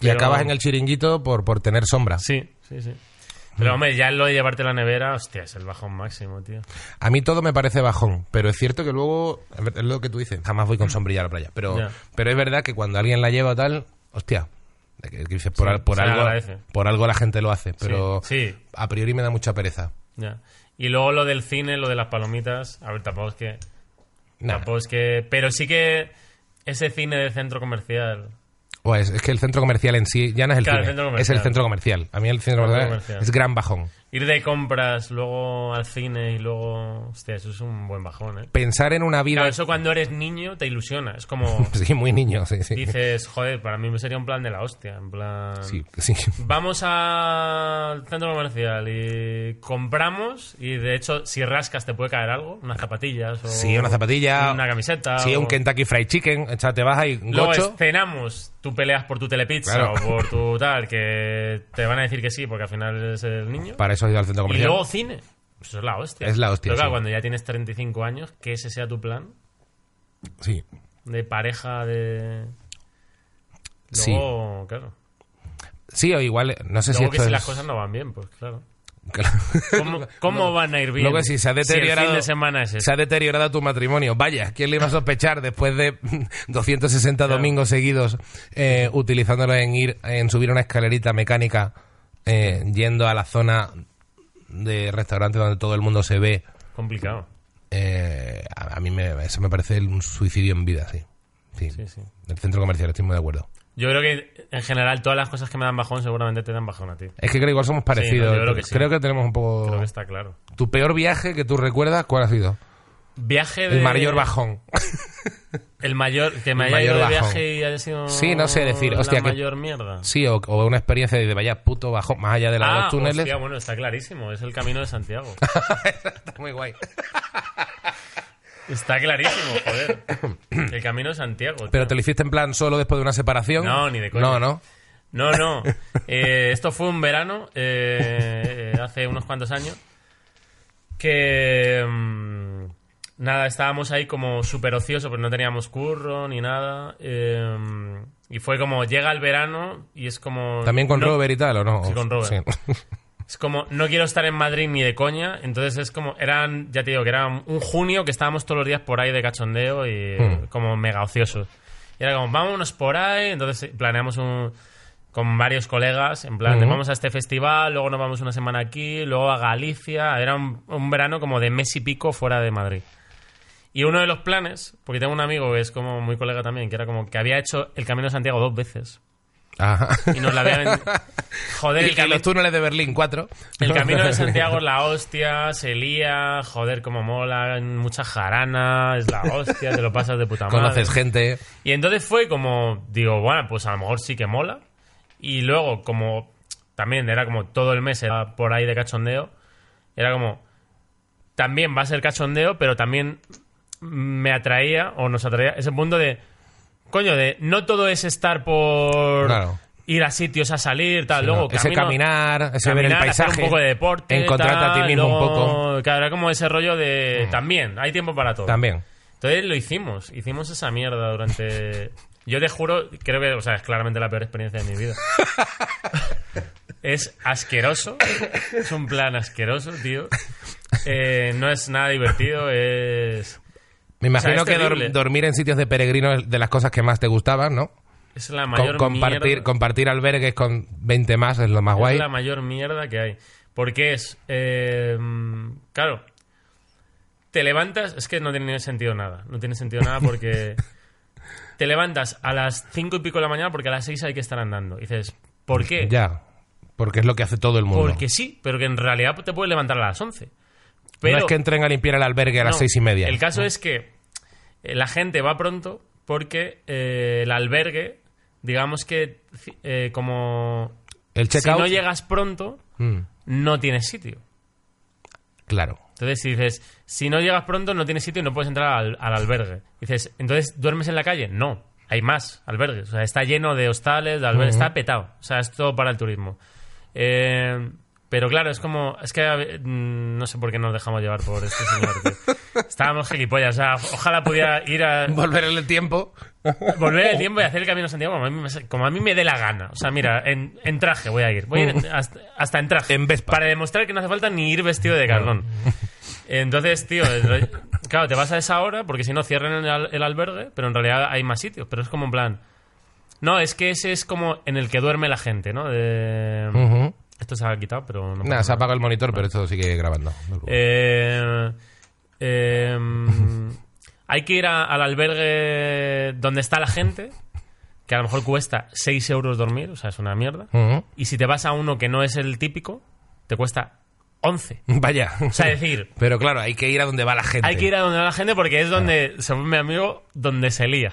Speaker 2: pero-
Speaker 1: acabas en el chiringuito por, por tener sombra.
Speaker 2: Sí, sí, sí.
Speaker 1: Mm.
Speaker 2: Pero hombre, ya lo de llevarte la nevera, hostia, es el bajón máximo, tío.
Speaker 1: A mí todo me parece bajón, pero es cierto que luego, es lo que tú dices, jamás voy con sombrilla a la playa. Pero,
Speaker 2: Ya.
Speaker 1: pero es verdad que cuando alguien la lleva tal, hostia, que- que dices, por,
Speaker 2: Sí,
Speaker 1: al- por
Speaker 2: se
Speaker 1: algo,
Speaker 2: agradece.
Speaker 1: por algo la gente lo hace, pero
Speaker 2: sí.
Speaker 1: a priori me da mucha pereza.
Speaker 2: Ya. Y luego lo del cine, lo de las palomitas. A ver, tampoco es que.
Speaker 1: Nah.
Speaker 2: Tampoco es que. Pero sí que ese cine del centro comercial.
Speaker 1: O es, es que el centro comercial en sí ya no es el
Speaker 2: Claro, el
Speaker 1: cine,
Speaker 2: centro
Speaker 1: es el
Speaker 2: comercial.
Speaker 1: centro comercial. A mí el centro
Speaker 2: El centro
Speaker 1: comercial,
Speaker 2: comercial.
Speaker 1: es gran bajón.
Speaker 2: Ir de compras, luego al cine y luego. Hostia, eso es un buen bajón, ¿eh?
Speaker 1: Pensar en una
Speaker 2: Claro,
Speaker 1: vida...
Speaker 2: eso cuando eres niño te ilusiona. Es como.
Speaker 1: Sí, muy niño, sí, sí.
Speaker 2: Dices, joder, para mí sería un plan de la hostia. En plan.
Speaker 1: Sí, sí.
Speaker 2: Vamos al centro comercial y compramos. Y de hecho, si rascas, te puede caer algo. Unas zapatillas. O
Speaker 1: Sí, una zapatilla.
Speaker 2: Una camiseta.
Speaker 1: Sí, un
Speaker 2: o-
Speaker 1: Kentucky Fried Chicken. O sea, te vas ahí,
Speaker 2: Luego
Speaker 1: gocho.
Speaker 2: cenamos, tú peleas por tu telepizza
Speaker 1: Claro.
Speaker 2: o por tu tal, que te van a decir que sí, porque al final es el niño.
Speaker 1: Para eso he ido al centro
Speaker 2: y
Speaker 1: comercial.
Speaker 2: luego cine. Eso es la hostia.
Speaker 1: Es la hostia,
Speaker 2: Pero claro,
Speaker 1: sí.
Speaker 2: cuando ya tienes 35 años, que ese sea tu plan
Speaker 1: Sí.
Speaker 2: de pareja, de.
Speaker 1: Sí.
Speaker 2: Luego, claro.
Speaker 1: Sí, o igual, no sé si
Speaker 2: Luego
Speaker 1: esto
Speaker 2: que si
Speaker 1: es-
Speaker 2: las cosas no van bien, pues claro.
Speaker 1: Claro.
Speaker 2: ¿Cómo, cómo van a ir bien?
Speaker 1: Luego que si se ha deteriorado...
Speaker 2: Si el fin de semana es ese.
Speaker 1: Se ha deteriorado tu matrimonio. Vaya, ¿quién le iba a sospechar después de 260
Speaker 2: Claro.
Speaker 1: domingos seguidos eh, utilizándolo en ir en subir una escalerita mecánica eh, yendo a la zona de restaurante donde todo el mundo se ve?
Speaker 2: Complicado.
Speaker 1: Eh, a, a mí me, eso me parece un suicidio en vida, sí. Sí,
Speaker 2: Sí, sí.
Speaker 1: El centro comercial, estoy muy de acuerdo.
Speaker 2: Yo creo que en general todas las cosas que me dan bajón seguramente te dan bajón a ti.
Speaker 1: Es que creo igual somos parecidos.
Speaker 2: yo creo que sí.
Speaker 1: tenemos un poco...
Speaker 2: Creo que está claro.
Speaker 1: ¿Tu peor viaje que tú recuerdas cuál ha sido?
Speaker 2: Viaje de...
Speaker 1: El mayor bajón.
Speaker 2: El mayor, que me
Speaker 1: El
Speaker 2: haya ido de
Speaker 1: mayor bajón.
Speaker 2: viaje y haya sido.
Speaker 1: Sí, no sé decir, hostia,
Speaker 2: La
Speaker 1: que-
Speaker 2: mayor mierda.
Speaker 1: Sí, o, o una experiencia de vaya puto bajón, más allá de los
Speaker 2: Ah,
Speaker 1: dos túneles.
Speaker 2: hostia, bueno, está clarísimo. Es el camino de Santiago.
Speaker 1: Está muy guay.
Speaker 2: está clarísimo, joder. El camino de Santiago. tío.
Speaker 1: Pero te lo hiciste en plan solo después de una separación.
Speaker 2: No, ni de coña.
Speaker 1: No, no.
Speaker 2: No, no. Eh, esto fue un verano, eh, eh, hace unos cuantos años, que... mm, nada, estábamos ahí como súper ociosos, pero no teníamos curro ni nada. eh, y fue como, llega el verano y es como...
Speaker 1: También con
Speaker 2: no-
Speaker 1: Robert y tal, ¿o no?
Speaker 2: Sí, con Robert.
Speaker 1: Sí.
Speaker 2: Es como, no quiero estar en Madrid ni de coña. Entonces es como, eran, ya te digo, que era un junio que estábamos todos los días por ahí de cachondeo y
Speaker 1: Hmm.
Speaker 2: como mega ociosos. Y era como, vámonos por ahí. Entonces eh, planeamos un, con varios colegas, en plan, de,
Speaker 1: Ujú.
Speaker 2: vamos a este festival, luego nos vamos una semana aquí, luego a Galicia. Era un, un verano como de mes y pico fuera de Madrid. Y uno de los planes, porque tengo un amigo que es como muy colega también, que era como que había hecho el Camino de Santiago dos veces.
Speaker 1: Ajá.
Speaker 2: Y nos la había vendido. Joder,
Speaker 1: Y
Speaker 2: el
Speaker 1: que
Speaker 2: Camino
Speaker 1: los túneles de Berlín, cuatro.
Speaker 2: el camino de Santiago es la hostia, se lía, joder, como mola, mucha jarana, es la hostia, te lo pasas de puta madre.
Speaker 1: Conoces gente.
Speaker 2: Y entonces fue como, digo, bueno, pues a lo mejor sí que mola. Y luego, como también era como todo el mes era por ahí de cachondeo, era como, también va a ser cachondeo, pero también me atraía o nos atraía ese punto de, coño, de no todo es estar por
Speaker 1: Claro.
Speaker 2: ir a sitios a salir, tal, luego
Speaker 1: ese
Speaker 2: camino-
Speaker 1: caminar, ese ver el
Speaker 2: caminar, hacer
Speaker 1: paisaje.
Speaker 2: un poco de deporte.
Speaker 1: Encontrarte a
Speaker 2: tal,
Speaker 1: ti mismo un
Speaker 2: luego,
Speaker 1: poco. Mm.
Speaker 2: Claro, era como ese rollo de. También, hay tiempo para todo.
Speaker 1: También.
Speaker 2: Entonces lo hicimos, hicimos esa mierda durante. Yo te juro, creo que, o sea, es claramente la peor experiencia de mi vida. Es asqueroso. Es un plan asqueroso, tío. Eh, no es nada divertido, es.
Speaker 1: Me
Speaker 2: sea,
Speaker 1: imagino
Speaker 2: es
Speaker 1: que dor-
Speaker 2: terrible.
Speaker 1: dormir en sitios de peregrino es de las cosas que más te gustaban, ¿no?
Speaker 2: Es la
Speaker 1: Com-
Speaker 2: mayor
Speaker 1: compartir,
Speaker 2: mierda.
Speaker 1: compartir albergues con 20 más es lo más guay.
Speaker 2: Es la mayor mierda que hay. Porque es. eh, claro. Te levantas. Es que no tiene sentido nada. No tiene sentido nada porque. te levantas a las cinco y pico de la mañana porque a las 6 hay que estar andando. Y dices, ¿por qué?
Speaker 1: Pues Ya, porque es lo que hace todo el mundo.
Speaker 2: Porque sí, pero que en realidad te puedes levantar a las 11.
Speaker 1: no es que entren a limpiar el albergue a las
Speaker 2: no,
Speaker 1: seis y media.
Speaker 2: El caso es que eh, la gente va pronto porque eh, el albergue, digamos que ci- eh, como
Speaker 1: El
Speaker 2: si
Speaker 1: checkout.
Speaker 2: no llegas pronto,
Speaker 1: Mm,
Speaker 2: no tienes sitio.
Speaker 1: claro.
Speaker 2: Entonces, si dices, si no llegas pronto, no tienes sitio y no puedes entrar al, al albergue. Dices, entonces, ¿duermes en la calle? No, hay más albergues. O sea, está lleno de hostales, de albergues, está petado. O sea, es todo para el turismo. Eh, pero claro, es como, es que a ve- mm, no sé por qué nos dejamos llevar por este señor. tío. Estábamos gilipollas. O sea, ojalá pudiera ir a
Speaker 1: Volver en el tiempo.
Speaker 2: volver el tiempo y hacer el camino de Santiago como a mí me, como a mí me dé la gana. O sea, mira, en, en traje voy a ir. Voy a ir en- hasta, hasta en traje.
Speaker 1: Mm. En Vespa.
Speaker 2: Para demostrar que no hace falta ni ir vestido de carlón. Entonces, tío, el rollo- claro, te vas a esa hora porque si no cierran el, al- el albergue, pero en realidad hay más sitios. Pero es como en plan. No, es que ese es como en el que duerme la gente, ¿no? De-
Speaker 1: Ujú.
Speaker 2: Esto se ha quitado, pero no. pasa
Speaker 1: Nada, se
Speaker 2: nada.
Speaker 1: apaga el monitor, pero esto sigue grabando. No te preocupes.
Speaker 2: Eh, eh, hay que ir a- al albergue donde está la gente, que a lo mejor cuesta 6 euros dormir, o sea, es una mierda.
Speaker 1: Ujú.
Speaker 2: Y si te vas a uno que no es el típico, te cuesta 11.
Speaker 1: Vaya.
Speaker 2: O sea, es decir,
Speaker 1: pero claro, hay que ir a donde va la gente.
Speaker 2: hay que ir a donde va la gente porque es donde, según mi amigo, donde se lía.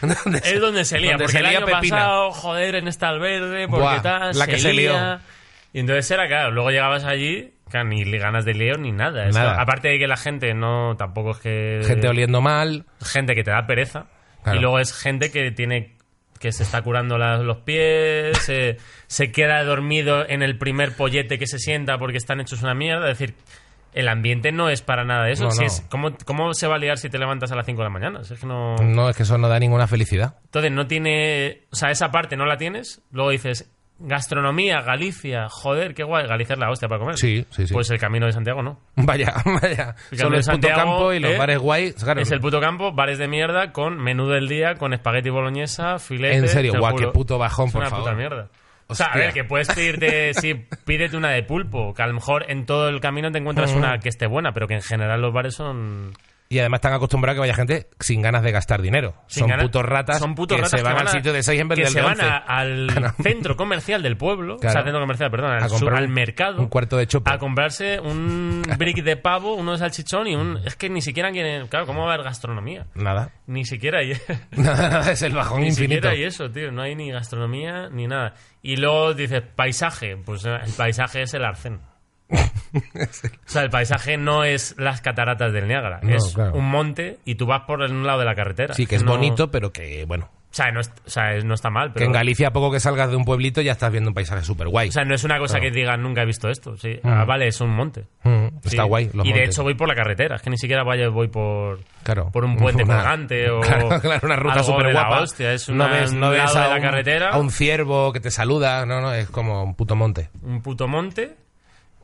Speaker 1: ¿Dónde se-
Speaker 2: Es donde se lía,
Speaker 1: donde
Speaker 2: porque
Speaker 1: se
Speaker 2: el
Speaker 1: lía
Speaker 2: año
Speaker 1: Pepina.
Speaker 2: pasado, joder, en esta albergue, porque
Speaker 1: Buah,
Speaker 2: tal,
Speaker 1: la que se lió.
Speaker 2: Y entonces era, claro, luego llegabas allí, claro, ni ganas de lío ni nada. Es
Speaker 1: Nada.
Speaker 2: que, aparte de que la gente no, tampoco es que...
Speaker 1: Gente oliendo mal.
Speaker 2: gente que te da pereza
Speaker 1: Claro.
Speaker 2: y luego es gente que tiene que se está curando la- los pies, se, se queda dormido en el primer pollete que se sienta porque están hechos una mierda. Es decir, el ambiente no es para nada eso.
Speaker 1: No,
Speaker 2: Si
Speaker 1: no.
Speaker 2: es- ¿cómo, cómo se va a liar si te levantas a las 5 de la mañana? Si es que no...
Speaker 1: No, es que eso no da ninguna felicidad.
Speaker 2: Entonces no tiene... O sea, esa parte no la tienes. Luego dices, gastronomía, Galicia, joder, qué guay. Galicia es la hostia para comer.
Speaker 1: Sí, sí, sí.
Speaker 2: Pues el camino de Santiago no.
Speaker 1: Vaya, vaya.
Speaker 2: en
Speaker 1: Solo el puto
Speaker 2: Santiago,
Speaker 1: campo y los
Speaker 2: eh,
Speaker 1: bares guay. claro,
Speaker 2: Es el puto campo, bares de mierda con menú del día, con espagueti boloñesa, filete.
Speaker 1: En serio,
Speaker 2: te lo
Speaker 1: guau, qué
Speaker 2: juro.
Speaker 1: puto bajón,
Speaker 2: Es
Speaker 1: por
Speaker 2: una
Speaker 1: favor.
Speaker 2: puta mierda. O sea, a
Speaker 1: Hostia.
Speaker 2: ver, que puedes pedirte, sí, pídete una de pulpo, que a lo mejor en todo el camino te encuentras
Speaker 1: Mm.
Speaker 2: una que esté buena, pero que en general los bares son...
Speaker 1: Y además están acostumbrados a que vaya gente sin ganas de gastar dinero.
Speaker 2: sin
Speaker 1: son
Speaker 2: ganas-
Speaker 1: putos ratas
Speaker 2: son putos
Speaker 1: que
Speaker 2: ratas
Speaker 1: se van,
Speaker 2: a-
Speaker 1: al sitio de 6 en vez
Speaker 2: que
Speaker 1: del
Speaker 2: se
Speaker 1: de
Speaker 2: van
Speaker 1: 11.
Speaker 2: a- al centro comercial del pueblo, o
Speaker 1: Claro.
Speaker 2: sea, centro comercial, perdón,
Speaker 1: A
Speaker 2: al, su-
Speaker 1: comprar
Speaker 2: al
Speaker 1: un-
Speaker 2: mercado,
Speaker 1: un cuarto de chopo.
Speaker 2: a comprarse un brick de pavo, uno de salchichón y un... Es que ni siquiera quieren... Claro, ¿cómo va a haber gastronomía?
Speaker 1: Nada.
Speaker 2: Ni siquiera hay...
Speaker 1: Nada, nada, es el bajón
Speaker 2: Ni
Speaker 1: infinito.
Speaker 2: siquiera hay eso, tío. No hay ni gastronomía ni nada. Y luego dices, paisaje. Pues eh, el paisaje es el arcén. O sea, el paisaje no es las cataratas del Niágara.
Speaker 1: No,
Speaker 2: es
Speaker 1: claro.
Speaker 2: un monte y tú vas por un lado de la carretera.
Speaker 1: Sí, que es
Speaker 2: No-
Speaker 1: bonito, pero que, bueno,
Speaker 2: O sea, no, es- o sea, es- no está mal.
Speaker 1: que
Speaker 2: Pero,
Speaker 1: en Galicia a poco que salgas de un pueblito ya estás viendo un paisaje súper guay.
Speaker 2: o sea, no es una cosa que digan nunca he visto esto. Sí. Ah, vale, es un monte. Sí.
Speaker 1: Mm, Está guay. Los
Speaker 2: y de
Speaker 1: montes.
Speaker 2: hecho voy por la carretera. Es que ni siquiera vaya, voy por,
Speaker 1: Claro.
Speaker 2: por un puente
Speaker 1: Una-
Speaker 2: colgante o
Speaker 1: Claro, claro, una ruta
Speaker 2: algo
Speaker 1: súper
Speaker 2: de la
Speaker 1: guapa.
Speaker 2: hostia. Es una- un lado de la
Speaker 1: un,
Speaker 2: carretera.
Speaker 1: a un ciervo que te saluda, no, no, es como un puto monte.
Speaker 2: un puto monte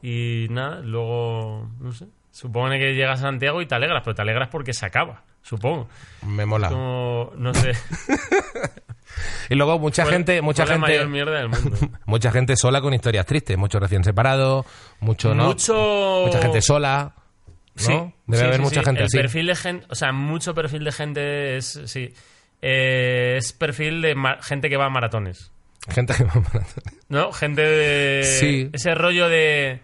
Speaker 2: y nada, luego, no sé, supone que llegas a Santiago y te alegras, pero te alegras porque se acaba, supongo.
Speaker 1: Me mola.
Speaker 2: Como, no sé.
Speaker 1: Y luego mucha gente, mucha
Speaker 2: Fue la
Speaker 1: gente,
Speaker 2: mayor mierda del mundo.
Speaker 1: mucha gente sola con historias tristes, muchos recién separados, mucho no,
Speaker 2: Mucho...
Speaker 1: mucha gente sola. ¿no?
Speaker 2: Sí.
Speaker 1: Debe
Speaker 2: sí,
Speaker 1: haber
Speaker 2: sí,
Speaker 1: mucha
Speaker 2: sí.
Speaker 1: gente
Speaker 2: El
Speaker 1: así.
Speaker 2: perfil de gente, o sea, mucho perfil de gente es, sí, Eh, es perfil de ma- gente que va a maratones.
Speaker 1: Gente que
Speaker 2: ¿No? Gente de.
Speaker 1: Sí.
Speaker 2: Ese rollo de.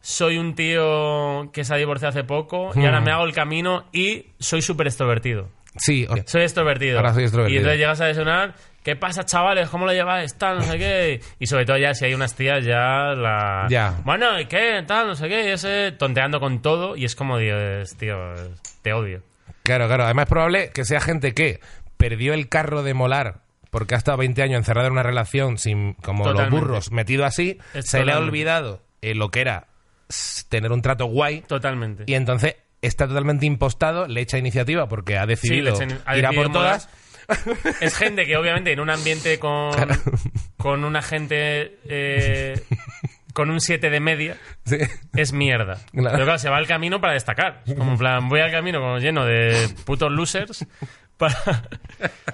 Speaker 2: Soy un tío que se ha divorciado hace poco y
Speaker 1: Hmm.
Speaker 2: ahora me hago el camino y soy súper extrovertido.
Speaker 1: Sí, o-
Speaker 2: Soy extrovertido.
Speaker 1: Ahora soy extrovertido.
Speaker 2: Y entonces llegas a desayunar. ¿Qué pasa, chavales? ¿Cómo lo lleváis? Tal, no sé qué. Y sobre todo ya si hay unas tías, ya la...
Speaker 1: Ya.
Speaker 2: Bueno, ¿y qué? Tal, no sé qué. Y ese tonteando con todo. Y es como, Dios, tío, te odio.
Speaker 1: claro, claro. Además es probable que sea gente que perdió el carro de molar porque ha estado 20 años encerrada en una relación sin como
Speaker 2: Totalmente.
Speaker 1: los burros, metido así,
Speaker 2: Es
Speaker 1: se le ha
Speaker 2: totalmente.
Speaker 1: olvidado eh, lo que era s- tener un trato guay
Speaker 2: Totalmente.
Speaker 1: y entonces está totalmente impostado, le echa iniciativa porque ha
Speaker 2: Sí, le
Speaker 1: decidido
Speaker 2: echen- ha
Speaker 1: ir a por
Speaker 2: decidido
Speaker 1: todas.
Speaker 2: molar. Es gente que obviamente en un ambiente con, con una gente eh, con un 7 de media
Speaker 1: Sí.
Speaker 2: es mierda.
Speaker 1: Claro.
Speaker 2: Pero claro, se va al camino para destacar. Es Como en plan, voy al camino como lleno de putos losers. para-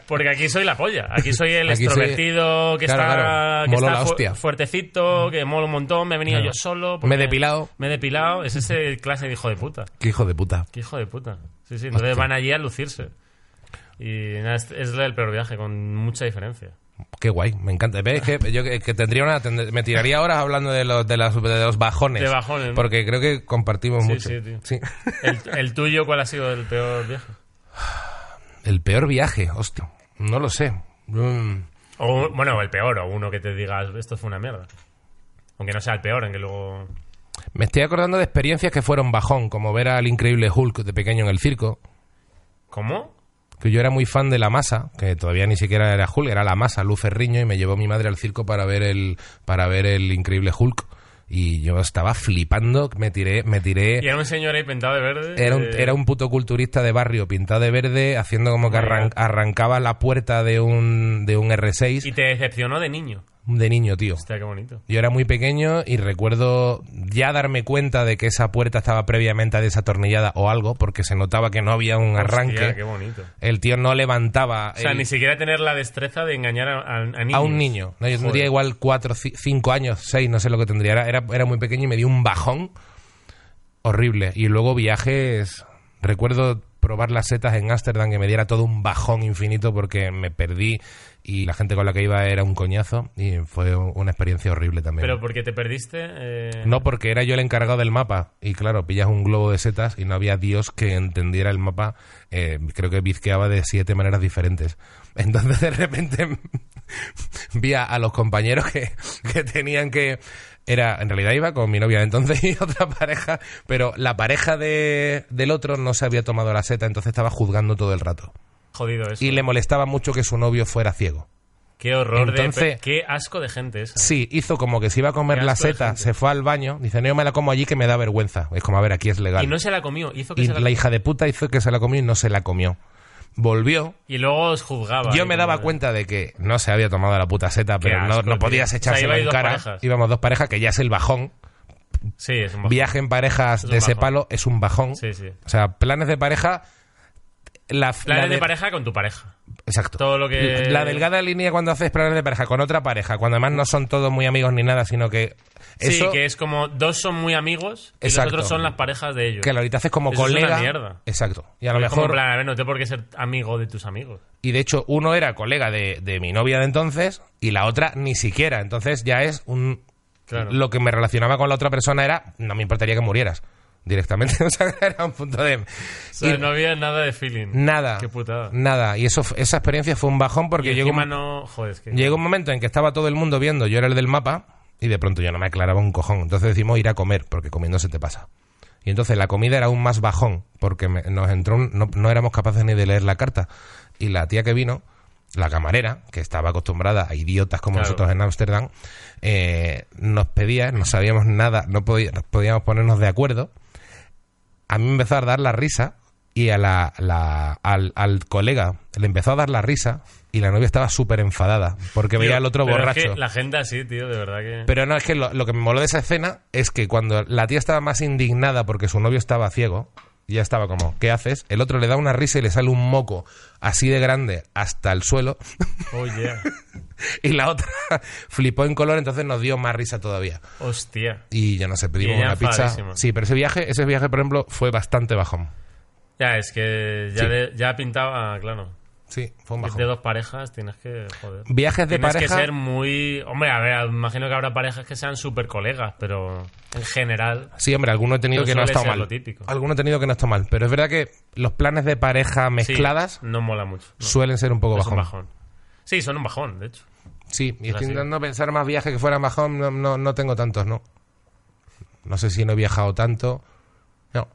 Speaker 2: Porque aquí soy la polla. Aquí soy el
Speaker 1: Aquí soy-
Speaker 2: extrovertido que
Speaker 1: Claro,
Speaker 2: está,
Speaker 1: claro.
Speaker 2: que
Speaker 1: Molo
Speaker 2: está
Speaker 1: la
Speaker 2: fu-
Speaker 1: hostia.
Speaker 2: fuertecito, que mola un montón. Me he venido
Speaker 1: Claro.
Speaker 2: yo solo.
Speaker 1: Me he
Speaker 2: porque
Speaker 1: depilado.
Speaker 2: Me he depilado. Es ese clase de hijo de puta.
Speaker 1: Qué hijo de puta.
Speaker 2: Qué hijo de puta. Sí, sí, entonces van allí a lucirse. Y nada, es, es el peor viaje, con mucha diferencia.
Speaker 1: Qué guay, me encanta. ¿Ves? Es que yo que que tendría una, tend- me tiraría horas hablando de los, de, las- de los bajones.
Speaker 2: De bajones, ¿no?
Speaker 1: Porque creo que compartimos
Speaker 2: Sí,
Speaker 1: mucho.
Speaker 2: sí, tío. ¿El, el tuyo cuál ha sido el peor viaje?
Speaker 1: El peor viaje, hostia. No lo sé. Mm.
Speaker 2: O, un- bueno, el peor, o uno que te digas, esto fue una mierda. Aunque no sea el peor, en que luego...
Speaker 1: Me estoy acordando de experiencias que fueron bajón, como ver al increíble Hulk de pequeño en el circo.
Speaker 2: ¿Cómo?
Speaker 1: que yo era muy fan de La Masa, que todavía ni siquiera era Hulk, era La Masa, Luz Ferriño, y me llevó mi madre al circo para ver el, para ver el increíble Hulk. Y yo estaba flipando, me tiré, me
Speaker 2: Y
Speaker 1: tiré.
Speaker 2: era un señor ahí pintado de verde.
Speaker 1: Era un,
Speaker 2: eh,
Speaker 1: era un puto culturista de barrio pintado de verde, haciendo como que arran- arrancaba la puerta de un, de un
Speaker 2: Y
Speaker 1: R6
Speaker 2: te decepcionó de niño.
Speaker 1: de niño, tío.
Speaker 2: Hostia, qué bonito.
Speaker 1: Yo era muy pequeño y recuerdo ya darme cuenta de que esa puerta estaba previamente desatornillada o algo, porque se notaba que no había un
Speaker 2: Hostia, qué
Speaker 1: arranque.
Speaker 2: bonito.
Speaker 1: El tío no levantaba.
Speaker 2: O sea,
Speaker 1: el-
Speaker 2: ni siquiera tener la destreza de engañar a, a- niños.
Speaker 1: a un niño. No, yo tendría igual cuatro, ci- cinco años, seis, no sé lo que tendría. Era, era, era muy pequeño y me dio un bajón horrible. Y luego viajes. Recuerdo probar las setas en Ámsterdam que me diera todo un bajón infinito porque me perdí y la gente con la que iba era un coñazo y fue una experiencia horrible también.
Speaker 2: Pero porque te perdiste... eh,
Speaker 1: no, porque era yo el encargado del mapa. Y claro, pillas un globo de setas y no había Dios que entendiera el mapa. Eh, creo que bizqueaba de siete maneras diferentes. Entonces, de repente, vi a, a los compañeros que, que tenían que. Era, en realidad iba con mi novia de entonces y otra pareja, pero la pareja de, del otro no se había tomado la seta, entonces estaba juzgando todo el rato.
Speaker 2: Jodido eso.
Speaker 1: Y le molestaba mucho que su novio fuera ciego.
Speaker 2: Qué horror de...
Speaker 1: Entonces-
Speaker 2: Qué asco de gente esa.
Speaker 1: Sí, hizo como que se iba a comer
Speaker 2: Qué
Speaker 1: la
Speaker 2: asco de
Speaker 1: seta,
Speaker 2: gente.
Speaker 1: se fue al baño, dice, no, yo me la como allí que me da vergüenza. Es como, a ver, aquí es legal.
Speaker 2: Y no se la comió. Hizo que
Speaker 1: Y
Speaker 2: se la
Speaker 1: la hija de puta hizo que se la comió y no se la comió. Volvió.
Speaker 2: Y luego os juzgaba.
Speaker 1: Yo
Speaker 2: ahí,
Speaker 1: me
Speaker 2: como
Speaker 1: daba
Speaker 2: de-
Speaker 1: cuenta de que no se había tomado la puta seta,
Speaker 2: Qué
Speaker 1: pero no,
Speaker 2: asco,
Speaker 1: no
Speaker 2: tío.
Speaker 1: podías
Speaker 2: O sea,
Speaker 1: echársela
Speaker 2: ibais
Speaker 1: en
Speaker 2: dos
Speaker 1: cara.
Speaker 2: parejas.
Speaker 1: Íbamos dos parejas, que ya es el bajón.
Speaker 2: Sí, es un bajón.
Speaker 1: Viaje en parejas
Speaker 2: Es un
Speaker 1: de ese
Speaker 2: bajón.
Speaker 1: palo es un bajón.
Speaker 2: Sí, sí.
Speaker 1: O sea, planes de pareja. La,
Speaker 2: Planes
Speaker 1: la
Speaker 2: de...
Speaker 1: de-
Speaker 2: pareja con tu pareja.
Speaker 1: Exacto.
Speaker 2: Todo lo que-
Speaker 1: La delgada línea cuando haces planes de pareja con otra pareja, cuando además no son todos muy amigos ni nada, sino que. Eso,
Speaker 2: Sí, que es como dos son muy amigos y
Speaker 1: Exacto.
Speaker 2: los otros son las parejas de ellos.
Speaker 1: que ahorita haces como
Speaker 2: Eso es una
Speaker 1: colega.
Speaker 2: mierda.
Speaker 1: Exacto. Y a lo
Speaker 2: Es como en
Speaker 1: mejor.
Speaker 2: plan, a ver, no tengo por qué ser amigo de tus amigos.
Speaker 1: Y de hecho, uno era colega de, de mi novia de entonces y la otra ni siquiera. Entonces ya es un...
Speaker 2: Claro.
Speaker 1: Lo que me relacionaba con la otra persona era, no me importaría que murieras directamente. o sea, era un punto de...
Speaker 2: O sea,
Speaker 1: y
Speaker 2: no había nada de feeling.
Speaker 1: Nada.
Speaker 2: Qué putada.
Speaker 1: Nada. Y eso, f- esa experiencia fue un bajón porque
Speaker 2: y
Speaker 1: llegó,
Speaker 2: encima
Speaker 1: un-
Speaker 2: no... Joder, es que...
Speaker 1: llegó un momento en que estaba todo el mundo viendo, yo era el del mapa y de pronto yo no me aclaraba un cojón. Entonces decimos ir a comer porque comiendo se te pasa. Y entonces la comida era aún más bajón porque me- nos entró un- no, no éramos capaces ni de leer la carta. Y la tía que vino, la camarera, que estaba acostumbrada a idiotas como
Speaker 2: Claro.
Speaker 1: nosotros en Ámsterdam, eh, nos pedía, no sabíamos nada, no podi- podíamos ponernos de acuerdo. A mí me empezó a dar la risa y a la, la- al, al colega le empezó a dar la risa y la novia estaba súper enfadada porque
Speaker 2: Tío,
Speaker 1: veía al otro
Speaker 2: pero es
Speaker 1: borracho.
Speaker 2: que la gente así, tío, de verdad que...
Speaker 1: Pero no, es que lo, lo que me moló de esa escena es que cuando la tía estaba más indignada porque su novio estaba ciego, ya estaba como, ¿qué haces? El otro le da una risa y le sale un moco así de grande hasta el suelo
Speaker 2: Oh, yeah.
Speaker 1: y la otra flipó en color, entonces nos dio más risa todavía.
Speaker 2: Hostia.
Speaker 1: Y yo no sé, pedimos
Speaker 2: Y ella
Speaker 1: una pizza.
Speaker 2: enfadadísima.
Speaker 1: Sí, pero ese viaje, ese viaje, por ejemplo, fue bastante bajón.
Speaker 2: Ya, es que ya,
Speaker 1: Sí.
Speaker 2: de- ya pintaba, claro.
Speaker 1: Sí, fue un
Speaker 2: Ir De
Speaker 1: bajón.
Speaker 2: dos parejas tienes que... Joder.
Speaker 1: Viajes de
Speaker 2: Tienes
Speaker 1: pareja.
Speaker 2: que ser muy... Hombre, a ver, imagino que habrá parejas que sean súper colegas, pero en general...
Speaker 1: Sí, hombre, alguno he tenido
Speaker 2: No
Speaker 1: que no ha
Speaker 2: suele
Speaker 1: estado
Speaker 2: ser
Speaker 1: mal.
Speaker 2: lo típico.
Speaker 1: Alguno he tenido que no ha estado mal. Pero es verdad que los planes de pareja
Speaker 2: sí,
Speaker 1: mezcladas
Speaker 2: no mola mucho. no.
Speaker 1: suelen ser un poco
Speaker 2: Es un
Speaker 1: bajón.
Speaker 2: bajón. Sí, son un bajón, de hecho.
Speaker 1: Sí, y
Speaker 2: Ahora
Speaker 1: estoy
Speaker 2: sí.
Speaker 1: intentando pensar más viajes que fueran bajón. No, no, no tengo tantos, no. No sé si no he viajado tanto. No.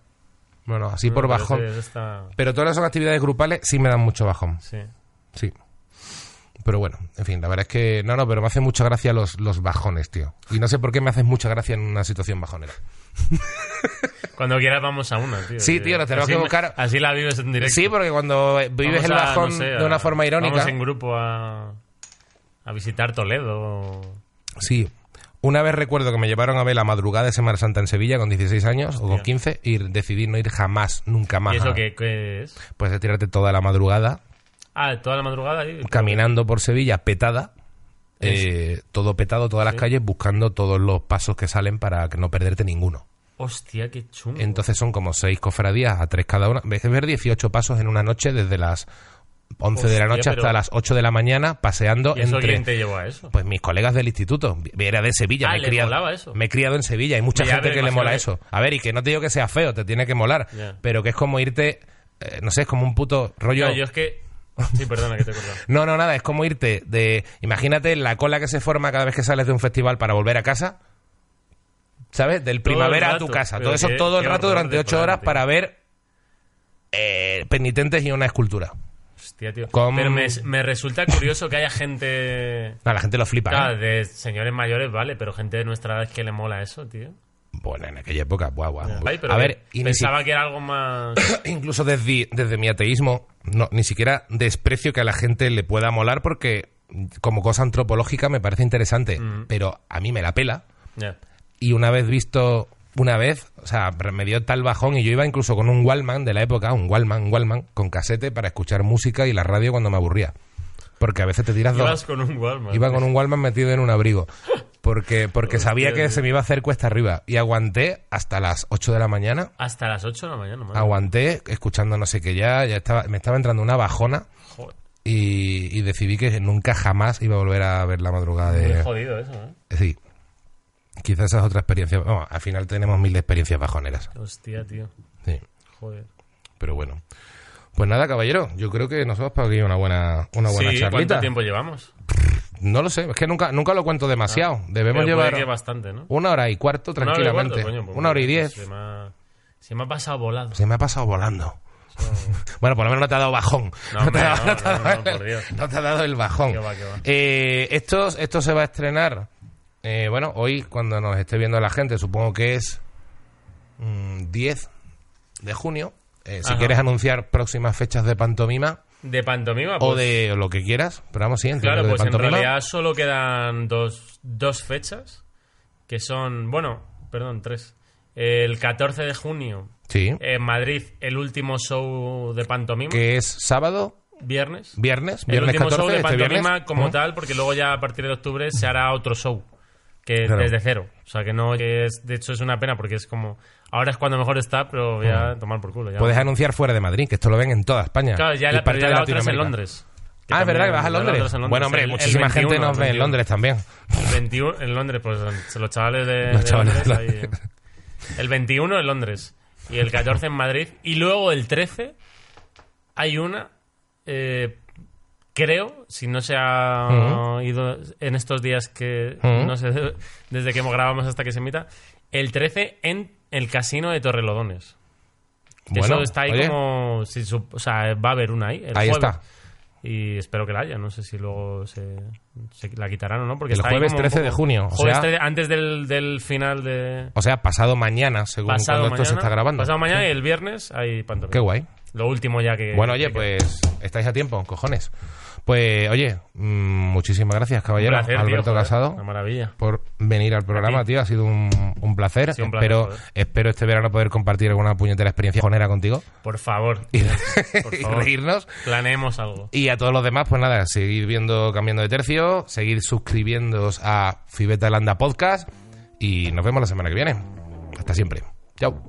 Speaker 1: Bueno, así por
Speaker 2: Me parece
Speaker 1: bajón.
Speaker 2: que está-
Speaker 1: Pero todas las son actividades grupales sí me dan mucho bajón.
Speaker 2: Sí.
Speaker 1: Sí. Pero bueno, en fin, la verdad es que. No, no, pero me hacen mucha gracia los, los bajones, tío. Y no sé por qué me haces mucha gracia en una situación bajonera.
Speaker 2: Cuando quieras vamos a una, tío.
Speaker 1: Sí, tío, nos tenemos
Speaker 2: Así
Speaker 1: que
Speaker 2: me-
Speaker 1: buscar-
Speaker 2: Así la vives en directo.
Speaker 1: Sí, porque cuando eh, vives
Speaker 2: Vamos
Speaker 1: el
Speaker 2: a, no
Speaker 1: bajón
Speaker 2: sé,
Speaker 1: de
Speaker 2: a-
Speaker 1: una forma irónica.
Speaker 2: Vamos en grupo a, a visitar Toledo. o-
Speaker 1: Sí. Una vez recuerdo que me llevaron a ver la madrugada de Semana Santa en Sevilla con 16 años o con 15 y decidí no ir jamás, nunca más.
Speaker 2: ¿Y eso
Speaker 1: a-
Speaker 2: qué, qué es?
Speaker 1: Pues de tirarte toda la madrugada
Speaker 2: Ah, toda la madrugada ahí.
Speaker 1: caminando por Sevilla petada, eh, todo petado, todas las calles, buscando todos los pasos que salen para que no perderte ninguno.
Speaker 2: Hostia, qué chungo.
Speaker 1: Entonces son como seis cofradías a tres cada una. Ves ver 18 pasos en una noche desde las 11 de la
Speaker 2: Hostia,
Speaker 1: noche hasta
Speaker 2: pero-
Speaker 1: las 8 de la mañana paseando
Speaker 2: ¿Y eso
Speaker 1: entre
Speaker 2: quién te llevó a eso?
Speaker 1: pues mis colegas del instituto. Era de Sevilla,
Speaker 2: Ah,
Speaker 1: me, he
Speaker 2: ¿le
Speaker 1: criado,
Speaker 2: molaba eso?
Speaker 1: me he criado en Sevilla. Hay mucha
Speaker 2: Ya,
Speaker 1: gente
Speaker 2: pero
Speaker 1: que le mola
Speaker 2: imagínate.
Speaker 1: eso. A ver, y que no te digo que sea feo, te tiene que molar,
Speaker 2: Ya.
Speaker 1: pero que es como irte, eh, no sé, es como un puto rollo...
Speaker 2: Yo, yo es que... Sí, perdona que te he cortado.
Speaker 1: No, no, nada, es como irte de. Imagínate la cola que se forma cada vez que sales de un festival para volver a casa. ¿Sabes? Del
Speaker 2: Todo el
Speaker 1: primavera
Speaker 2: rato,
Speaker 1: a tu casa.
Speaker 2: pero
Speaker 1: Todo eso
Speaker 2: qué-
Speaker 1: todo el
Speaker 2: qué
Speaker 1: rato
Speaker 2: horror
Speaker 1: durante
Speaker 2: de
Speaker 1: ocho
Speaker 2: plan,
Speaker 1: horas
Speaker 2: tío.
Speaker 1: para ver eh, penitentes y una escultura.
Speaker 2: Hostia, tío.
Speaker 1: Con-
Speaker 2: Pero me, me resulta curioso que haya gente...
Speaker 1: A la gente lo flipa.
Speaker 2: Claro,
Speaker 1: ¿eh?
Speaker 2: de señores mayores, vale, pero gente de nuestra edad es que le mola eso, tío.
Speaker 1: Bueno, en aquella época, guau, guau.
Speaker 2: Ay, pero eh,
Speaker 1: a ver, y ni
Speaker 2: pensaba que era algo más...
Speaker 1: incluso desde, desde mi ateísmo, no, ni siquiera desprecio que a la gente le pueda molar porque como cosa antropológica me parece interesante, pero a mí me la pela.
Speaker 2: Ya.
Speaker 1: y una vez visto una vez, o sea, me dio tal bajón y yo iba incluso con un Wallman de la época, un Wallman, un Wallman con casete para escuchar música y la radio cuando me aburría. Porque a veces te tiras
Speaker 2: Ibas
Speaker 1: dos.
Speaker 2: con un Walmart.
Speaker 1: Iba con un Wallman metido en un abrigo. Porque, porque sabía que se me iba a hacer cuesta arriba. Y aguanté hasta las 8 de la mañana.
Speaker 2: Hasta las 8 de la mañana,
Speaker 1: Ah,
Speaker 2: madre.
Speaker 1: Aguanté escuchando no sé qué ya. ya estaba, me estaba entrando una bajona.
Speaker 2: Joder,
Speaker 1: Y, y decidí que nunca jamás iba a volver a ver la madrugada de.
Speaker 2: muy jodido eso, ¿eh?
Speaker 1: Sí. Quizás esa es otra experiencia. Vamos, al final tenemos mil experiencias bajoneras.
Speaker 2: Hostia, tío.
Speaker 1: Sí.
Speaker 2: Joder.
Speaker 1: Pero bueno. Pues nada, caballero. Yo creo que nos hemos pasado aquí una buena, una buena
Speaker 2: sí,
Speaker 1: charlita.
Speaker 2: ¿cuánto tiempo llevamos?
Speaker 1: No lo sé. Es que nunca, nunca lo cuento demasiado. Debemos
Speaker 2: Ah. Pero puede
Speaker 1: llevar
Speaker 2: que bastante, ¿no?
Speaker 1: una hora y cuarto
Speaker 2: Una hora y cuarto,
Speaker 1: tranquilamente. Una hora y,
Speaker 2: coño, pues,
Speaker 1: diez.
Speaker 2: Se me, ha, se me ha pasado volado.
Speaker 1: Pues Se me ha pasado volando. Bueno, por lo menos no te ha dado bajón.
Speaker 2: No, hombre,
Speaker 1: te ha dado- no
Speaker 2: no,
Speaker 1: te ha
Speaker 2: no,
Speaker 1: dado
Speaker 2: no,
Speaker 1: el-
Speaker 2: por Dios.
Speaker 1: no te ha dado el bajón.
Speaker 2: Qué va, qué va.
Speaker 1: Eh, esto, esto se va a estrenar, eh, bueno, hoy cuando nos esté viendo la gente, supongo que es mm, 10 de junio. Eh, si
Speaker 2: Ajá.
Speaker 1: quieres anunciar próximas fechas de pantomima
Speaker 2: De pantomima, pues.
Speaker 1: o de lo que quieras, pero vamos, sí, entiendo
Speaker 2: claro,
Speaker 1: que de
Speaker 2: pues en
Speaker 1: pantomima.
Speaker 2: realidad solo quedan dos, dos fechas. Que son. Bueno, perdón, tres. El 14 de junio
Speaker 1: sí,
Speaker 2: en Madrid, el último show de pantomima.
Speaker 1: que es sábado,
Speaker 2: Viernes.
Speaker 1: viernes,
Speaker 2: el
Speaker 1: viernes
Speaker 2: último
Speaker 1: 14,
Speaker 2: show de
Speaker 1: este
Speaker 2: pantomima
Speaker 1: viernes.
Speaker 2: como
Speaker 1: ¿no?
Speaker 2: tal, porque luego ya a partir de octubre se hará otro show que
Speaker 1: Claro.
Speaker 2: desde cero. O sea que no es, de hecho es una pena porque es como ahora es cuando mejor está, pero ya tomar por culo. Ya.
Speaker 1: Puedes anunciar fuera de Madrid, que esto lo ven en toda España.
Speaker 2: claro, ya
Speaker 1: y
Speaker 2: la,
Speaker 1: parte
Speaker 2: pero ya
Speaker 1: de
Speaker 2: la otra es en
Speaker 1: Latinoamérica.
Speaker 2: Londres. que
Speaker 1: Ah, es
Speaker 2: también-
Speaker 1: verdad que vas a
Speaker 2: ya la otra
Speaker 1: Londres.
Speaker 2: es en
Speaker 1: Bueno, hombre,
Speaker 2: El- el
Speaker 1: muchísima
Speaker 2: 21,
Speaker 1: gente nos
Speaker 2: el
Speaker 1: ve en
Speaker 2: 21.
Speaker 1: Londres también.
Speaker 2: El 21 en Londres, pues se- los chavales de,
Speaker 1: Los
Speaker 2: de
Speaker 1: chavales
Speaker 2: Londres
Speaker 1: de la-
Speaker 2: ahí. El 21 en Londres y el 14 en Madrid. Y luego el 13 hay una, eh, creo, si no se ha ido en estos días que,
Speaker 1: Ujú.
Speaker 2: no sé, desde que grabamos hasta que se emita, el 13 en el casino de Torrelodones. Que
Speaker 1: Bueno,
Speaker 2: Eso está ahí
Speaker 1: oye.
Speaker 2: como... si su- o sea, va a haber una ahí. el
Speaker 1: Ahí
Speaker 2: jueves.
Speaker 1: está.
Speaker 2: Y espero que la haya. No sé si luego se, se la quitarán o no. Porque
Speaker 1: El
Speaker 2: está ahí
Speaker 1: jueves
Speaker 2: como un
Speaker 1: 13 de
Speaker 2: poco-
Speaker 1: junio, o
Speaker 2: Jueves
Speaker 1: sea-
Speaker 2: 13, antes del, del final de.
Speaker 1: O sea, pasado mañana, según
Speaker 2: Pasado
Speaker 1: cuando
Speaker 2: mañana.
Speaker 1: esto se está grabando.
Speaker 2: Pasado mañana y el viernes hay pantomima.
Speaker 1: Qué guay.
Speaker 2: Lo último ya que.
Speaker 1: Bueno, oye,
Speaker 2: que-
Speaker 1: pues estáis a tiempo, cojones. Pues, oye, mm, muchísimas gracias,
Speaker 2: Un
Speaker 1: caballero
Speaker 2: placer, tío,
Speaker 1: Alberto
Speaker 2: joder,
Speaker 1: Casado,
Speaker 2: Una maravilla.
Speaker 1: por venir al programa,
Speaker 2: Aquí.
Speaker 1: tío. Ha sido un, un placer.
Speaker 2: sido un placer,
Speaker 1: espero,
Speaker 2: joder.
Speaker 1: espero este verano poder compartir alguna puñetera experiencia jonera contigo
Speaker 2: Por favor.
Speaker 1: y,
Speaker 2: Por
Speaker 1: y
Speaker 2: favor.
Speaker 1: reírnos.
Speaker 2: Planeemos algo.
Speaker 1: Y a todos los demás, pues nada, seguid viendo Cambiando de Tercio, seguid suscribiéndoos a Fibeta Landa Podcast y nos vemos la semana que viene. Hasta siempre. Chao.